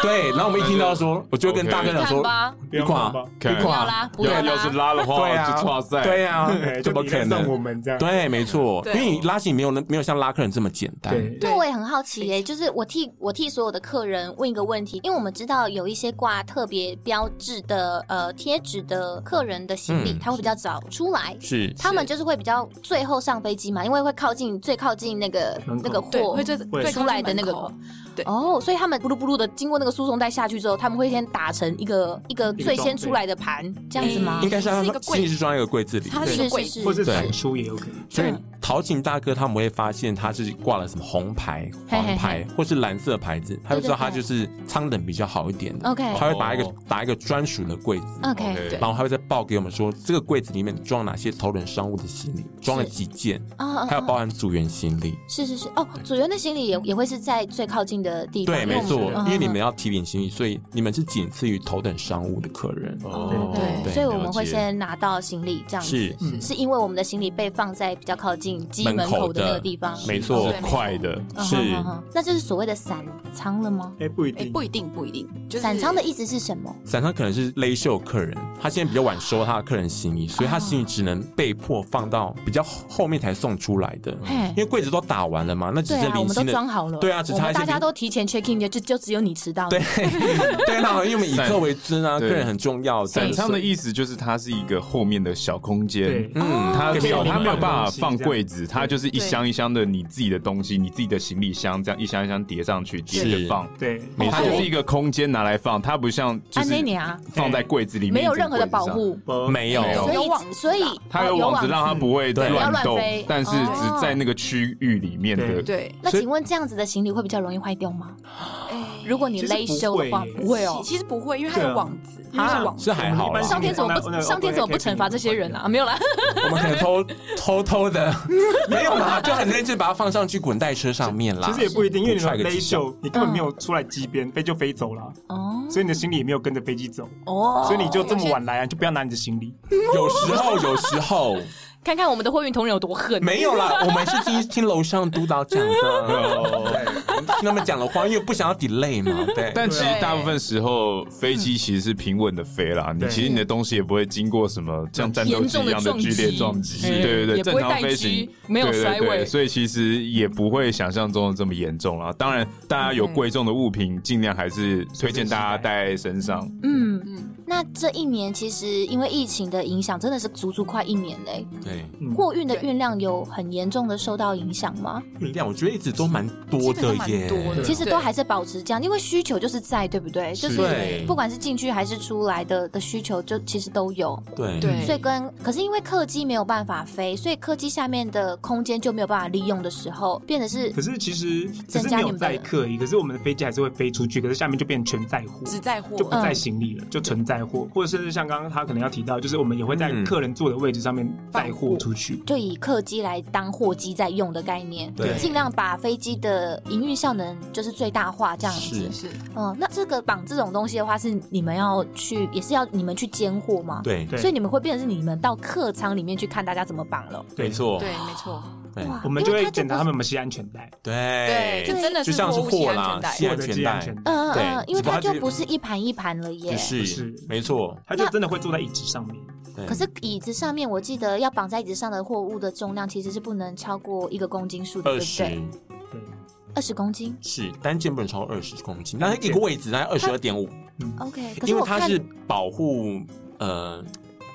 [SPEAKER 1] 对，然后我们一听到说，我就会跟大哥讲
[SPEAKER 3] 看
[SPEAKER 1] 说
[SPEAKER 3] 吧，：“
[SPEAKER 6] 不
[SPEAKER 1] 你
[SPEAKER 6] 要
[SPEAKER 1] 垮
[SPEAKER 6] 看吧，
[SPEAKER 1] 你
[SPEAKER 3] 不要
[SPEAKER 1] 垮，
[SPEAKER 3] 啦，不要
[SPEAKER 4] 要是
[SPEAKER 3] 啦，
[SPEAKER 4] 拉的话，
[SPEAKER 1] 对啊
[SPEAKER 4] 就哇塞，
[SPEAKER 1] 对 啊
[SPEAKER 6] 哎，
[SPEAKER 1] 怎么
[SPEAKER 6] 就你
[SPEAKER 1] 可
[SPEAKER 6] 在送我
[SPEAKER 1] 能？
[SPEAKER 6] 们这样？
[SPEAKER 1] 对，没错，因
[SPEAKER 7] 对
[SPEAKER 1] 为你拉行没有那没有像拉客人这么简单。
[SPEAKER 6] 对，
[SPEAKER 7] 对
[SPEAKER 3] 那我也很好奇耶、就是我替我替所有的客人问一个问题，因为我们知道有一些挂特别标志的呃贴纸的客人的行李，
[SPEAKER 1] 嗯
[SPEAKER 3] 他会比较早出来，
[SPEAKER 1] 是
[SPEAKER 3] 他们就是会比较最后上飞机嘛，因为会靠近最靠近那个
[SPEAKER 6] 门口
[SPEAKER 3] 那个
[SPEAKER 7] 对，
[SPEAKER 3] 货
[SPEAKER 7] 会这
[SPEAKER 6] 会
[SPEAKER 7] 对
[SPEAKER 3] 出来的那个
[SPEAKER 7] 口，对
[SPEAKER 3] 哦，所以他们咕噜咕噜的经过那个输送带下去之后，他们会先打成一个一个最先出来的盘，这样子吗
[SPEAKER 1] 应？该是他
[SPEAKER 7] 是一
[SPEAKER 1] 们
[SPEAKER 7] 个柜
[SPEAKER 1] 行李是装在一个柜子里，
[SPEAKER 7] 它是一
[SPEAKER 3] 是
[SPEAKER 7] 个柜
[SPEAKER 3] 是
[SPEAKER 7] 子，
[SPEAKER 3] 是，
[SPEAKER 6] 或是
[SPEAKER 1] 对
[SPEAKER 6] 产出也有可能。
[SPEAKER 1] 所以陶景大哥他们会发现他是挂了什么红牌、
[SPEAKER 3] 嘿嘿
[SPEAKER 1] 黄牌或是蓝色牌子，他就知道他就是舱等比较好一点的。
[SPEAKER 3] OK
[SPEAKER 1] 他会把一个
[SPEAKER 4] 哦
[SPEAKER 1] 打一个专属的柜子，
[SPEAKER 3] OK
[SPEAKER 4] 对
[SPEAKER 1] 然后他会再报给我们说这个柜子里面装哪些头等商务的行李，装了几件，
[SPEAKER 3] 啊啊
[SPEAKER 1] 还有
[SPEAKER 3] 啊！
[SPEAKER 1] 包含组员行李。
[SPEAKER 3] 是是是哦，组员的行李也也会是在最靠近的地方，
[SPEAKER 1] 对，没错，
[SPEAKER 3] 嗯
[SPEAKER 1] 因为你们要提领行李，所以你们是仅次于头等商务的客人。
[SPEAKER 4] 哦
[SPEAKER 3] 对，
[SPEAKER 1] 对
[SPEAKER 3] 所以我们会
[SPEAKER 4] 了解
[SPEAKER 3] 先拿到行李这样子，
[SPEAKER 1] 是
[SPEAKER 3] 是因为我们的行李被放在比较靠近机门
[SPEAKER 1] 门
[SPEAKER 3] 口
[SPEAKER 1] 口
[SPEAKER 3] 的
[SPEAKER 1] 的
[SPEAKER 3] 那个地方，
[SPEAKER 1] 没错
[SPEAKER 4] 是，快的，
[SPEAKER 3] 嗯
[SPEAKER 1] 是
[SPEAKER 3] 哼哼哼那这是所谓的散仓了吗？
[SPEAKER 6] 哎，不一
[SPEAKER 7] 哎，
[SPEAKER 6] 定，
[SPEAKER 7] 不一定，不一定，就是
[SPEAKER 3] 散仓的意思是什么？
[SPEAKER 1] 散商可能是勒秀客人，他现在比较晚收他的客人行李，所以他行李只能被迫放到比较后面才送出来的。
[SPEAKER 3] 嘿
[SPEAKER 1] 因，为柜子都打完了嘛，那只
[SPEAKER 3] 对
[SPEAKER 1] 是
[SPEAKER 3] 啊，我
[SPEAKER 1] 零
[SPEAKER 3] 们都
[SPEAKER 1] 星的。
[SPEAKER 3] 装好了，
[SPEAKER 1] 对啊只
[SPEAKER 3] 我
[SPEAKER 1] 差
[SPEAKER 3] 们
[SPEAKER 1] 一些
[SPEAKER 3] 大家
[SPEAKER 1] 零
[SPEAKER 3] 都提前 check in 的，就就只有你迟到，
[SPEAKER 1] 对，对， 那好像因为我们以
[SPEAKER 4] 散
[SPEAKER 1] 客为尊啊，客
[SPEAKER 4] 对
[SPEAKER 1] 人很重要。
[SPEAKER 4] 散仓的
[SPEAKER 1] 对
[SPEAKER 4] 意思就是它是一个后面的小空间
[SPEAKER 6] 对，
[SPEAKER 1] 嗯，
[SPEAKER 4] 它
[SPEAKER 6] 可以
[SPEAKER 4] 没有
[SPEAKER 6] 放
[SPEAKER 4] 它没有
[SPEAKER 6] 东
[SPEAKER 4] 办法
[SPEAKER 6] 西
[SPEAKER 4] 放
[SPEAKER 6] 这样
[SPEAKER 4] 柜子，它就是一箱一箱的你自己的东西，你自己的行李箱这样一箱一箱叠上去，叠着
[SPEAKER 1] 是
[SPEAKER 4] 放。
[SPEAKER 6] 对，
[SPEAKER 4] 没错它就是一个空间拿来放，它不像就
[SPEAKER 3] 安
[SPEAKER 4] 是
[SPEAKER 3] 内尼啊，
[SPEAKER 4] 放在柜子里面，
[SPEAKER 3] 没有任何的保
[SPEAKER 4] 一直柜子上。
[SPEAKER 3] 护，
[SPEAKER 6] 不
[SPEAKER 1] 没有，
[SPEAKER 4] 没有
[SPEAKER 3] 所
[SPEAKER 7] 有网
[SPEAKER 3] 以
[SPEAKER 7] 子啊
[SPEAKER 3] 所以
[SPEAKER 7] 啦
[SPEAKER 4] 它
[SPEAKER 3] 哦
[SPEAKER 4] 有网子让它不会
[SPEAKER 1] 对不
[SPEAKER 3] 要
[SPEAKER 4] 乱
[SPEAKER 3] 乱
[SPEAKER 4] 动
[SPEAKER 3] 飞，
[SPEAKER 4] 但是
[SPEAKER 3] 哦
[SPEAKER 4] 只在那个区域里面的
[SPEAKER 6] 对
[SPEAKER 7] 对，
[SPEAKER 3] 那
[SPEAKER 1] 所以
[SPEAKER 3] 请问这样子的行李会比较容易坏掉吗？
[SPEAKER 7] 哎
[SPEAKER 3] 如果你
[SPEAKER 6] 其实
[SPEAKER 3] 勒
[SPEAKER 6] 不
[SPEAKER 3] 修的
[SPEAKER 6] 会
[SPEAKER 3] 话，
[SPEAKER 6] 耶
[SPEAKER 2] 不会哦
[SPEAKER 7] 其，其实不会，因为它
[SPEAKER 6] 对啊
[SPEAKER 7] 有网子，因为
[SPEAKER 6] 啊
[SPEAKER 7] 是网子
[SPEAKER 1] 是还好
[SPEAKER 6] 我们
[SPEAKER 1] 啦
[SPEAKER 6] 一。般
[SPEAKER 3] 上天怎么不上天怎么不惩罚这些人啊？没有啦，
[SPEAKER 1] 我们可能偷偷偷的，没有啦， 就很认真把它放上去滚带车上面啦。
[SPEAKER 6] 其实也不一定，因为你
[SPEAKER 1] 踹
[SPEAKER 6] 们
[SPEAKER 1] 个
[SPEAKER 6] 勒
[SPEAKER 1] 几下
[SPEAKER 6] 秀，你根本没有出来机边，飞就飞走了，
[SPEAKER 3] 哦
[SPEAKER 6] 所以你的行李也没有跟着飞机走，
[SPEAKER 3] 哦，
[SPEAKER 6] 所以你就这么晚来啊，就不要拿你的行李。
[SPEAKER 1] 有时候，有时候
[SPEAKER 3] 看看我们的货运同仁有多狠，
[SPEAKER 1] 没有啦，我们是听听楼上督导 讲的，对，我们听他们讲的话，因为不想要 delay 嘛，对。
[SPEAKER 4] 但其实大部分时候，飞机
[SPEAKER 1] 嗯
[SPEAKER 4] 其实是平稳的飞啦。你
[SPEAKER 6] 对
[SPEAKER 4] 其实你的东西也不会经过什么像战斗机一样的剧烈撞击，
[SPEAKER 2] 严重的撞击哎
[SPEAKER 4] 对对对，
[SPEAKER 2] 也不
[SPEAKER 4] 正
[SPEAKER 2] 会
[SPEAKER 4] 常飞行
[SPEAKER 2] 待机没有
[SPEAKER 4] 对对
[SPEAKER 2] 甩
[SPEAKER 4] 对
[SPEAKER 2] 尾
[SPEAKER 4] 所以其实也不会想象中的这么严重啦。当然，大家有贵重的物品，尽量还是推荐大家带在身上。
[SPEAKER 3] 嗯嗯
[SPEAKER 7] 嗯。
[SPEAKER 3] 那这一年其实因为疫情的影响，真的是足足快一年嘞。
[SPEAKER 1] 对
[SPEAKER 6] 嗯
[SPEAKER 3] 货运的运量有很严重的受到影响吗？
[SPEAKER 1] 运量，我觉得一直都蛮多
[SPEAKER 7] 基本
[SPEAKER 1] 的
[SPEAKER 7] 上蛮
[SPEAKER 1] 耶，
[SPEAKER 7] 多的
[SPEAKER 3] 其实
[SPEAKER 7] 对
[SPEAKER 3] 都还是保持这样，因为需求就是在，对不对？就是
[SPEAKER 1] 对
[SPEAKER 3] 不管是进去还是出来的的需求，就其实都有。
[SPEAKER 1] 对
[SPEAKER 7] 对，
[SPEAKER 3] 所以跟可是因为客机没有办法飞，所以客机下面的空间就没有办法利用的时候，变得是
[SPEAKER 6] 可
[SPEAKER 1] 嗯
[SPEAKER 6] 是其实只
[SPEAKER 3] 增
[SPEAKER 6] 是
[SPEAKER 3] 加
[SPEAKER 6] 没
[SPEAKER 3] 你
[SPEAKER 6] 有
[SPEAKER 3] 们
[SPEAKER 6] 载
[SPEAKER 3] 的
[SPEAKER 6] 客而已，可是我们的飞机还是会飞出去，可是下面就变成全载货，
[SPEAKER 7] 只在货
[SPEAKER 6] 就不
[SPEAKER 3] 嗯
[SPEAKER 6] 载行李了，就纯载货，或者甚至像刚刚他可能要提到，就是我们也会在
[SPEAKER 1] 嗯
[SPEAKER 6] 客人坐的位置上面载
[SPEAKER 7] 放
[SPEAKER 6] 货
[SPEAKER 7] 货
[SPEAKER 6] 出去。
[SPEAKER 3] 就以客机来当货机在用的概念，
[SPEAKER 1] 对
[SPEAKER 3] 尽量把飞机的营运效能就是最大化这样子。
[SPEAKER 7] 是
[SPEAKER 3] 嗯，那这个绑这种东西的话，是你们要去，也是要你们去监货吗？。
[SPEAKER 1] 对
[SPEAKER 6] 对
[SPEAKER 3] 所以你们会变成是你们到客舱里面去看大家怎么绑了。
[SPEAKER 1] 没错，
[SPEAKER 7] 对，没错，
[SPEAKER 1] 对
[SPEAKER 3] 哇
[SPEAKER 6] 我们就
[SPEAKER 3] 因为
[SPEAKER 6] 会
[SPEAKER 3] 它
[SPEAKER 6] 检查
[SPEAKER 3] 不
[SPEAKER 6] 他
[SPEAKER 3] 是
[SPEAKER 6] 们有没有系安全带，
[SPEAKER 7] 对，就
[SPEAKER 1] 对，
[SPEAKER 7] 真的
[SPEAKER 1] 哎就是像是
[SPEAKER 7] 货物系
[SPEAKER 1] 货
[SPEAKER 7] 安全
[SPEAKER 1] 啦，
[SPEAKER 7] 带
[SPEAKER 1] 系。安
[SPEAKER 6] 或者系
[SPEAKER 1] 全
[SPEAKER 6] 安
[SPEAKER 1] 带
[SPEAKER 6] 全，带，
[SPEAKER 3] 嗯嗯
[SPEAKER 1] 对
[SPEAKER 3] 嗯，因为
[SPEAKER 1] 只不过它
[SPEAKER 3] 它就
[SPEAKER 1] 就
[SPEAKER 3] 不是一盘一盘了耶
[SPEAKER 1] 不。
[SPEAKER 6] 是
[SPEAKER 1] 是，没错，
[SPEAKER 6] 他就真的会坐在椅子上面。
[SPEAKER 1] 对
[SPEAKER 3] 可是椅子上面，我记得要绑在椅子上的货物的重量其实是不能超过一个公斤数的，对
[SPEAKER 1] 二
[SPEAKER 3] 不
[SPEAKER 1] 十
[SPEAKER 3] 对？二十公斤。
[SPEAKER 1] 是单件不能超过二十公斤，那一个位置大概二十二点五，
[SPEAKER 3] OK，可是
[SPEAKER 1] 因为
[SPEAKER 3] 我
[SPEAKER 1] 它
[SPEAKER 3] 看
[SPEAKER 1] 是保护呃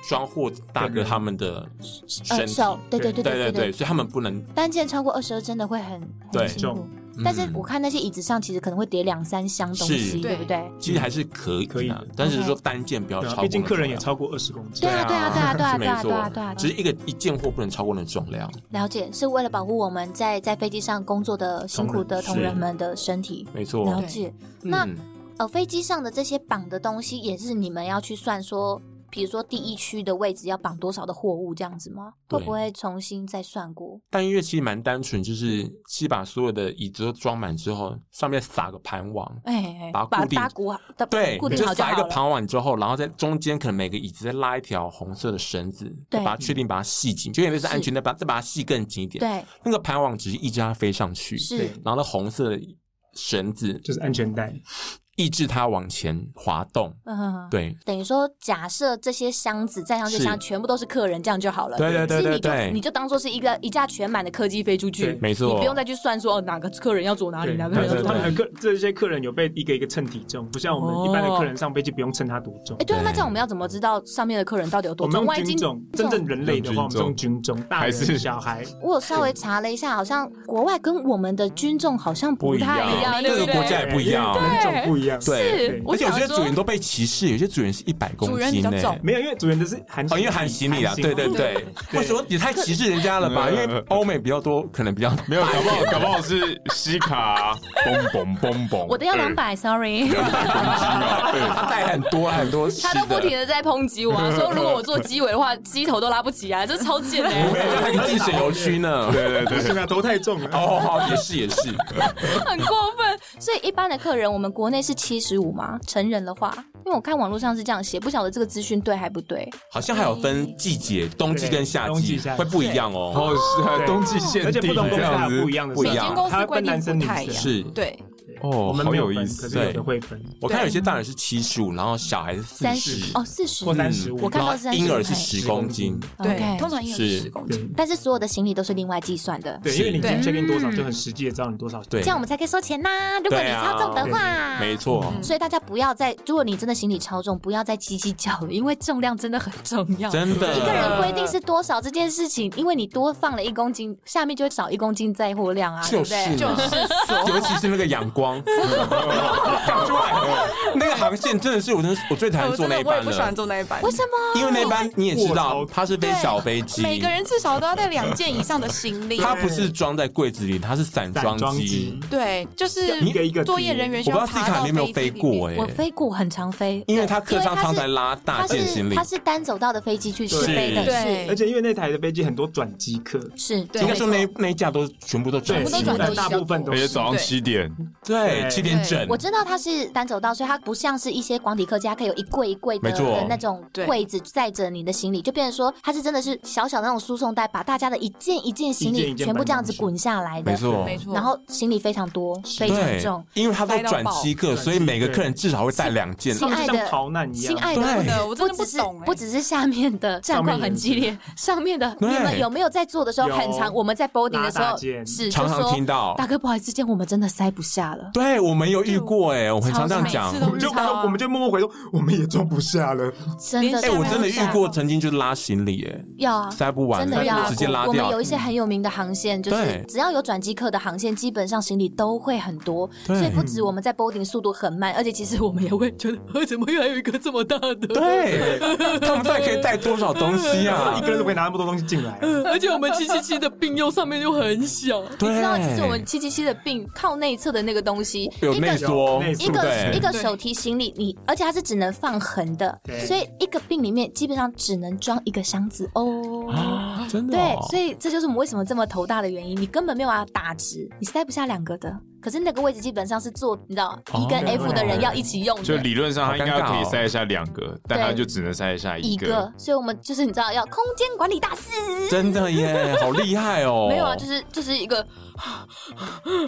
[SPEAKER 1] 装货大哥他们的身
[SPEAKER 3] 呃
[SPEAKER 1] 体，
[SPEAKER 3] 手，对对
[SPEAKER 6] 对
[SPEAKER 3] 对
[SPEAKER 1] 对
[SPEAKER 3] 对
[SPEAKER 1] 对对，所以他们不能嗯
[SPEAKER 3] 单件超过二十二真的会很很
[SPEAKER 1] 对
[SPEAKER 3] 辛苦
[SPEAKER 6] 重。
[SPEAKER 3] 但是我看那些椅子上其实可能会叠两三箱东西，
[SPEAKER 1] 是
[SPEAKER 3] 对不对？
[SPEAKER 1] 其实还是可以
[SPEAKER 6] 可以
[SPEAKER 1] 的
[SPEAKER 6] 的，
[SPEAKER 1] 但是说单件不要
[SPEAKER 6] 对
[SPEAKER 1] 哦超
[SPEAKER 6] 啊
[SPEAKER 1] 过，
[SPEAKER 6] 毕竟客人也。超过二十公斤。
[SPEAKER 3] 对啊，对啊，对啊，对啊，
[SPEAKER 1] 是
[SPEAKER 3] 对
[SPEAKER 1] 没
[SPEAKER 3] 啊，对啊，对
[SPEAKER 1] 错
[SPEAKER 3] 啊，，
[SPEAKER 1] 只
[SPEAKER 3] 对
[SPEAKER 1] 是
[SPEAKER 3] 啊。
[SPEAKER 1] 一个一件货不能超过那重量，
[SPEAKER 3] 了解，是为了保护我们在在飞机上工作的辛苦的同
[SPEAKER 1] 是
[SPEAKER 3] 仁们的身体。
[SPEAKER 1] 没
[SPEAKER 3] 了
[SPEAKER 1] 错。
[SPEAKER 3] 解。
[SPEAKER 1] 嗯
[SPEAKER 3] 那呃，飞机上的这些绑的东西，也是你们要去算说，比如说第一区的位置要绑多少的货物这样子吗？会
[SPEAKER 1] 对
[SPEAKER 3] 不会重新再算过？
[SPEAKER 1] 但因为其实蛮单纯，就是其实把所有的椅子都装满之后，上面撒个盘网，
[SPEAKER 3] 哎
[SPEAKER 1] 把它
[SPEAKER 3] 把
[SPEAKER 1] 固定
[SPEAKER 3] 把骨好，
[SPEAKER 1] 对，
[SPEAKER 3] 固
[SPEAKER 1] 你
[SPEAKER 3] 定
[SPEAKER 1] 就
[SPEAKER 3] 好就
[SPEAKER 1] 撒一个
[SPEAKER 3] 好了。
[SPEAKER 1] 盘网之后，然后在中间可能每个椅子再拉一条红色的绳子，
[SPEAKER 3] 对
[SPEAKER 1] 把它确定把它系紧，就有点类似
[SPEAKER 3] 是
[SPEAKER 1] 安全带，把再把它系更紧一点。
[SPEAKER 3] 对，
[SPEAKER 1] 那个盘网只是抑制它飞上去，
[SPEAKER 3] 是
[SPEAKER 1] 然后那红色的绳子
[SPEAKER 6] 就是安全带，
[SPEAKER 1] 抑制它往前滑动。
[SPEAKER 3] 嗯，。
[SPEAKER 1] 对，
[SPEAKER 3] 等于说，假设这些箱子再上这箱
[SPEAKER 1] 是
[SPEAKER 3] 全部都是客人，这样就好了。
[SPEAKER 1] 对对对
[SPEAKER 3] 其
[SPEAKER 1] 对
[SPEAKER 3] 实
[SPEAKER 1] 对
[SPEAKER 3] 你就你就当做是一个一架全满的客机飞出去
[SPEAKER 6] 对，
[SPEAKER 1] 没错
[SPEAKER 2] 你不用再去算说哦哪个客人要坐
[SPEAKER 3] 啊
[SPEAKER 2] 哪里，
[SPEAKER 6] 对
[SPEAKER 2] 哪个
[SPEAKER 6] 他
[SPEAKER 2] 人要
[SPEAKER 6] 们
[SPEAKER 2] 坐
[SPEAKER 6] 他
[SPEAKER 2] 哪里。
[SPEAKER 6] 们客这些客人有被一个一个称体重，不像我
[SPEAKER 2] 哦
[SPEAKER 6] 们一般的客人上飞机不用称他多重
[SPEAKER 3] 哎，。对啊，
[SPEAKER 1] 对
[SPEAKER 3] 那这样我们要怎么知道上面的客人到底有
[SPEAKER 6] 我
[SPEAKER 3] 多
[SPEAKER 6] 们
[SPEAKER 3] 重？万一
[SPEAKER 6] 用
[SPEAKER 3] 今
[SPEAKER 6] 军种，真正人类的话，我们用军种，大
[SPEAKER 4] 还是
[SPEAKER 6] 人小孩，
[SPEAKER 3] 我有稍微查了一下，好像国外跟我们的军众好像不太一
[SPEAKER 2] 啊
[SPEAKER 3] 样，对
[SPEAKER 1] 各
[SPEAKER 3] 不
[SPEAKER 1] 个
[SPEAKER 3] 对？
[SPEAKER 1] 国家也不一样。
[SPEAKER 6] 人种不一样。
[SPEAKER 1] 对
[SPEAKER 6] 对
[SPEAKER 2] 我
[SPEAKER 1] 而且有
[SPEAKER 2] 想
[SPEAKER 1] 些主人
[SPEAKER 2] 说，
[SPEAKER 1] 都被歧视，有些主人是一百公
[SPEAKER 2] 主人
[SPEAKER 1] 斤
[SPEAKER 2] 比较
[SPEAKER 1] 呢、
[SPEAKER 2] 重
[SPEAKER 6] 没有，因为主人的是含
[SPEAKER 1] 哦，因为含行李啊，对对对，为什么也太歧视人家了吧？因为欧美比较多，可能比较
[SPEAKER 4] 没有，搞不好搞不好是西卡，嘣嘣嘣嘣，
[SPEAKER 3] 我的要两百，sorry。
[SPEAKER 1] 他带很多很多吃
[SPEAKER 2] 他都不
[SPEAKER 1] 的
[SPEAKER 2] 停，的在抨击我、啊，说如果 我做鸡尾的话，鸡头都拉不起来，这超贱的、
[SPEAKER 1] 没有他还可以进水油区呢。
[SPEAKER 4] 对对
[SPEAKER 6] 不
[SPEAKER 4] 对，
[SPEAKER 6] 行啊，头太重了。
[SPEAKER 1] 哦，好，也是也是，
[SPEAKER 3] 很过分。 所以一般的客人，我们国内是七十五吗？成人的话，因为我看网络上是这样写，不晓得这个资讯对还不对。
[SPEAKER 1] 好像还有分季节，冬季跟夏
[SPEAKER 6] 对冬
[SPEAKER 1] 季
[SPEAKER 6] 季夏季
[SPEAKER 1] 会不一样哦。
[SPEAKER 4] 哦，是啊
[SPEAKER 6] 对
[SPEAKER 4] 冬季限
[SPEAKER 6] 而且
[SPEAKER 4] 定
[SPEAKER 6] 不同公
[SPEAKER 4] 这
[SPEAKER 6] 司还
[SPEAKER 4] 样
[SPEAKER 6] 有
[SPEAKER 4] 子
[SPEAKER 6] 不一样的
[SPEAKER 4] 不一
[SPEAKER 6] 设计
[SPEAKER 4] 样
[SPEAKER 2] 每间公司
[SPEAKER 6] 它分
[SPEAKER 2] 规定
[SPEAKER 6] 男生
[SPEAKER 2] 不
[SPEAKER 6] 女
[SPEAKER 2] 太一
[SPEAKER 6] 生
[SPEAKER 2] 样，
[SPEAKER 1] 是，
[SPEAKER 2] 对，
[SPEAKER 4] 哦，
[SPEAKER 6] 我们
[SPEAKER 4] 好
[SPEAKER 6] 没
[SPEAKER 4] 有
[SPEAKER 6] 分
[SPEAKER 4] 意
[SPEAKER 6] 可
[SPEAKER 4] 思
[SPEAKER 6] 是有
[SPEAKER 1] 对
[SPEAKER 6] 的会分，
[SPEAKER 1] 我看有些大人是七十五，然后小孩是
[SPEAKER 3] 三
[SPEAKER 1] 四
[SPEAKER 3] 十
[SPEAKER 1] 十，
[SPEAKER 3] 哦，四十
[SPEAKER 6] 或。三十五。
[SPEAKER 3] 我看到是35
[SPEAKER 1] 婴儿是十公斤，
[SPEAKER 7] 对，
[SPEAKER 3] OK
[SPEAKER 7] 通常一个
[SPEAKER 1] 是
[SPEAKER 7] 十公斤
[SPEAKER 6] 对。
[SPEAKER 3] 但是所有的行李都是另外计算的，
[SPEAKER 6] 对，因为你已经确定多少，就很实际的知道你多少。
[SPEAKER 1] 对
[SPEAKER 3] 这，样我们才可以收钱呐、如果你
[SPEAKER 1] 对啊
[SPEAKER 3] 超重的话，
[SPEAKER 1] 没错，
[SPEAKER 3] 所以大家不要再，如果你真的行李超重，不要再叽叽叫了，因为重量真的很重要。
[SPEAKER 1] 真的。
[SPEAKER 3] 一个人规定是多少这件事情，因为你多放了一公斤，下面就会少一公斤载货量啊，对
[SPEAKER 1] 就
[SPEAKER 3] 不
[SPEAKER 1] 是
[SPEAKER 3] 对？
[SPEAKER 1] 嘛，尤其是那个阳光，讲出来了，那个航线真的是我真的我最讨厌
[SPEAKER 7] 我
[SPEAKER 1] 坐
[SPEAKER 7] 真
[SPEAKER 1] 那
[SPEAKER 7] 的
[SPEAKER 1] 一
[SPEAKER 7] 我也
[SPEAKER 1] 班
[SPEAKER 7] 不喜欢
[SPEAKER 1] 了，
[SPEAKER 7] 坐那一班，
[SPEAKER 3] 为什么？
[SPEAKER 1] 因为那班你也知道
[SPEAKER 6] 我
[SPEAKER 1] 它是飞小飞机，
[SPEAKER 7] 每个人至少都要带两件以上的行李。
[SPEAKER 1] 它不是装在柜子里，它是散
[SPEAKER 6] 散
[SPEAKER 1] 装
[SPEAKER 6] 装
[SPEAKER 1] 机
[SPEAKER 6] 机。，
[SPEAKER 7] 对，就是
[SPEAKER 6] 一个一个
[SPEAKER 7] 作业人员需
[SPEAKER 1] 我不知道
[SPEAKER 7] 要
[SPEAKER 1] 斯
[SPEAKER 7] 爬
[SPEAKER 1] 卡
[SPEAKER 7] 到
[SPEAKER 1] 你有没有
[SPEAKER 7] 飞
[SPEAKER 1] 飞
[SPEAKER 7] 机里面
[SPEAKER 1] 过哎
[SPEAKER 3] 我，飞过，很常飞，
[SPEAKER 1] 因为它客
[SPEAKER 3] 因
[SPEAKER 1] 舱
[SPEAKER 3] 为它
[SPEAKER 1] 舱
[SPEAKER 3] 是
[SPEAKER 1] 才拉大
[SPEAKER 3] 它
[SPEAKER 1] 件行
[SPEAKER 3] 是
[SPEAKER 1] 李
[SPEAKER 3] 它，是单走道的飞机去试飞的，
[SPEAKER 7] 对
[SPEAKER 6] 而且因为那台的飞机很多转机客，
[SPEAKER 3] 是
[SPEAKER 7] 对
[SPEAKER 1] 应该说那那一架都全部都转
[SPEAKER 6] 对，
[SPEAKER 1] 机
[SPEAKER 3] 部都转
[SPEAKER 6] 但大部分都
[SPEAKER 4] 而且
[SPEAKER 6] 是。
[SPEAKER 4] 早上七点，
[SPEAKER 1] 对，
[SPEAKER 6] 对
[SPEAKER 1] 七点整
[SPEAKER 3] 我，知道它是单走道，所以它不像是一些广体客家可以有一柜一柜的
[SPEAKER 1] 没错
[SPEAKER 3] 的那种
[SPEAKER 7] 对
[SPEAKER 3] 柜子载着你的行李，就变成说它是真的是小小的那种输送带，把大家的一件一件行
[SPEAKER 6] 一件
[SPEAKER 3] 李
[SPEAKER 6] 一件
[SPEAKER 3] 全部这样子滚下来的
[SPEAKER 1] 没，错，
[SPEAKER 7] 没错。
[SPEAKER 3] 然后行李非常多，非常
[SPEAKER 1] 对
[SPEAKER 3] 重。，
[SPEAKER 1] 因为它都转机客，所以每个客人至少会带两件。
[SPEAKER 6] 他们就像逃难一样，
[SPEAKER 3] 亲爱
[SPEAKER 1] 对
[SPEAKER 3] 的
[SPEAKER 7] 真，的，我真
[SPEAKER 3] 不
[SPEAKER 7] 的不
[SPEAKER 3] 只是
[SPEAKER 7] 懂哎，
[SPEAKER 3] 不只是下面的战况很激烈，上面的你
[SPEAKER 1] 对
[SPEAKER 3] 们有没有在做的时候
[SPEAKER 6] 有
[SPEAKER 3] 很长？我们在 boarding 的时
[SPEAKER 6] 拉
[SPEAKER 3] 候
[SPEAKER 6] 大件
[SPEAKER 3] 是
[SPEAKER 1] 常
[SPEAKER 3] 就
[SPEAKER 1] 常
[SPEAKER 3] 说
[SPEAKER 1] 听到
[SPEAKER 3] 大哥不好意思，今天我们真的塞不下了。
[SPEAKER 1] 对，我们有遇过哎、我很常这样
[SPEAKER 7] 超
[SPEAKER 1] 讲
[SPEAKER 7] 市每。次
[SPEAKER 6] 我
[SPEAKER 7] 都
[SPEAKER 6] 们就
[SPEAKER 7] 遇到啊
[SPEAKER 6] 我们就默默回头，我们也装不下了。
[SPEAKER 3] 真的，
[SPEAKER 7] 哎
[SPEAKER 1] 哎、我真的遇
[SPEAKER 3] 塞不下
[SPEAKER 1] 过，曾经就是拉行李哎、
[SPEAKER 3] 要啊。
[SPEAKER 1] 塞不完，
[SPEAKER 3] 真的
[SPEAKER 1] 然后
[SPEAKER 3] 要
[SPEAKER 1] 就直接拉
[SPEAKER 3] 我们
[SPEAKER 1] 掉
[SPEAKER 3] 有。一些很有名的航线，就是
[SPEAKER 1] 对
[SPEAKER 3] 只要有转机客的航线，基本上行李都会很多，
[SPEAKER 1] 对
[SPEAKER 3] 所以不止我们在 boarding 速度很慢，而且其实我们也会觉得， 呃，怎么又还有一个这么大的？
[SPEAKER 1] 对，他们到底可以带多少东西 啊
[SPEAKER 6] 一？个人怎么可以拿那么多东西进来？啊
[SPEAKER 2] 而且我们七七七的病又上面又很小，
[SPEAKER 3] 你知道，其实
[SPEAKER 1] 对
[SPEAKER 3] 我们，七七七的病靠内侧的那个东西，
[SPEAKER 1] 有内缩，
[SPEAKER 6] 内
[SPEAKER 3] 一
[SPEAKER 6] 缩
[SPEAKER 3] 个
[SPEAKER 1] 对
[SPEAKER 3] 一个手提行李，你而且它是只能放横的，
[SPEAKER 6] 对
[SPEAKER 3] 所以一个病里面基本上只能装一个箱子哦。
[SPEAKER 1] 啊真的、
[SPEAKER 3] 对
[SPEAKER 1] 哦，，
[SPEAKER 3] 所以这就是我们为什么这么头大的原因，你根本没有办法打直，你塞不下两个的。可是那个位置基本上是做你知道 E 跟 F 的人要一起用
[SPEAKER 4] 就
[SPEAKER 3] 的。
[SPEAKER 4] 理论上他应该
[SPEAKER 1] 好尴尬哦
[SPEAKER 4] 可以塞得下两个，但他就只能塞得下
[SPEAKER 3] 一个，所以我们就是你知道要空间管理大师，
[SPEAKER 1] 真的 耶，好厉害哦！
[SPEAKER 2] 没有啊，就是就是一个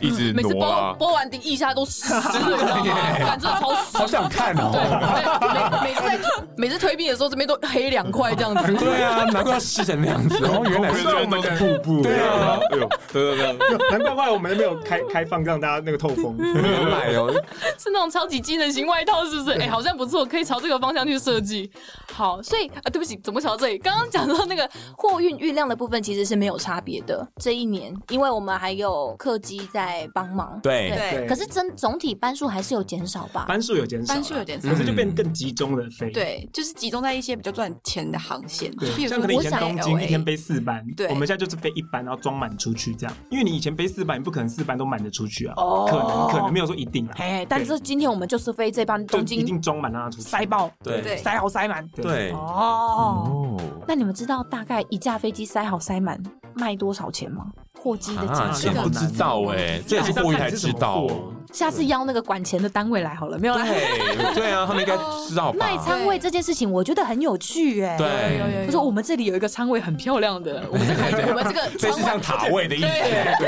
[SPEAKER 4] 一
[SPEAKER 3] 嗯
[SPEAKER 4] 直
[SPEAKER 2] 每次
[SPEAKER 4] 挪
[SPEAKER 2] 播
[SPEAKER 4] 啊。
[SPEAKER 2] 播完第一下都湿了，你知道吗？感觉超湿。
[SPEAKER 1] 好想看
[SPEAKER 2] 对
[SPEAKER 1] 哦。
[SPEAKER 2] 对每每次在每次推币的时候，这边都黑两块这样子。
[SPEAKER 1] 对啊，难怪要湿成那样子。哦，原来是
[SPEAKER 4] 这边都是瀑布，对啊，哎呦，对对对，
[SPEAKER 6] 难怪后来我们没有开开放让大家那个透风。
[SPEAKER 1] 原来哦，
[SPEAKER 2] 是那种超级机能型外套，是不是？哎、好像不错，可以朝这个方向去设计。
[SPEAKER 3] 好，
[SPEAKER 2] 所以啊，对不起，怎么瞧这里？刚刚讲到那个，
[SPEAKER 3] 货运运量的部分其实是没有差别的。这一年，因为我们还有客机在帮忙，
[SPEAKER 1] 对，
[SPEAKER 7] 对，
[SPEAKER 3] 可是真总体班数还是有减少吧？
[SPEAKER 6] 班数有减少，啊
[SPEAKER 7] 班数有点少
[SPEAKER 6] 可。是就变更集中的飞。
[SPEAKER 7] 对，就是集中在一些比较赚钱的航线，
[SPEAKER 6] 对
[SPEAKER 7] 比如
[SPEAKER 6] 像
[SPEAKER 7] 说
[SPEAKER 6] 可能以
[SPEAKER 7] 我
[SPEAKER 6] 前
[SPEAKER 7] 想哎
[SPEAKER 6] 东京一
[SPEAKER 7] LA
[SPEAKER 6] 天飞四班，
[SPEAKER 7] 对
[SPEAKER 6] 我们现在就是飞一班，然后装满出去这样。因为你以前飞四班，你不可能四班都满得出去啊，
[SPEAKER 3] 哦
[SPEAKER 6] 可能可能没有说一定啊，
[SPEAKER 3] 哎，但是今天我们就是飞这班
[SPEAKER 6] 就
[SPEAKER 3] 东
[SPEAKER 6] 一
[SPEAKER 3] 京
[SPEAKER 6] 定装满让它出去。
[SPEAKER 3] 塞爆，
[SPEAKER 1] 对
[SPEAKER 7] 对
[SPEAKER 3] 塞好塞满。
[SPEAKER 1] 对，
[SPEAKER 3] 哦，
[SPEAKER 4] 哦，
[SPEAKER 3] 那你们知道大概一架飞机塞好塞满卖多少钱吗？货机的
[SPEAKER 1] 啊，这
[SPEAKER 3] 价
[SPEAKER 6] 这
[SPEAKER 3] 钱
[SPEAKER 6] 个
[SPEAKER 1] 不知道
[SPEAKER 3] 哦
[SPEAKER 1] 哎，这也是货运才知道。
[SPEAKER 3] 下次邀那个管钱的单位来好了，没有啦。
[SPEAKER 1] 对对啊，他们应该知道吧
[SPEAKER 3] 哦卖？仓位这件事情，我觉得很有趣哎。
[SPEAKER 1] 对
[SPEAKER 2] 有有有
[SPEAKER 3] 他说我们这里有一个仓位很漂亮
[SPEAKER 1] 嗯
[SPEAKER 3] 的，我们这个
[SPEAKER 1] 对
[SPEAKER 2] 我们这个
[SPEAKER 1] 这是像塔位的意思，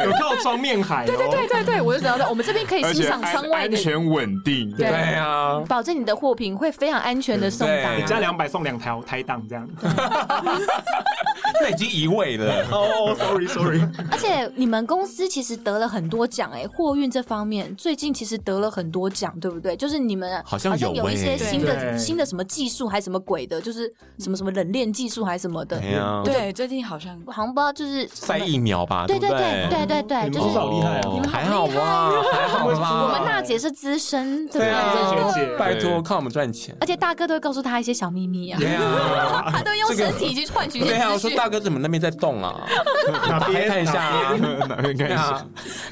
[SPEAKER 6] 有靠双面海，哦对对
[SPEAKER 3] 对对 对，我就知道的，我们这边可以欣赏窗外的，
[SPEAKER 4] 全稳定，
[SPEAKER 1] 对啊，
[SPEAKER 3] 保证你的货品会非常安全的送达
[SPEAKER 1] 对。
[SPEAKER 6] 加两百送两条台档这样。
[SPEAKER 1] 那已经移位了。
[SPEAKER 6] 哦，sorry sorry，
[SPEAKER 3] 而且你们公司其实得了很多奖哎，货运这方面最近其实得了很多奖，对不对？就是你们啊
[SPEAKER 1] 好像有
[SPEAKER 3] 有一些
[SPEAKER 1] 欸
[SPEAKER 3] 新
[SPEAKER 6] 对
[SPEAKER 3] 的新的什么技术还是什么鬼的，就是什么什么冷链技术还是什么的
[SPEAKER 1] 哎，呀，
[SPEAKER 7] 对，最近好像
[SPEAKER 3] 好像不知道就是
[SPEAKER 1] 塞疫苗吧，
[SPEAKER 3] 对
[SPEAKER 1] 对不
[SPEAKER 3] 对对对对对，
[SPEAKER 6] 你
[SPEAKER 3] 就
[SPEAKER 6] 们
[SPEAKER 3] 是
[SPEAKER 6] 好厉害哦
[SPEAKER 1] 哦还好吧，还好吧。
[SPEAKER 3] 啊我们娜姐是资深，对不
[SPEAKER 1] 对
[SPEAKER 3] 对？
[SPEAKER 1] 啊
[SPEAKER 3] 真的
[SPEAKER 6] 学姐
[SPEAKER 1] 拜托靠我们赚钱。
[SPEAKER 3] 而且大哥都会告诉他一些小秘密啊，
[SPEAKER 1] 对啊，
[SPEAKER 3] 他都会用
[SPEAKER 1] 这个
[SPEAKER 3] 身体去换取一
[SPEAKER 1] 对
[SPEAKER 3] 些
[SPEAKER 1] 啊，我
[SPEAKER 3] 资
[SPEAKER 1] 说
[SPEAKER 3] 讯。
[SPEAKER 1] 大哥怎么那边在动 啊？
[SPEAKER 6] 哪
[SPEAKER 1] 打开
[SPEAKER 6] 边
[SPEAKER 1] 看一下啊，
[SPEAKER 4] 哪边
[SPEAKER 1] 对哦
[SPEAKER 4] 开始
[SPEAKER 1] 啊？，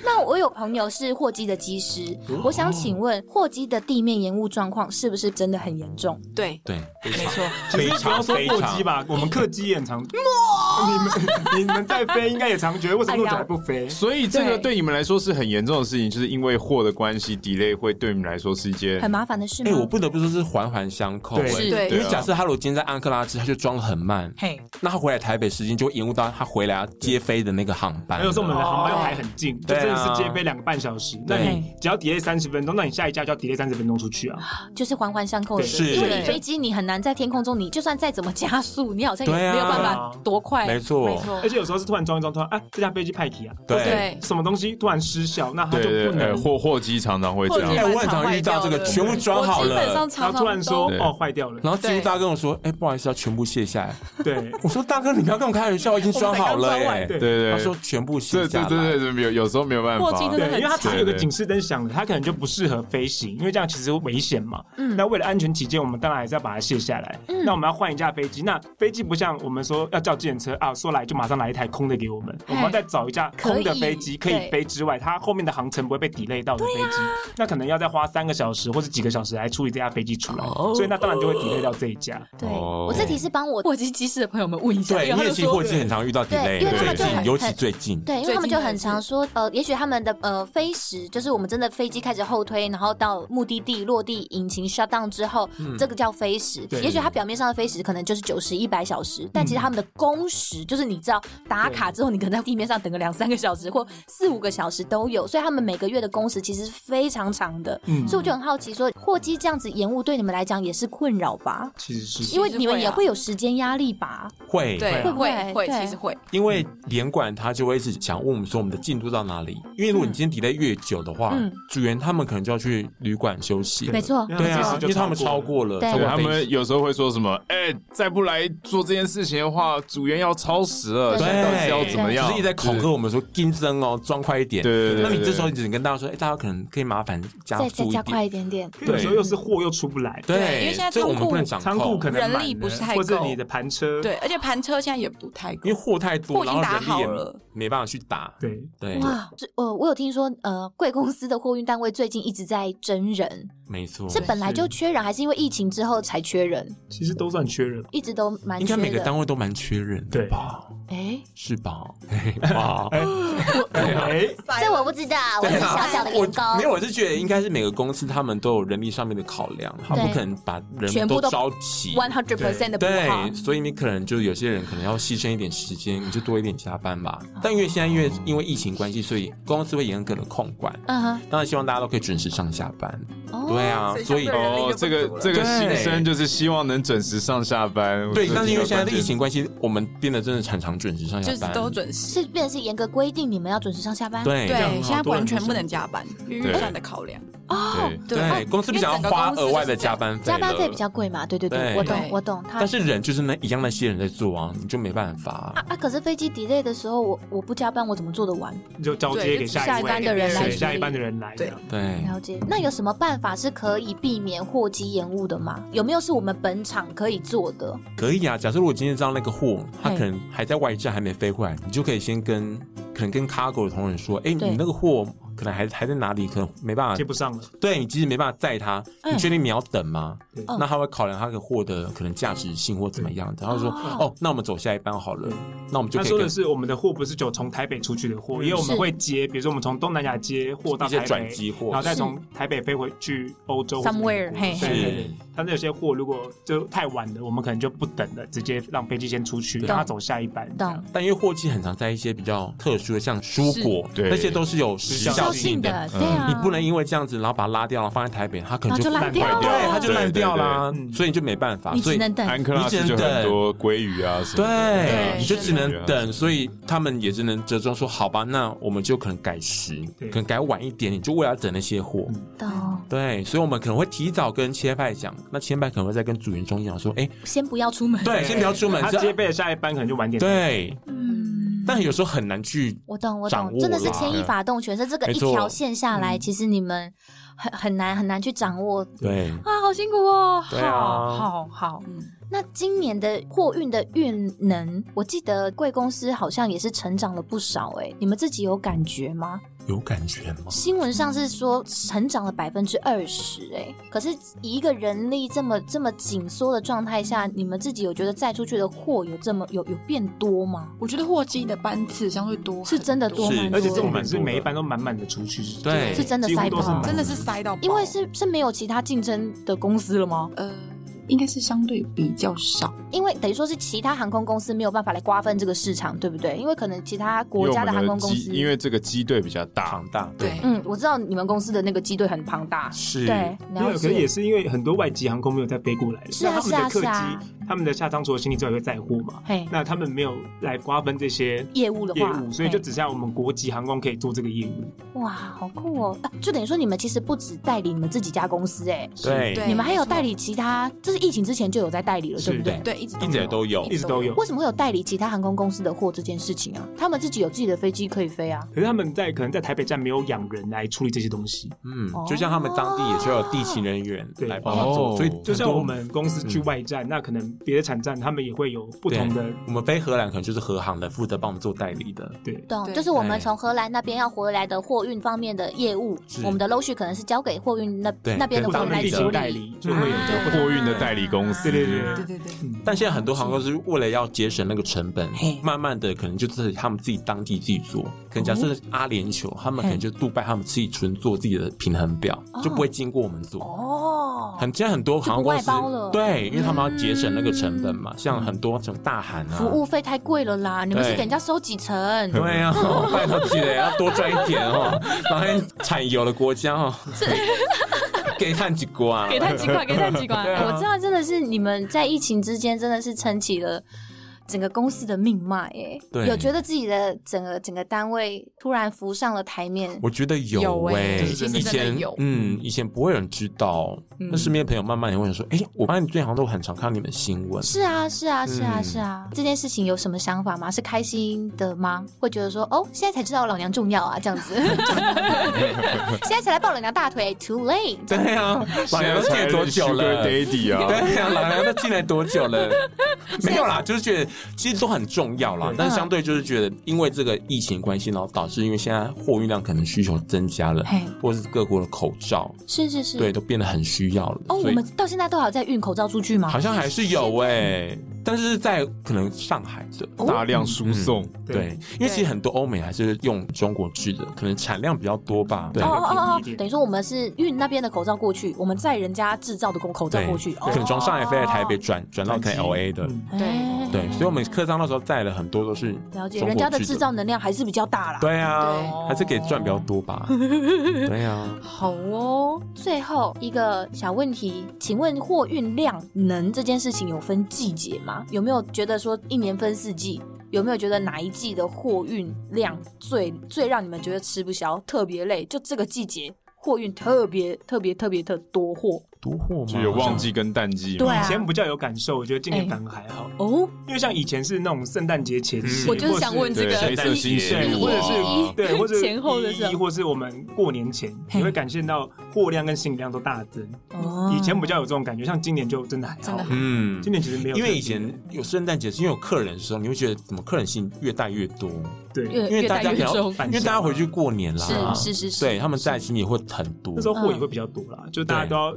[SPEAKER 3] 那我有朋友是货机的机师，我想请问货机的地面延误状况是不是真的很严重？
[SPEAKER 7] 对，
[SPEAKER 1] 对，啊
[SPEAKER 7] 没错，
[SPEAKER 6] 其实不要说货机吧，我们客机也很常。你们你们在飞，应该也常觉得为什么陆总还不飞？
[SPEAKER 4] 所以这个对你们来说是很严重的事情，就是因为货的关系，delay 会对你们来说是一件
[SPEAKER 3] 很麻烦的事吗？
[SPEAKER 1] 哎，我不得不说是环环相扣。
[SPEAKER 6] 对
[SPEAKER 1] 哎
[SPEAKER 6] 是
[SPEAKER 7] 对
[SPEAKER 1] 因为假设他如果今天在安克拉治，他就装得很慢，
[SPEAKER 3] 嘿，
[SPEAKER 1] 那他回来台北时间就会延误到他回来要接飞的那个航班。
[SPEAKER 6] 还有时候我们的航班排很近，就
[SPEAKER 1] 对啊
[SPEAKER 6] 真的是接飞两个半小时。那你只要 delay 三十分钟，那你下一架就要 delay 三十分钟出去啊。
[SPEAKER 3] 就是环环相扣的，
[SPEAKER 6] 对
[SPEAKER 1] 是
[SPEAKER 3] 因为你飞机你很难在天空中，你就算再怎么加速，你好像也
[SPEAKER 1] 对啊
[SPEAKER 3] 没有办法多快。
[SPEAKER 1] 没
[SPEAKER 7] 没
[SPEAKER 1] 错，
[SPEAKER 7] 错
[SPEAKER 6] 而，且有时候是突然装一装，突然啊，这架飞机派体啊，
[SPEAKER 1] 对。
[SPEAKER 7] 对，
[SPEAKER 6] 什么东西突然失效，那它
[SPEAKER 4] 对
[SPEAKER 6] 就
[SPEAKER 4] 对
[SPEAKER 6] 不
[SPEAKER 4] 对，
[SPEAKER 6] 能
[SPEAKER 4] 呃。货货机常常会这
[SPEAKER 7] 货
[SPEAKER 1] 哎，
[SPEAKER 7] 机
[SPEAKER 4] 样。
[SPEAKER 1] 我很常遇到这个，全部装好
[SPEAKER 7] 我基本
[SPEAKER 1] 了
[SPEAKER 7] 上，
[SPEAKER 6] 然
[SPEAKER 7] 常
[SPEAKER 6] 后突
[SPEAKER 7] 常
[SPEAKER 6] 然
[SPEAKER 7] 都
[SPEAKER 6] 说
[SPEAKER 4] 对
[SPEAKER 6] 哦坏掉了，
[SPEAKER 1] 然后几乎大家跟我说，哎，不好意思，要全部卸下 来。
[SPEAKER 6] 对，
[SPEAKER 1] 我说大哥，你不要跟我开玩笑，我已经装好了哎。
[SPEAKER 4] 对
[SPEAKER 6] 对
[SPEAKER 4] 对，
[SPEAKER 1] 他说全部卸
[SPEAKER 4] 这
[SPEAKER 1] 下
[SPEAKER 4] 这
[SPEAKER 1] 来。
[SPEAKER 4] 这这没有，有时候没有办法
[SPEAKER 7] 货。机真的
[SPEAKER 6] 对，
[SPEAKER 7] 很
[SPEAKER 6] 因为它
[SPEAKER 7] 强
[SPEAKER 6] 它有个警示灯响了，它可能就不适合飞行，因为这样其实危险嘛。那为了安全起见，我们当然还是要把它卸下来。那我们要换一架飞机，那飞机不像我们说要叫计程车啊，说来就马上来一台空的给我们，我们要再找一架空的飞机
[SPEAKER 3] 可
[SPEAKER 6] 可
[SPEAKER 3] 以
[SPEAKER 6] 以飞之外，它后面的航程不会被 delay 到的飞机，那可能要再花三个小时或者几个小时来处理这架飞机出来，所以那当然就会 delay 到这一架。
[SPEAKER 3] 对，
[SPEAKER 4] 哦
[SPEAKER 3] 我这题是帮我
[SPEAKER 2] 货机机师的朋友们问一下，
[SPEAKER 1] 对，
[SPEAKER 2] 因
[SPEAKER 1] 因
[SPEAKER 2] 为
[SPEAKER 1] 为
[SPEAKER 2] 他
[SPEAKER 1] 其
[SPEAKER 2] 就
[SPEAKER 1] 实
[SPEAKER 2] 说
[SPEAKER 1] 货机很常遇到
[SPEAKER 3] 对
[SPEAKER 1] delay，
[SPEAKER 3] 因为
[SPEAKER 4] 他们
[SPEAKER 1] 最
[SPEAKER 4] 就
[SPEAKER 1] 近，
[SPEAKER 3] 很
[SPEAKER 1] 尤其最
[SPEAKER 6] 嗯
[SPEAKER 1] 近，
[SPEAKER 3] 对，因为他们
[SPEAKER 7] 最近
[SPEAKER 3] 就
[SPEAKER 7] 还
[SPEAKER 3] 很常说，呃，也许他们的呃飞时，就是我们真的飞机开始后推，然后到目的地落地，引擎 shut down 之后，这个叫飞时。
[SPEAKER 6] 嗯对嗯
[SPEAKER 3] 也许它表面上的飞时可能就是九十一百小时，但其实他们的工时，就是你知道打卡之后，你可能在地面上等个两三个小时或四五个小时都有，所以他们每个月的工时其实是非常长的。
[SPEAKER 6] 嗯
[SPEAKER 3] 所以我就很好奇说，货机这样子延误对你们来讲也是困扰吧？
[SPEAKER 6] 其实是
[SPEAKER 3] 因为你们
[SPEAKER 7] 会啊
[SPEAKER 3] 也会有时间压力吧？
[SPEAKER 1] 会，
[SPEAKER 7] 对，
[SPEAKER 6] 会
[SPEAKER 3] 不会
[SPEAKER 7] 会会，
[SPEAKER 3] 对
[SPEAKER 7] 其实会，
[SPEAKER 1] 因为连管他就会一直想问我们说我们的进度到哪里，因为如果你今天 delay 越久的话
[SPEAKER 3] 嗯，
[SPEAKER 1] 组员他们可能就要去旅馆休息。
[SPEAKER 3] 没错，
[SPEAKER 1] 对啊，因为他们超过了，
[SPEAKER 3] 对
[SPEAKER 1] 超
[SPEAKER 4] 对
[SPEAKER 1] 过
[SPEAKER 4] 他
[SPEAKER 1] 飞
[SPEAKER 4] 们
[SPEAKER 1] 机
[SPEAKER 4] 有时候会说什么？哎，再不来做这件事情的话，组员要超时了，
[SPEAKER 3] 对
[SPEAKER 4] 现在到底要怎么
[SPEAKER 1] 只
[SPEAKER 4] 样？
[SPEAKER 1] 是一直在恐吓我们说金针哦，装快一点。
[SPEAKER 4] 对对对对
[SPEAKER 1] 那你这时候你只能跟大家说，哎，大家可能可以麻烦加
[SPEAKER 3] 再再
[SPEAKER 1] 速一
[SPEAKER 3] 加快
[SPEAKER 1] 点。
[SPEAKER 3] 一点点。
[SPEAKER 6] 有时候又是货又出不来，
[SPEAKER 1] 对，
[SPEAKER 7] 对因为现在
[SPEAKER 1] 这个我们
[SPEAKER 7] 仓库
[SPEAKER 1] 不能掌控
[SPEAKER 6] 仓库可能满了
[SPEAKER 7] 人力不是太够
[SPEAKER 6] 或者你的盘车
[SPEAKER 7] 对，而且盘车现在也不太够
[SPEAKER 1] 因为，货太
[SPEAKER 7] 货
[SPEAKER 1] 多，
[SPEAKER 7] 已
[SPEAKER 1] 然
[SPEAKER 7] 经
[SPEAKER 1] 后
[SPEAKER 7] 打
[SPEAKER 1] 人力
[SPEAKER 7] 好
[SPEAKER 1] 也
[SPEAKER 7] 了
[SPEAKER 1] 没办法去打。
[SPEAKER 6] 对。
[SPEAKER 1] 对，
[SPEAKER 3] 哇，这呃，我有听说，呃，贵公司的货运单位最近一直在征人，
[SPEAKER 1] 没错，
[SPEAKER 3] 是本来就缺人，还是因为疫情之后才缺人？
[SPEAKER 6] 其实都算缺人。
[SPEAKER 3] 一直都蛮
[SPEAKER 1] 应
[SPEAKER 3] 缺
[SPEAKER 1] 该每个
[SPEAKER 3] 的。
[SPEAKER 1] 单位都蛮缺人的
[SPEAKER 6] 对
[SPEAKER 1] 吧？
[SPEAKER 3] 哎，
[SPEAKER 1] 是 吧？嘿哇！
[SPEAKER 6] 哎，
[SPEAKER 9] 这我不知道，我只是
[SPEAKER 6] 啊
[SPEAKER 9] 小小的员
[SPEAKER 1] 啊我没有，
[SPEAKER 9] 工。
[SPEAKER 1] 我是觉得应该是每个公司他们都有人力上面的考量，他不可能把
[SPEAKER 3] 全
[SPEAKER 1] 人
[SPEAKER 3] 部都
[SPEAKER 1] 招齐。
[SPEAKER 3] one hundred percent 的不好
[SPEAKER 1] 对，所以你可能就有些人可能要牺牲一点时间，你就多一点加班吧。但因为现在因为因为疫情关系，所以公司会严格的控管，
[SPEAKER 3] 嗯哼，
[SPEAKER 1] 当然希望大家都可以准时上下班。
[SPEAKER 3] 哦
[SPEAKER 1] 对啊，所以
[SPEAKER 7] 相对人力
[SPEAKER 4] 哦，
[SPEAKER 7] 就
[SPEAKER 4] 这个
[SPEAKER 7] 不足了
[SPEAKER 4] 这个心
[SPEAKER 1] 对
[SPEAKER 4] 声就是希望能准时上下班。我
[SPEAKER 1] 对，
[SPEAKER 4] 觉得
[SPEAKER 1] 但是因为现在的
[SPEAKER 4] 这个
[SPEAKER 1] 疫情关系，我们变得真的常常准时上下
[SPEAKER 7] 就是
[SPEAKER 1] 班，
[SPEAKER 7] 都准时。
[SPEAKER 3] 是变成是严格规定你们要准时上下班。
[SPEAKER 1] 对啊
[SPEAKER 7] 对，现在完全不能加班，预算的考量。
[SPEAKER 4] 关键，
[SPEAKER 7] 哦对
[SPEAKER 1] 对，公司不想要花额外的加班费，
[SPEAKER 3] 加班费比。较贵嘛？对对对，
[SPEAKER 1] 对
[SPEAKER 3] 我懂
[SPEAKER 7] 对
[SPEAKER 3] 我懂。他
[SPEAKER 1] 但是人就是那一样那些人在做啊，你就没办法啊、
[SPEAKER 3] 啊啊，可是飞机 delay 的时候，我我不加班，我怎么做得完？
[SPEAKER 6] 你就交接给下
[SPEAKER 3] 对就下
[SPEAKER 6] 一
[SPEAKER 3] 一班的人
[SPEAKER 6] 对
[SPEAKER 3] 来处理
[SPEAKER 6] 下一班的人来。
[SPEAKER 7] 对
[SPEAKER 6] 这样
[SPEAKER 1] 对，
[SPEAKER 3] 了解。那有什么办法是可以避免货机延误的吗？有没有是我们本场可以做的？
[SPEAKER 1] 可以啊。假设如果今天知道那个货，它
[SPEAKER 3] 嘿
[SPEAKER 1] 可能还在外站还没飞回来，你就可以先跟可能跟 cargo 的同仁说，哎、
[SPEAKER 3] 对
[SPEAKER 1] 你那个货可能还还在哪里，可能没办
[SPEAKER 6] 接
[SPEAKER 1] 法，
[SPEAKER 6] 不上了，
[SPEAKER 1] 对你即使没办法载它，
[SPEAKER 3] 嗯哦
[SPEAKER 1] 你确定你要等吗？
[SPEAKER 6] 对
[SPEAKER 1] 那他会考量他的货的可能价值性或怎么样的，他会说，
[SPEAKER 3] 哦
[SPEAKER 1] 哦，那我们走下一班好了
[SPEAKER 6] 对，
[SPEAKER 1] 那我们就
[SPEAKER 6] 他
[SPEAKER 1] 可以
[SPEAKER 6] 说
[SPEAKER 1] 跟
[SPEAKER 6] 的是我们的货不是就从台北出去的货，因为我
[SPEAKER 3] 是
[SPEAKER 6] 们会接，比如说我们从东南亚接货到
[SPEAKER 1] 一
[SPEAKER 6] 台
[SPEAKER 1] 些
[SPEAKER 6] 北，
[SPEAKER 1] 转机货
[SPEAKER 6] 然后再从台北飞回去欧洲
[SPEAKER 3] Somewhere，嘿
[SPEAKER 6] 嘿，对对对
[SPEAKER 1] 是。
[SPEAKER 6] 但是有些货如果就太晚了，我们可能就不等了，直接让飞机先出去，让它走下一班。这样
[SPEAKER 3] 懂
[SPEAKER 1] 但因为货期很常在一些比较特殊的，像蔬果，
[SPEAKER 4] 对
[SPEAKER 1] 那些都是有时效性的。
[SPEAKER 3] 的，
[SPEAKER 4] 嗯
[SPEAKER 3] 对啊，
[SPEAKER 1] 你不能因为这样子，然后把它拉掉，然后放在台北，它可能就
[SPEAKER 3] 然后就烂掉了
[SPEAKER 1] 对，它就烂掉啦
[SPEAKER 6] 对对，对
[SPEAKER 1] 所以你就没办法，
[SPEAKER 3] 你
[SPEAKER 1] 所
[SPEAKER 3] 只
[SPEAKER 1] 以
[SPEAKER 3] 能等。
[SPEAKER 4] 安克拉斯就很多鲑鱼啊什么的，
[SPEAKER 1] 对，你就只能
[SPEAKER 4] 对
[SPEAKER 1] 等，所以他们也只能折中说，好吧，那我们就可能改时，
[SPEAKER 6] 对
[SPEAKER 1] 可能改晚一点，你就为了要等那些货。
[SPEAKER 3] 嗯懂，
[SPEAKER 1] 对，所以我们可能会提早跟切派讲，那切派可能会再跟组员中讲说，哎，
[SPEAKER 3] 先不要出门。
[SPEAKER 1] 对，先不要出门，
[SPEAKER 6] 他
[SPEAKER 1] 哎这
[SPEAKER 6] 接飞的下一班可能就晚点。，
[SPEAKER 1] 对，
[SPEAKER 3] 嗯，
[SPEAKER 1] 但有时候很难去
[SPEAKER 3] 我懂，我
[SPEAKER 1] 掌
[SPEAKER 3] 懂，
[SPEAKER 1] 握
[SPEAKER 3] 真的是
[SPEAKER 1] 啦
[SPEAKER 3] 牵
[SPEAKER 6] 嗯
[SPEAKER 3] 一发动全身，这个
[SPEAKER 1] 没
[SPEAKER 3] 一
[SPEAKER 1] 错
[SPEAKER 3] 条线下来，其实你们很很难很难去掌握。
[SPEAKER 1] 对。
[SPEAKER 2] 啊，好辛苦哦，
[SPEAKER 1] 对啊
[SPEAKER 2] 好好好，
[SPEAKER 3] 那今年的货运的运能，我记得贵公司好像也是成长了不少、欸，你们自己有感觉吗？
[SPEAKER 1] 有感觉吗？
[SPEAKER 3] 新闻上是说成长了百分之二十，哎，可是以一个人力这么这么紧缩的状态下，你们自己有觉得载出去的货有这么有有变多吗？
[SPEAKER 7] 我觉得货机的班次相对多很，
[SPEAKER 3] 是真的多
[SPEAKER 1] 是
[SPEAKER 3] 蛮多的，
[SPEAKER 6] 而且这种本是每一班都满满的出去，是
[SPEAKER 1] 对啊
[SPEAKER 3] 是真的
[SPEAKER 6] 几
[SPEAKER 3] 塞
[SPEAKER 6] 乎都是
[SPEAKER 3] 爆
[SPEAKER 6] 满，
[SPEAKER 7] 真的是塞到爆，
[SPEAKER 3] 因为是是没有其他竞争的公司了吗？
[SPEAKER 7] 呃，应该是相对比较少，
[SPEAKER 3] 因为等于说是其他航空公司没有办法来瓜分这个市场，对不对？因为可能其他
[SPEAKER 4] 因为
[SPEAKER 3] 国
[SPEAKER 4] 我
[SPEAKER 3] 家
[SPEAKER 4] 们
[SPEAKER 3] 航空
[SPEAKER 4] 的
[SPEAKER 3] 公
[SPEAKER 4] 机，
[SPEAKER 3] 司，
[SPEAKER 4] 因为这个机队比较大
[SPEAKER 1] 庞，大，
[SPEAKER 7] 对，
[SPEAKER 3] 嗯，我知道你们公司的那个机队很庞大，
[SPEAKER 1] 是
[SPEAKER 3] 对，
[SPEAKER 6] 因为
[SPEAKER 3] 了
[SPEAKER 6] 啊可能也
[SPEAKER 3] 解，
[SPEAKER 6] 是因为很多外籍航空没有再飞过来了，
[SPEAKER 3] 是啊
[SPEAKER 6] 那他们的客
[SPEAKER 3] 是
[SPEAKER 6] 机、
[SPEAKER 3] 啊是
[SPEAKER 6] 他们的下仓除了行李之外也会载货嘛，
[SPEAKER 3] 嘿，
[SPEAKER 6] 那他们没有来瓜分这些
[SPEAKER 3] 业务的
[SPEAKER 6] 业
[SPEAKER 3] 话，
[SPEAKER 6] 务，所以就
[SPEAKER 3] 嘿
[SPEAKER 6] 只剩下我们国际航空可以做这个业务。
[SPEAKER 3] 哇，好酷哦！啊就等于说你们其实不止代理你们自己家公司，哎，
[SPEAKER 1] 对
[SPEAKER 7] 对
[SPEAKER 3] 你们还有代理其他，这是疫情之前就有在代理了，
[SPEAKER 6] 是
[SPEAKER 3] 对不对？
[SPEAKER 7] 对，一直
[SPEAKER 1] 一直都有
[SPEAKER 6] 一直都有
[SPEAKER 3] 为什么会有代理其他航空公司的货这件事情啊？他们自己有自己的飞机可以飞啊。
[SPEAKER 6] 可是他们在可能在台北站没有养人来处理这些东西，
[SPEAKER 1] 嗯，就像他们当地也是有地勤人员
[SPEAKER 6] 对
[SPEAKER 1] 来帮他做，
[SPEAKER 4] 哦
[SPEAKER 1] 所以
[SPEAKER 6] 就像
[SPEAKER 1] 很多
[SPEAKER 6] 我们公司去外站，那可能别的产站他们也会有不同的
[SPEAKER 1] 对。我们飞荷兰可能就是荷航的负责帮我们做代理的，
[SPEAKER 6] 对，
[SPEAKER 3] 懂，
[SPEAKER 7] 对
[SPEAKER 3] 就是我们从荷兰那边要回来的货运方面的业务，
[SPEAKER 1] 是
[SPEAKER 3] 我们的楼续可能是交给货运那
[SPEAKER 1] 对
[SPEAKER 3] 那边的
[SPEAKER 1] 跟
[SPEAKER 3] 货
[SPEAKER 6] 他
[SPEAKER 3] 运
[SPEAKER 6] 们
[SPEAKER 3] 来
[SPEAKER 6] 地
[SPEAKER 3] 处
[SPEAKER 6] 勤代
[SPEAKER 3] 理。嗯
[SPEAKER 6] 理就会有
[SPEAKER 3] 啊
[SPEAKER 4] 货运的代理公司，
[SPEAKER 6] 对对对
[SPEAKER 7] 对对对，
[SPEAKER 1] 但现在很多航空公司为了要节省那个成本
[SPEAKER 3] 嘿，
[SPEAKER 1] 慢慢的可能就自己他们自己当地自己做，可能假
[SPEAKER 3] 哦
[SPEAKER 1] 设是阿联酋，他们可能就杜拜他们自己纯做自己的平衡表，就不会经过我们做。
[SPEAKER 3] 哦，
[SPEAKER 1] 很现在很多航空公司
[SPEAKER 3] 就不外包了嗯
[SPEAKER 1] 对，因为他们要节省那个成本嘛，像很多什么大韩啊，
[SPEAKER 3] 服务费太贵了啦，你们是
[SPEAKER 1] 对
[SPEAKER 3] 给人家收几成？
[SPEAKER 1] 对 啊，拜托记得要多赚一点哦，然后产油的国家哦， 给碳几国啊，
[SPEAKER 2] 给他几块，给他 几块，
[SPEAKER 3] 我知道，真的是你们在疫情之间真的是撑起了整个公司的命脉，哎，
[SPEAKER 1] 对
[SPEAKER 3] 有觉得自己的整个整个单位突然浮上了台面，
[SPEAKER 1] 我觉得有
[SPEAKER 2] 有欸
[SPEAKER 1] 哎、
[SPEAKER 2] 这
[SPEAKER 6] 是真的
[SPEAKER 1] 以
[SPEAKER 7] 真
[SPEAKER 1] 前
[SPEAKER 7] 的有
[SPEAKER 1] 嗯，以前不会有人知道，那身边的朋友慢慢也会说，哎、我发现最近好像都很常看你们新闻，
[SPEAKER 3] 是啊，是啊，是啊，
[SPEAKER 1] 嗯
[SPEAKER 3] 是啊，这件事情有什么想法吗？是开心的吗？会觉得说，哦，现在才知道老娘重要啊，这样子， 现在才来抱老娘大腿，too late。
[SPEAKER 1] 对 啊，老娘都进来多久了？ 对
[SPEAKER 4] Daddy 啊，
[SPEAKER 1] 啊，老娘都进来多久了？没有啦，就是觉得其实都很重要啦
[SPEAKER 6] 对，
[SPEAKER 1] 但相对就是觉得，因为这个疫情关系，然后导致因为现在货运量可能需求增加了
[SPEAKER 3] 嘿，
[SPEAKER 1] 或是各国的口罩，
[SPEAKER 3] 是是是，
[SPEAKER 1] 对，都变得很需要了。
[SPEAKER 3] 哦，我
[SPEAKER 1] 所以
[SPEAKER 3] 们到现在都还有在运口罩出去吗
[SPEAKER 1] 好？像还是有哎、但是在可能上海的。
[SPEAKER 7] 哦
[SPEAKER 4] 大量输
[SPEAKER 1] 嗯
[SPEAKER 4] 送，
[SPEAKER 1] 对，因为其实很多欧美还是用中国制的，可能产量比较多吧。对
[SPEAKER 6] 哦
[SPEAKER 1] 对，
[SPEAKER 6] 哦哦
[SPEAKER 7] 等于说我们是运那边的口罩过去，我们在人家制造的口口罩过去，哦
[SPEAKER 1] 可能从上海飞来台北转转到可能 L A 的，
[SPEAKER 6] 嗯
[SPEAKER 3] 哎
[SPEAKER 7] 对
[SPEAKER 1] 对，所以我们客商那时候载了很多都是
[SPEAKER 7] 了解
[SPEAKER 1] 中国
[SPEAKER 7] 人家的
[SPEAKER 1] 制
[SPEAKER 7] 制造能量还是比较大啦。
[SPEAKER 1] 对啊，
[SPEAKER 7] 对
[SPEAKER 1] 还是可以赚比较多 吧？对啊，
[SPEAKER 7] 好哦，最后一个小问题，请问货运量能这件事情有分季节吗？有没有觉得说一年分四季？有没有觉得哪一季的货运量最最让你们觉得吃不消、特别累？就这个季节货运特别特别特别特多货
[SPEAKER 1] 多货
[SPEAKER 4] 就有旺季跟淡季
[SPEAKER 7] 对
[SPEAKER 3] 啊
[SPEAKER 4] 嘛。
[SPEAKER 1] 啊
[SPEAKER 6] 以前比较有感受，我觉得今
[SPEAKER 3] 哎
[SPEAKER 6] 年反而还好，
[SPEAKER 7] 哦，
[SPEAKER 6] 因为像以前是那种圣诞节前
[SPEAKER 4] 嗯
[SPEAKER 6] 夕，
[SPEAKER 2] 我就是想问这个
[SPEAKER 6] 或
[SPEAKER 4] 黑
[SPEAKER 6] 是
[SPEAKER 4] 色星期
[SPEAKER 6] 对，
[SPEAKER 4] 五
[SPEAKER 6] 或者
[SPEAKER 4] 啊
[SPEAKER 1] 哦
[SPEAKER 6] 是对，或者是
[SPEAKER 2] 前后的时候
[SPEAKER 6] 一一或是我们过年前，
[SPEAKER 7] 嘿
[SPEAKER 6] 你会感受到货量跟行李量都大增。
[SPEAKER 7] 哦
[SPEAKER 6] 以前比较有这种感觉，像今年就真的还
[SPEAKER 7] 真的还。
[SPEAKER 6] 好
[SPEAKER 1] 嗯
[SPEAKER 6] 今年其实没有特
[SPEAKER 1] 因
[SPEAKER 6] 别，
[SPEAKER 1] 为以前有圣诞节，是因为有客人的时候，你会觉得怎么客人性越带越多，
[SPEAKER 6] 对
[SPEAKER 2] 越
[SPEAKER 1] 因为
[SPEAKER 2] 越
[SPEAKER 1] 大
[SPEAKER 2] 带
[SPEAKER 1] 家
[SPEAKER 2] 越
[SPEAKER 1] 可能要
[SPEAKER 2] 重。
[SPEAKER 6] 反啊
[SPEAKER 1] 因为大家回去过年啦，
[SPEAKER 7] 是是是是
[SPEAKER 1] 对，他们在心里会很多
[SPEAKER 6] 那。时候货也会比较多
[SPEAKER 1] 嗯
[SPEAKER 6] 啦，就大家都要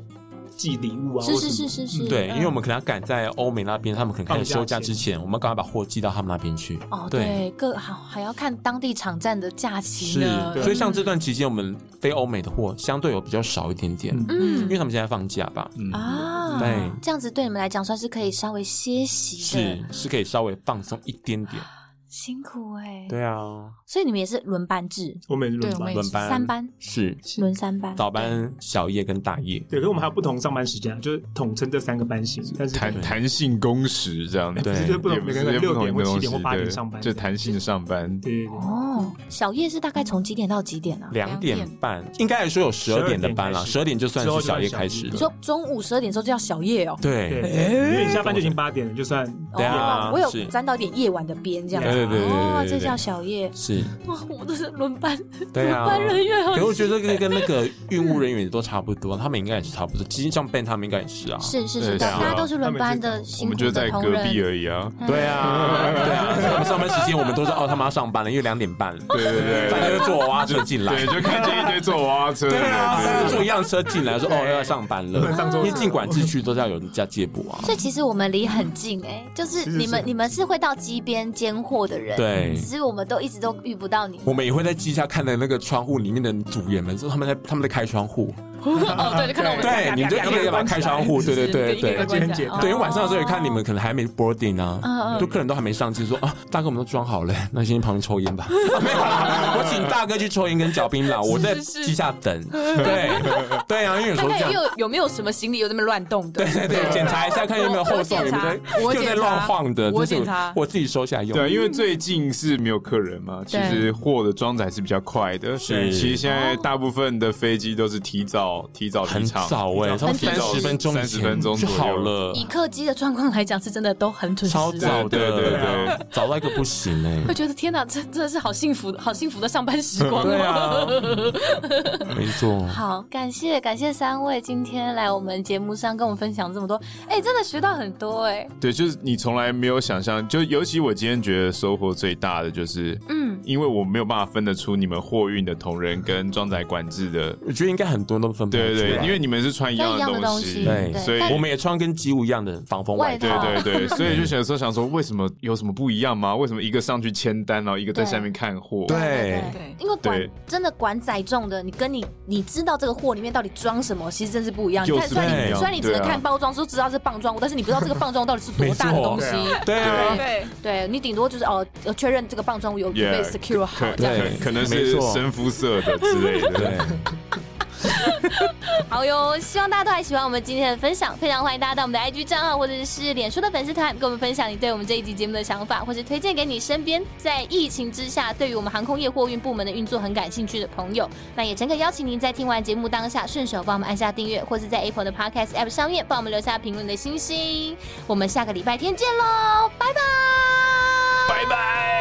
[SPEAKER 6] 寄礼物啊，
[SPEAKER 7] 是
[SPEAKER 6] 或什
[SPEAKER 7] 是
[SPEAKER 6] 么
[SPEAKER 7] 是是是，
[SPEAKER 1] 对，因为我们可能要赶在欧美那边，他们可能开始休假之前，我们赶快把货寄到他们那边去。
[SPEAKER 7] 哦对，各好还要看当地场站的假期
[SPEAKER 1] 是
[SPEAKER 7] 呢，，
[SPEAKER 1] 所以像这段期间，我们非欧美的货相对有比较少一点点，
[SPEAKER 6] 嗯
[SPEAKER 1] 因
[SPEAKER 7] 嗯
[SPEAKER 1] 为他们现在放假吧。
[SPEAKER 4] 嗯，
[SPEAKER 7] 啊，
[SPEAKER 1] 对，
[SPEAKER 7] 这样子对你们来讲算是可以稍微歇息的
[SPEAKER 1] 是，是可以稍微放松一点点。
[SPEAKER 7] 辛苦哎、
[SPEAKER 1] 对啊，
[SPEAKER 7] 所以你们也是轮班制，
[SPEAKER 6] 我们也轮
[SPEAKER 2] 对我
[SPEAKER 6] 班
[SPEAKER 2] 们也。
[SPEAKER 1] 轮班
[SPEAKER 7] 三班
[SPEAKER 1] 是
[SPEAKER 7] 轮三班，
[SPEAKER 1] 早班、小夜跟大夜。
[SPEAKER 6] 对，可是我们还有不同上班时间啊，就是统称这三个班型，但是
[SPEAKER 4] 弹弹性工时这样，
[SPEAKER 6] 对
[SPEAKER 1] 对
[SPEAKER 6] 就是不同
[SPEAKER 4] 也
[SPEAKER 6] 每个
[SPEAKER 4] 是
[SPEAKER 6] 人
[SPEAKER 4] 不
[SPEAKER 6] 六
[SPEAKER 4] 同
[SPEAKER 6] 点
[SPEAKER 4] 的
[SPEAKER 6] 或七
[SPEAKER 4] 东
[SPEAKER 6] 点或
[SPEAKER 4] 西
[SPEAKER 6] 八点
[SPEAKER 4] 对
[SPEAKER 6] 上班，
[SPEAKER 4] 就弹性上班。
[SPEAKER 6] 对对对
[SPEAKER 7] 哦，小夜是大概从几点到几点啊？
[SPEAKER 1] 两点半，应该来说有十二点的班啦，十
[SPEAKER 6] 12
[SPEAKER 1] 二点就算是小夜开始
[SPEAKER 7] 你
[SPEAKER 6] 之
[SPEAKER 1] 了。
[SPEAKER 7] 说中午十二点之后就叫小夜哦。
[SPEAKER 6] 对，
[SPEAKER 1] 对，
[SPEAKER 6] 因为你下班就已经八点了，就算
[SPEAKER 7] 哦
[SPEAKER 1] 对啊
[SPEAKER 7] 我有
[SPEAKER 1] 是
[SPEAKER 7] 沾到一点夜晚的边这样子。
[SPEAKER 1] 对对对对对对
[SPEAKER 7] 哦，
[SPEAKER 1] 对
[SPEAKER 7] 这叫小夜。
[SPEAKER 1] 是，
[SPEAKER 7] 哇，我们都是轮班，
[SPEAKER 1] 对啊
[SPEAKER 7] 轮班人员
[SPEAKER 1] 可
[SPEAKER 7] 好
[SPEAKER 1] 是。我觉得这个跟那个运务人员都差不多，他们应该也是差不多。其实像 Ben 他们应该也是啊。
[SPEAKER 3] 是是是，
[SPEAKER 4] 对
[SPEAKER 3] 大
[SPEAKER 4] 是啊
[SPEAKER 3] 家都是轮班
[SPEAKER 6] 他
[SPEAKER 3] 的
[SPEAKER 6] 们已经
[SPEAKER 4] 我
[SPEAKER 3] 辛苦
[SPEAKER 4] 们就
[SPEAKER 3] 的
[SPEAKER 4] 在
[SPEAKER 3] 同
[SPEAKER 4] 隔
[SPEAKER 3] 仁。
[SPEAKER 4] 壁
[SPEAKER 3] 嗯
[SPEAKER 4] 而已啊。
[SPEAKER 1] 对啊，对啊， 他们上班时间我们都是哦，他们要上班了，因为两点半了，
[SPEAKER 4] 对对对
[SPEAKER 1] 大家就坐娃娃车进来。
[SPEAKER 4] 对，就看见一堆坐娃娃 车的
[SPEAKER 1] 对啊，大家
[SPEAKER 4] 人，
[SPEAKER 1] 坐一辆车进来说哦要上班了，
[SPEAKER 6] 上
[SPEAKER 1] 因
[SPEAKER 6] 周
[SPEAKER 1] 为尽管自去都是要有人家接驳啊。
[SPEAKER 3] 所以其实我们离很近哎、就是
[SPEAKER 6] 是是
[SPEAKER 3] 你们
[SPEAKER 6] 是
[SPEAKER 3] 你们是会到机边监货的人，
[SPEAKER 1] 对
[SPEAKER 3] 只是我们都一直都遇不到你。
[SPEAKER 1] 我们也会在机下看的那个窗户里面的组员们，说他们在他们在开窗户，
[SPEAKER 2] 哦，对，就看到我们
[SPEAKER 1] 对，你们就一个一个把它开窗户，对对对对
[SPEAKER 6] 而。且很
[SPEAKER 2] 哦
[SPEAKER 6] 简单，
[SPEAKER 1] 对，因为晚上的时候也看你们可能还没 boarding
[SPEAKER 2] 嗯
[SPEAKER 1] 啊，就客人都还没上机，说啊，大哥我们都装好了，那先去旁边抽烟 吧。没有啦，我请大哥去抽烟跟嚼槟榔，我在机下等。对对啊，因为有时
[SPEAKER 2] 大
[SPEAKER 1] 候
[SPEAKER 2] 概
[SPEAKER 1] 这
[SPEAKER 2] 有
[SPEAKER 1] 样。
[SPEAKER 2] 有没有什么行李有那么乱动的？
[SPEAKER 1] 对对，检查一下看有没有后送，有没有又在乱晃的，我自己收下用。
[SPEAKER 4] 对，啊因为最近是没有客人嘛，其实货的装载是比较快的。
[SPEAKER 1] 是
[SPEAKER 4] 其实现在大部分的飞机都是提早提早
[SPEAKER 1] 很
[SPEAKER 4] 离场，
[SPEAKER 1] 早哎，
[SPEAKER 4] 提早
[SPEAKER 1] 从三十分钟
[SPEAKER 4] 30分钟
[SPEAKER 1] 就
[SPEAKER 4] 左右
[SPEAKER 1] 好了，
[SPEAKER 2] 以客机的状况来讲，是真的都很准时。啊
[SPEAKER 1] 超早的，
[SPEAKER 4] 对对对对
[SPEAKER 1] 早到一个不行哎、
[SPEAKER 2] 会觉得天哪，这真的是好幸福，好幸福的上班时光
[SPEAKER 1] 对
[SPEAKER 2] 哦。
[SPEAKER 1] 啊，没错，
[SPEAKER 3] 好，感谢感谢三位今天来我们节目上跟我们分享这么多，哎、真的学到很多哎、
[SPEAKER 4] 对，就是你从来没有想象，就尤其我今天觉得收获最大的就是，嗯，因为我没有办法分得出你们货运的同仁跟装载管制的，
[SPEAKER 1] 我觉得应该很多人都分不出来
[SPEAKER 4] 对对对，因为你们是穿一样
[SPEAKER 3] 穿一样的
[SPEAKER 4] 东
[SPEAKER 3] 东西
[SPEAKER 1] 对
[SPEAKER 4] 所以
[SPEAKER 1] 我们也穿跟吉武一样的防风外
[SPEAKER 3] 外
[SPEAKER 1] 套
[SPEAKER 3] 套。
[SPEAKER 4] 对对 对，所以就想说想说，为什么有什么不一样吗？为什么一个上去签单，然后一个在
[SPEAKER 3] 对
[SPEAKER 4] 下面看货？
[SPEAKER 1] 对，
[SPEAKER 2] 对，
[SPEAKER 3] 因为管
[SPEAKER 4] 对
[SPEAKER 3] 真的管载重的，你跟你你知道这个货里面到底装什么，其实真是不一样。
[SPEAKER 4] 就
[SPEAKER 3] 你看，
[SPEAKER 4] 是
[SPEAKER 3] 虽
[SPEAKER 4] 不
[SPEAKER 3] 然
[SPEAKER 4] 一
[SPEAKER 3] 你
[SPEAKER 4] 样
[SPEAKER 3] 虽然你只能
[SPEAKER 4] 对啊
[SPEAKER 3] 看包装就知道是棒状物，但是你不知道这个棒状物到底是多大的东西。
[SPEAKER 1] 对啊，
[SPEAKER 2] 对，
[SPEAKER 3] 对你顶多就是哦，呃确认这个棒状物有有
[SPEAKER 4] Yeah，
[SPEAKER 3] 被 secure 好
[SPEAKER 4] 可
[SPEAKER 3] 这样。
[SPEAKER 4] 可可能
[SPEAKER 1] 没
[SPEAKER 4] 是
[SPEAKER 1] 错
[SPEAKER 4] 深肤色的之类
[SPEAKER 1] 对
[SPEAKER 4] 的。，
[SPEAKER 3] 好哟，希望大家都还喜欢我们今天的分享，非常欢迎大家到我们的 IG 账号或者是脸书的粉丝团，跟我们分享你对我们这一集节目的想法，或是推荐给你身边在疫情之下对于我们航空业货运部门的运作很感兴趣的朋友。那也诚恳邀请您在听完节目当下，顺手帮我们按下订阅，或是在 Apple 的 Podcast App 上面帮我们留下评论的星星。我们下个礼拜天见喽，拜拜。
[SPEAKER 4] 拜拜。